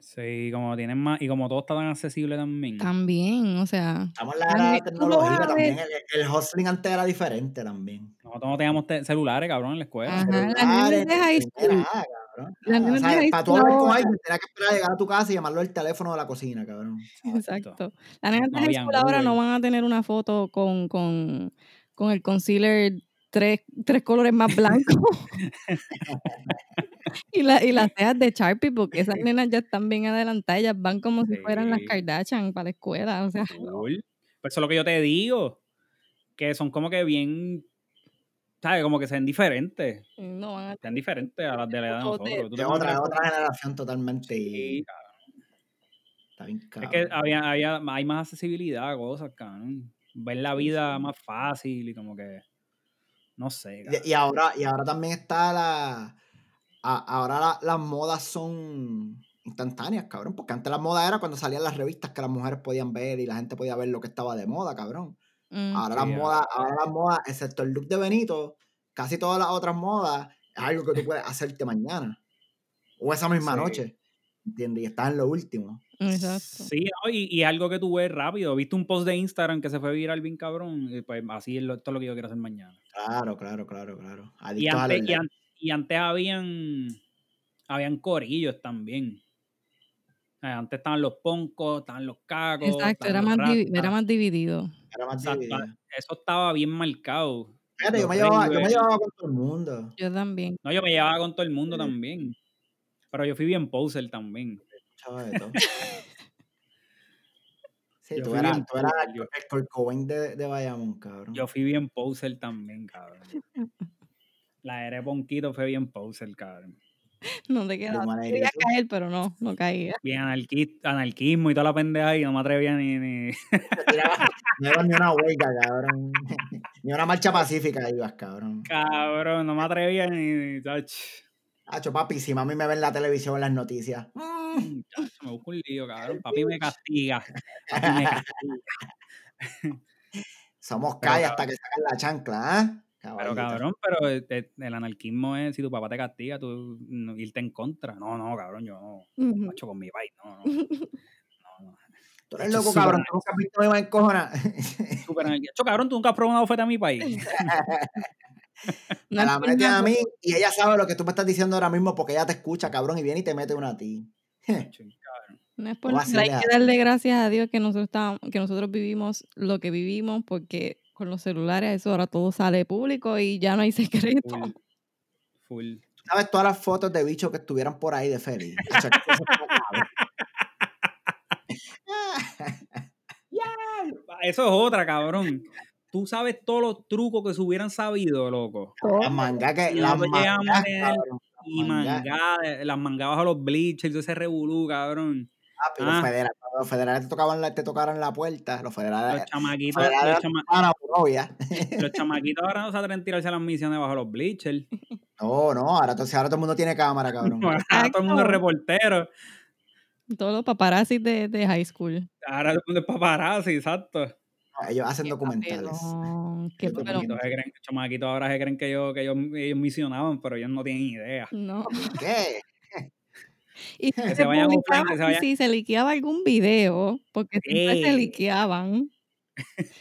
Speaker 1: Sí, como tienen más... Y como todo está tan accesible también.
Speaker 3: También, o sea,
Speaker 2: Estamos en la
Speaker 3: Ah,
Speaker 2: era de
Speaker 3: me-
Speaker 2: la
Speaker 3: tú lo vas
Speaker 2: tecnología
Speaker 3: a
Speaker 2: también. El, el hustling antes era diferente también.
Speaker 1: Nosotros no teníamos te- celulares, cabrón, en la escuela.
Speaker 2: Ah,
Speaker 3: Ajá, las
Speaker 2: Celulares,
Speaker 3: nenas de high
Speaker 2: no era
Speaker 3: school.
Speaker 2: nada, cabrón.
Speaker 3: Las
Speaker 2: nada. O
Speaker 3: nenas de
Speaker 2: sea,
Speaker 3: high
Speaker 2: para tú
Speaker 3: school
Speaker 2: hablar con
Speaker 3: ahora.
Speaker 2: alguien, tenías que esperar a llegar a tu casa y llamarlo al teléfono de la cocina, cabrón.
Speaker 3: Exacto. Las nenas de
Speaker 1: No
Speaker 3: high
Speaker 1: habían
Speaker 3: school ahora no
Speaker 1: Google.
Speaker 3: van a tener una foto con, con, con el concealer tres, tres colores más blancos. y, la, y las cejas de Sharpie, porque esas nenas ya están bien adelantadas, ellas van como si fueran las
Speaker 1: Sí.
Speaker 3: Kardashian para la escuela. O sea,
Speaker 1: Full. Pues eso es lo que yo te digo. Que son como que bien... ¿Sabes? Como que se ven diferentes.
Speaker 3: no van a
Speaker 1: Sean diferentes a las de la edad de
Speaker 3: Fotos de-
Speaker 1: nosotros. Tú te
Speaker 2: Es
Speaker 1: pones
Speaker 2: otra, es
Speaker 1: a ver fotos-
Speaker 2: otra generación totalmente.
Speaker 1: Sí,
Speaker 2: Y
Speaker 1: cabrón.
Speaker 2: está bien
Speaker 1: Es
Speaker 2: cabrón.
Speaker 1: que había, había, hay más accesibilidad a cosas, cabrón. Ver la
Speaker 2: Sí,
Speaker 1: vida
Speaker 2: sí.
Speaker 1: más fácil y como que. No sé, cabrón.
Speaker 2: Y, y ahora, y ahora también está la. a- ahora la- las modas son instantáneas, cabrón. Porque antes la moda era cuando salían las revistas que las mujeres podían ver y la gente podía ver lo que estaba de moda, cabrón.
Speaker 3: Mm,
Speaker 2: Ahora
Speaker 1: Sí, eh.
Speaker 2: las modas, ahora las modas, excepto el look de Benito, casi todas las otras modas es algo que tú puedes hacerte mañana. O esa misma
Speaker 1: Sí.
Speaker 2: noche. ¿Entiendes? Y estás en lo último.
Speaker 3: Mm, Exacto.
Speaker 1: Sí, no, y, y algo que tú ves rápido. ¿Viste un post de Instagram que se fue viral bien cabrón? Y pues así es lo, esto es lo que yo quiero hacer mañana.
Speaker 2: Claro, claro, claro, claro.
Speaker 1: Y
Speaker 2: Adictos a los
Speaker 1: antes, y,
Speaker 2: likes.
Speaker 1: an- y antes habían. Habían corillos también. Eh, antes estaban los poncos, estaban los cacos.
Speaker 3: Exacto,
Speaker 1: estaban
Speaker 3: era
Speaker 1: los
Speaker 3: más, divi-
Speaker 1: rastas.
Speaker 3: era más dividido.
Speaker 2: Era más
Speaker 1: Exacto,
Speaker 2: dividido.
Speaker 1: Eso estaba bien marcado.
Speaker 2: Fíjate, yo
Speaker 1: los
Speaker 2: me, llevaba, yo me
Speaker 1: Ravens.
Speaker 2: llevaba con todo el mundo.
Speaker 3: Yo también.
Speaker 1: No, yo me llevaba con todo el mundo
Speaker 2: Sí.
Speaker 1: también. Pero yo fui bien poser también.
Speaker 2: Chava de todo. Sí,
Speaker 1: Yo
Speaker 2: tú
Speaker 1: fui
Speaker 2: eras,
Speaker 1: bien
Speaker 2: tú eras
Speaker 1: poser,
Speaker 2: el,
Speaker 1: yo.
Speaker 2: el Corcovain de, de Bayamón,
Speaker 3: Mm.
Speaker 2: cabrón.
Speaker 1: Yo fui bien poser también, cabrón. La era de Ponquito fue bien poser, cabrón.
Speaker 3: No te quedaba.
Speaker 2: mala
Speaker 3: Quería
Speaker 2: herida.
Speaker 3: caer, pero no, no caía.
Speaker 1: Bien anarquis- anarquismo y toda la pendeja y no me atrevía ni... ni...
Speaker 2: Te tiraba- no ibas ni una huelga, cabrón. ni una marcha pacífica ibas, cabrón.
Speaker 1: Cabrón, no me atrevía ni... ni- tach.
Speaker 2: Hacho, papi, si mami me ve en la televisión en las noticias. mm,
Speaker 1: Muchacho, me busco un lío, cabrón. Papi me castiga. Papi me castiga.
Speaker 2: Somos
Speaker 1: Pero,
Speaker 2: calles hasta que sacan la chancla, ¿ah?
Speaker 1: Pero
Speaker 2: Caballito.
Speaker 1: cabrón, pero el, el- el anarquismo es si tu papá te castiga, tú no- irte en contra. No, no, cabrón, yo no.
Speaker 3: Ujú.
Speaker 1: Macho con mi país, no, no. no, no.
Speaker 2: Tú eres
Speaker 1: Hacho,
Speaker 2: loco,
Speaker 1: súper
Speaker 2: cabrón. Tú nunca has visto a mi mamá en cojona.
Speaker 1: Súper anarquista. Hacho, cabrón, tú nunca has probado una oferta a mi país.
Speaker 3: No
Speaker 2: Me
Speaker 3: es
Speaker 2: la
Speaker 3: por
Speaker 2: metes
Speaker 3: nada,
Speaker 2: a mí y ella sabe lo que tú me estás diciendo ahora mismo porque ella te escucha, cabrón, y viene y te mete una a ti.
Speaker 1: Hacho, cabrón.
Speaker 3: No es por
Speaker 2: No
Speaker 3: nada, pero hay
Speaker 2: vaciles
Speaker 3: que darle gracias a Dios que nosotros estábamos, que nosotros vivimos lo que vivimos, porque con los celulares eso ahora todo sale público y ya no hay secreto.
Speaker 1: Full. Full.
Speaker 2: Tú sabes todas las fotos de bichos que estuvieran por ahí de Félix. Hacho, qué cosa tan cabrón.
Speaker 1: Eso es otra, cabrón. Tú sabes todos los trucos que se hubieran sabido, loco.
Speaker 2: Las mangas que.
Speaker 1: Y
Speaker 2: Las
Speaker 1: nosotros llegamos
Speaker 2: mangas,
Speaker 1: a tener-
Speaker 2: cabrón. Las
Speaker 1: Y
Speaker 2: mangas,
Speaker 1: mangadas, eh, las mangadas a los bleachers, todo ese revolú, cabrón.
Speaker 2: papi,
Speaker 1: Ah.
Speaker 2: Los federales, cuando los federales te, tocaban la, te tocaron la puerta. Los federales.
Speaker 1: Los chamaquitos,
Speaker 2: Fuera de
Speaker 1: los,
Speaker 2: la
Speaker 1: chama-
Speaker 2: pana, por obvia.
Speaker 1: los chamaquitos ahora no se atreven a tirarse a las misiones bajo los bleachers.
Speaker 2: No, no, ahora, entonces, ahora todo el mundo tiene cámara, cabrón.
Speaker 1: Ahora todo el mundo es
Speaker 3: Exacto.
Speaker 1: reportero.
Speaker 3: Todos los paparazzis de, de high school.
Speaker 1: Ahora todo el mundo es paparazzi, exacto.
Speaker 2: Ah, Ellos hacen
Speaker 3: Qué
Speaker 2: documentales.
Speaker 3: papelón, qué
Speaker 2: Yo te
Speaker 3: papelón.
Speaker 1: Chamaquitos se creen- chamaquitos ahora se creen que, yo, que ellos, ellos misionaban, pero ellos no tienen idea.
Speaker 3: No.
Speaker 2: ¿Qué?
Speaker 3: Y si
Speaker 1: Que
Speaker 3: se,
Speaker 1: se vayan offline,
Speaker 3: publicaba-
Speaker 1: que se vayan-
Speaker 3: si se liqueaba algún video, porque siempre se
Speaker 1: Sí.
Speaker 3: liqueaban,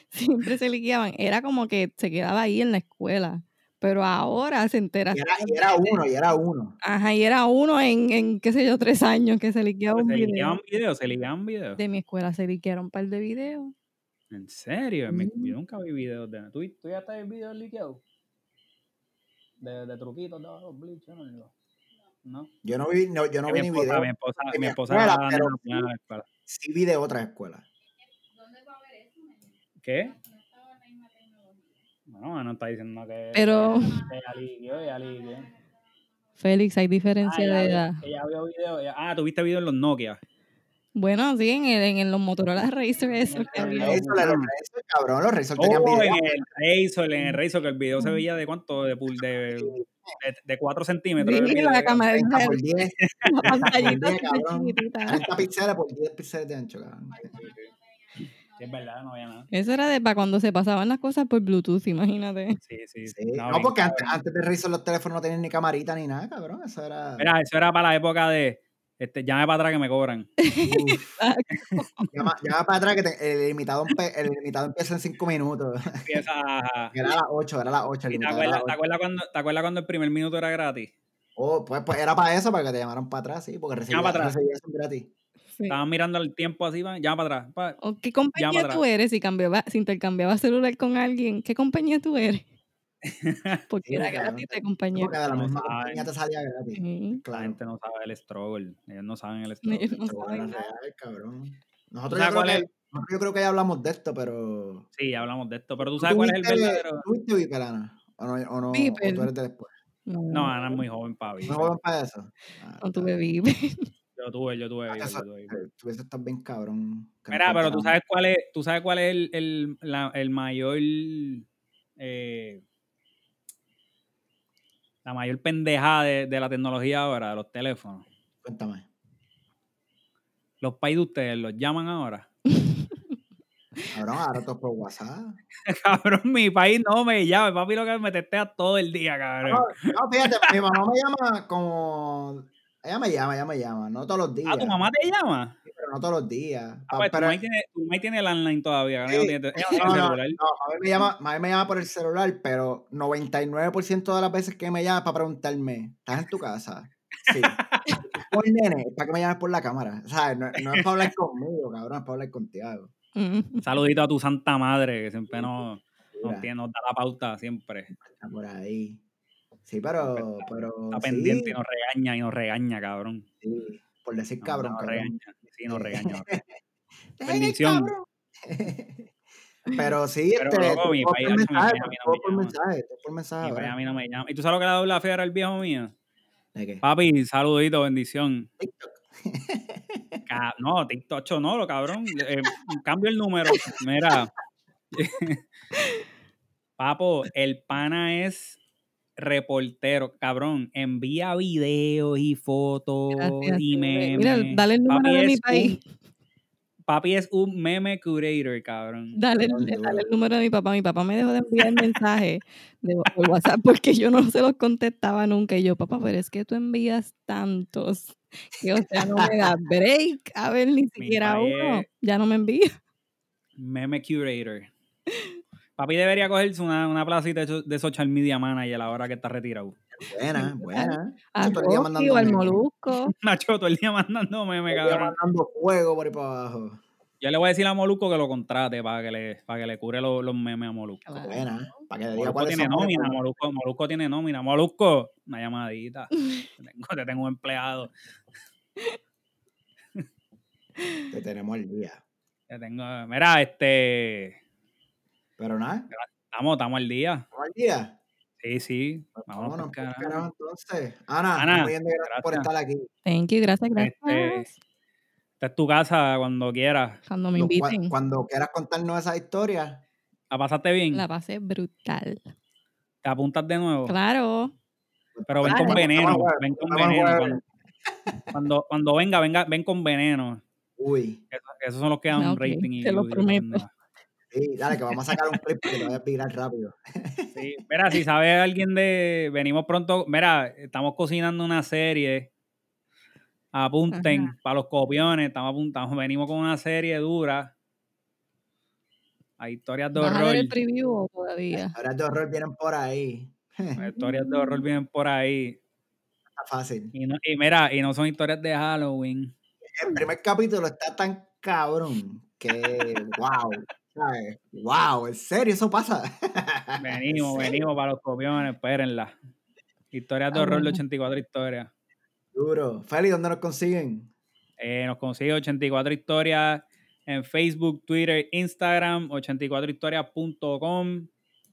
Speaker 3: siempre se liqueaban, era como que se quedaba ahí en la escuela, pero ahora se entera.
Speaker 2: Y era, y era uno, y era uno.
Speaker 3: Ajá, y era uno en, en, qué sé yo, tres años que se liqueaba
Speaker 1: Pero
Speaker 3: un
Speaker 1: Pues se
Speaker 3: video.
Speaker 1: liqueaban videos, se liqueaban videos.
Speaker 3: De mi escuela se liquearon un par de videos.
Speaker 1: ¿En serio? En mi-
Speaker 3: Mm.
Speaker 1: yo nunca vi videos de... ¿Tú, tú ya estás en videos liqueados? De, de truquitos de los bleachers, no. No. ¿No?
Speaker 2: Yo no vi, no, yo no
Speaker 1: mi
Speaker 2: vi ni
Speaker 1: esposa,
Speaker 2: video.
Speaker 1: mi esposa,
Speaker 2: de
Speaker 1: mi
Speaker 2: mi
Speaker 1: esposa
Speaker 2: escuela,
Speaker 1: era
Speaker 2: pero
Speaker 1: nena
Speaker 2: sí.
Speaker 1: buena en la escuela.
Speaker 2: Sí vi de otras escuelas.
Speaker 1: ¿Qué? No, no está diciendo que.
Speaker 3: Pero,
Speaker 1: que ella lidió, ella lidió.
Speaker 3: Félix, hay
Speaker 1: Ah,
Speaker 3: diferencia
Speaker 1: ella,
Speaker 3: de
Speaker 1: vio-
Speaker 3: edad.
Speaker 1: ella vio video. ella- ah, tuviste video en los Nokia.
Speaker 3: Bueno, sí, en, el, en, el- los Motorola Racer, eso que
Speaker 1: Motorola
Speaker 2: Los
Speaker 3: había.
Speaker 2: Razor,
Speaker 1: Razr.
Speaker 2: los Razor, cabrón, los Razor tenían
Speaker 1: Oh,
Speaker 2: video.
Speaker 1: en el Razor, en el Razor, que el video se
Speaker 3: Mm.
Speaker 1: veía de cuánto, de, pul- de, de, 4 centímetros. era el
Speaker 3: Sí,
Speaker 1: video,
Speaker 3: la
Speaker 1: era-
Speaker 3: cámara,
Speaker 2: 30 por
Speaker 3: la
Speaker 2: 10,
Speaker 3: pantallita
Speaker 2: Diez,
Speaker 3: súper
Speaker 2: cabrón.
Speaker 3: chiquitita.
Speaker 2: 30 píxeles por 10 píxeles de ancho, cabrón.
Speaker 1: Sí, es verdad, no había nada.
Speaker 3: Eso era de para cuando se pasaban las cosas por Bluetooth, imagínate.
Speaker 1: Sí, sí.
Speaker 2: Sí. No,
Speaker 1: bien
Speaker 2: porque antes,
Speaker 1: cabrón.
Speaker 2: antes de Razor los teléfonos no tenían ni camarita ni nada, cabrón. Eso era.
Speaker 1: Mira, eso era para la época de. Este, llame para atrás que me cobran.
Speaker 2: Uf. Llama, llama para atrás que te- el, limitado, empe- el limitado empieza en 5 minutos.
Speaker 1: Empieza a-
Speaker 2: Era a las 8, era a las 8 el
Speaker 1: ¿Y te
Speaker 2: limitado. Era a las
Speaker 1: acuerdas, te,
Speaker 2: 8.
Speaker 1: acuerdas cuando, ¿Te acuerdas cuando el primer minuto era gratis?
Speaker 2: Oh, pues, pues era para eso, para que te llamaran para atrás, sí, porque recibía,
Speaker 1: para atrás.
Speaker 2: recibía eso gratis.
Speaker 3: Sí.
Speaker 1: Estaban mirando el tiempo así, van, llama para atrás. pa.
Speaker 3: ¿O ¿Qué
Speaker 1: Llama
Speaker 3: compañía
Speaker 1: atrás.
Speaker 3: tú eres? Si, cambiaba, si intercambiabas celular con alguien, ¿qué compañía tú eres? Porque
Speaker 2: Sí,
Speaker 3: era
Speaker 2: cabrón,
Speaker 3: gratis
Speaker 2: te-
Speaker 3: de compañía.
Speaker 2: Porque de la
Speaker 1: No
Speaker 2: misma
Speaker 1: saben.
Speaker 2: compañía te salía gratis.
Speaker 3: Sí.
Speaker 1: La
Speaker 2: Claro.
Speaker 1: gente no sabe el struggle. Ellos no saben el
Speaker 3: Ellos
Speaker 1: struggle.
Speaker 3: no
Speaker 2: Pero
Speaker 3: saben
Speaker 2: era
Speaker 3: nada.
Speaker 2: real, cabrón. Nosotros,
Speaker 1: sabes
Speaker 2: yo creo
Speaker 1: cuál
Speaker 2: que, nosotros yo creo que ya hablamos de esto, pero.
Speaker 1: Sí, ya hablamos de esto. Pero tú
Speaker 2: ¿Tú
Speaker 1: sabes cuál es
Speaker 2: tuviste-
Speaker 1: el verdadero.
Speaker 2: ¿Tú viste Viper, Ana? ¿O no? ¿O, no, o
Speaker 3: Viper.
Speaker 2: tú eres de después?
Speaker 1: No, Ana es muy joven para
Speaker 2: ¿No juegan para eso? Ah,
Speaker 3: no
Speaker 2: está
Speaker 3: tuve
Speaker 2: bien.
Speaker 3: vive.
Speaker 1: Yo tuve, yo tuve.
Speaker 2: Ah,
Speaker 1: Viper,
Speaker 2: eso-
Speaker 1: yo tuve Viper.
Speaker 2: eh, Tú estás bien cabrón. que no
Speaker 1: Mira, pero tú
Speaker 2: encontraron.
Speaker 1: sabes cuál es, tú sabes cuál es el, el, la- el mayor. eh, la mayor pendejada de, de la tecnología ahora, de los teléfonos.
Speaker 2: Cuéntame.
Speaker 1: Los pais de ustedes los llaman ahora.
Speaker 2: Cabrón, ahora todo por WhatsApp.
Speaker 1: Cabrón, mi país no me llama. El Papi lo que me testea todo el día,
Speaker 2: No,
Speaker 1: cabrón.
Speaker 2: no, fíjate, mi mamá me llama como. Ella me llama, ella me llama. No todos los días.
Speaker 1: Ah, tu mamá te llama.
Speaker 2: Sí, Pero no todos los días.
Speaker 1: Ah,
Speaker 2: Pa-
Speaker 1: pues, tu
Speaker 2: pero-
Speaker 1: mamá tiene, tu mamá tiene el online todavía, cabrón.
Speaker 2: Sí, Ah.
Speaker 1: ella no tiene,
Speaker 2: no, no,
Speaker 1: ella no tiene celular.
Speaker 2: no, mami me llama, mami me llama por el celular, pero 99% de las veces que me llama es para preguntarme, ¿estás en tu casa? Sí. por el nene, es para que me llames por la cámara. ¿Sabes? No, no es para hablar conmigo, cabrón, es para hablar contigo.
Speaker 3: Mm.
Speaker 1: Saludito a tu santa madre, que siempre nos,
Speaker 2: Mira,
Speaker 1: nos, tiene- nos da la pauta, siempre.
Speaker 2: está por ahí. Sí, pero. pero
Speaker 1: Está
Speaker 2: Pues sí,
Speaker 1: pendiente y nos regaña y nos regaña, cabrón.
Speaker 2: sí, Por decir
Speaker 1: Nos-
Speaker 2: cabrón,
Speaker 1: nos
Speaker 2: cabrón.
Speaker 1: regaña. Sí, nos regaña. nos regaña.
Speaker 2: Dejen el
Speaker 1: Bendición.
Speaker 2: cabrón. pero sí,
Speaker 1: Pero,
Speaker 2: este.
Speaker 1: loco, mi
Speaker 2: todo
Speaker 1: país,
Speaker 2: por
Speaker 1: hacho, mi
Speaker 2: mensaje,
Speaker 1: país a mí no
Speaker 2: todo
Speaker 1: me
Speaker 2: por
Speaker 1: llama.
Speaker 2: mensaje, todo por mensaje.
Speaker 1: Y para allá
Speaker 2: ahora.
Speaker 1: a mí no me llama. ¿Y tú sabes lo que le ha dado la fiebre al viejo mío?
Speaker 2: ¿De qué?
Speaker 1: Papi, saludito, bendición.
Speaker 2: TikTok.
Speaker 1: Ca- no, TikTok ocho no, lo cabrón. Eh, cambio el número. Mira. Papo, el pana es reportero, cabrón. Envía videos y fotos
Speaker 3: Gracias,
Speaker 1: y
Speaker 3: Rubén.
Speaker 1: memes.
Speaker 3: Mira, dale el número
Speaker 1: Papi
Speaker 3: de mi
Speaker 1: es
Speaker 3: país.
Speaker 1: un- papi es un meme curator, cabrón.
Speaker 3: Dale,
Speaker 2: Duro,
Speaker 3: dale
Speaker 2: duro.
Speaker 3: el número de mi papá. Mi papá me dejó de enviar mensajes de por WhatsApp porque yo no se los contestaba nunca. Y yo, papá, pero es que tú envías tantos que, o sea, no me da break. A ver, ni siquiera
Speaker 1: país
Speaker 3: uno.
Speaker 1: es-
Speaker 3: Ya no me envía.
Speaker 1: Meme curator. Papi debería cogerse una, una placita de so- de social media manager a la hora que está retirado.
Speaker 2: Buena, buena.
Speaker 3: A
Speaker 2: todo el día
Speaker 3: Rocky o
Speaker 2: mandando
Speaker 3: al
Speaker 2: memes.
Speaker 3: Molusco.
Speaker 1: Nacho, todo el día mandando meme,
Speaker 2: Estoy
Speaker 1: cabrón.
Speaker 2: mandando fuego por ahí para abajo.
Speaker 1: Yo le voy a decir a Moluco que lo contrate para que le, para que le cure lo- los memes a Molusco.
Speaker 3: Claro.
Speaker 2: Buena. Para que le diga
Speaker 1: Molusco
Speaker 2: cuáles
Speaker 1: tiene
Speaker 2: son.
Speaker 1: nómina, Molusco, Molusco tiene nómina. Molusco, una llamadita. Te tengo, te tengo un empleado.
Speaker 2: Te tenemos el día.
Speaker 1: Te tengo. Mira, este.
Speaker 2: Pero nada,
Speaker 1: Estamos, estamos al día.
Speaker 2: estamos al día. Pues,
Speaker 1: Sí, sí. Vámonos,
Speaker 2: Vámonos,
Speaker 1: por carajo.
Speaker 2: por carajo, entonces. Ana,
Speaker 1: Ana,
Speaker 2: muy bien, gracias por
Speaker 1: gracias.
Speaker 2: estar aquí.
Speaker 3: Thank you, gracias, gracias.
Speaker 1: Este, Esta es tu casa cuando quieras.
Speaker 3: Cuando me
Speaker 2: Nos- cua-
Speaker 3: inviten,
Speaker 2: cuando quieras contarnos esa historia,
Speaker 1: La pasaste bien.
Speaker 3: la pasé brutal.
Speaker 1: Te apuntas de nuevo.
Speaker 3: Claro.
Speaker 1: Pero ven
Speaker 3: Claro.
Speaker 1: con veneno.
Speaker 2: Vamos a ver,
Speaker 1: Ven con
Speaker 2: vamos a
Speaker 1: veneno.
Speaker 2: ver.
Speaker 1: Cuando, cuando, cuando venga, venga, ven con veneno.
Speaker 2: uy,
Speaker 1: Eso- Esos son los que dan
Speaker 3: Ah, Ok,
Speaker 1: rating y
Speaker 3: te lo
Speaker 1: views y
Speaker 3: prometo.
Speaker 1: pendeja.
Speaker 2: sí, dale, que vamos a sacar un clip para que te vayas a virar rápido.
Speaker 1: Sí, mira, si sabe alguien de. Venimos pronto. Mira, estamos cocinando una serie. Apunten para los copiones. Estamos apuntando. Venimos con una serie dura. Hay historias de
Speaker 3: ¿Vas a
Speaker 1: horror.
Speaker 3: ver el preview o todavía?
Speaker 2: Ahora de horror vienen por ahí. Está
Speaker 1: Las historias de horror vienen por ahí.
Speaker 2: fácil.
Speaker 1: Y, no- y mira, y no son historias de Halloween.
Speaker 2: El primer capítulo está tan cabrón que, wow, ¿sabes? Wow, en serio, eso pasa.
Speaker 1: Venimos,
Speaker 2: ¿En serio?
Speaker 1: venimos para los copiones. Espérenla. Historias de
Speaker 3: Ah,
Speaker 1: horror de
Speaker 3: bueno.
Speaker 1: 84 historias.
Speaker 2: Duro. Feli, ¿dónde nos consiguen?
Speaker 1: Eh, nos consigue 84 historias en Facebook, Twitter, Instagram, 84historias.com,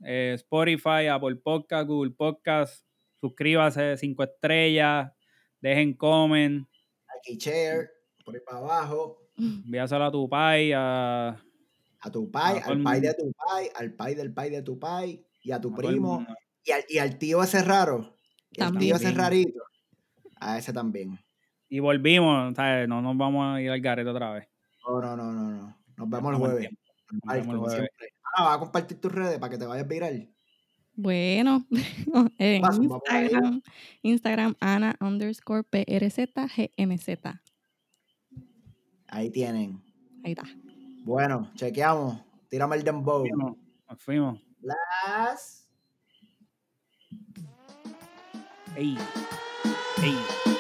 Speaker 1: eh, Spotify, Apple Podcast, Google Podcast. Suscríbase, 5 estrellas, dejen comment,
Speaker 2: Aquí, share, por ahí para abajo.
Speaker 1: envíaselo a tu pai, a, a
Speaker 2: A tu pai,
Speaker 1: Ah, todo
Speaker 2: al
Speaker 1: el
Speaker 2: pai de
Speaker 1: mundo.
Speaker 2: tu pai, al pai del pai de tu pai, y a tu
Speaker 1: todo el
Speaker 2: primo,
Speaker 1: mundo.
Speaker 2: y al, y al tío ese raro. Y al tío
Speaker 3: También.
Speaker 2: ese rarito. A ese también.
Speaker 1: Y volvimos, ¿sabes? no nos vamos a ir al garete otra vez.
Speaker 2: Oh, No, no, no, no, no. Nos vemos el
Speaker 1: Estamos en
Speaker 2: jueves.
Speaker 1: tiempo,
Speaker 2: Al
Speaker 1: nos vemos el
Speaker 2: como
Speaker 1: jueves.
Speaker 2: siempre. Ah, va a compartir tus redes para que te vayas viral.
Speaker 3: Bueno, en
Speaker 2: Paso, vamos a ir.
Speaker 3: Instagram, Instagram, Ana underscore PRZ GMZ.
Speaker 2: Ahí tienen.
Speaker 3: Ahí está.
Speaker 2: Bueno, chequeamos. Tírame el dembow.
Speaker 1: Fuimos, nos fuimos.
Speaker 2: Las-
Speaker 1: Ey, ey.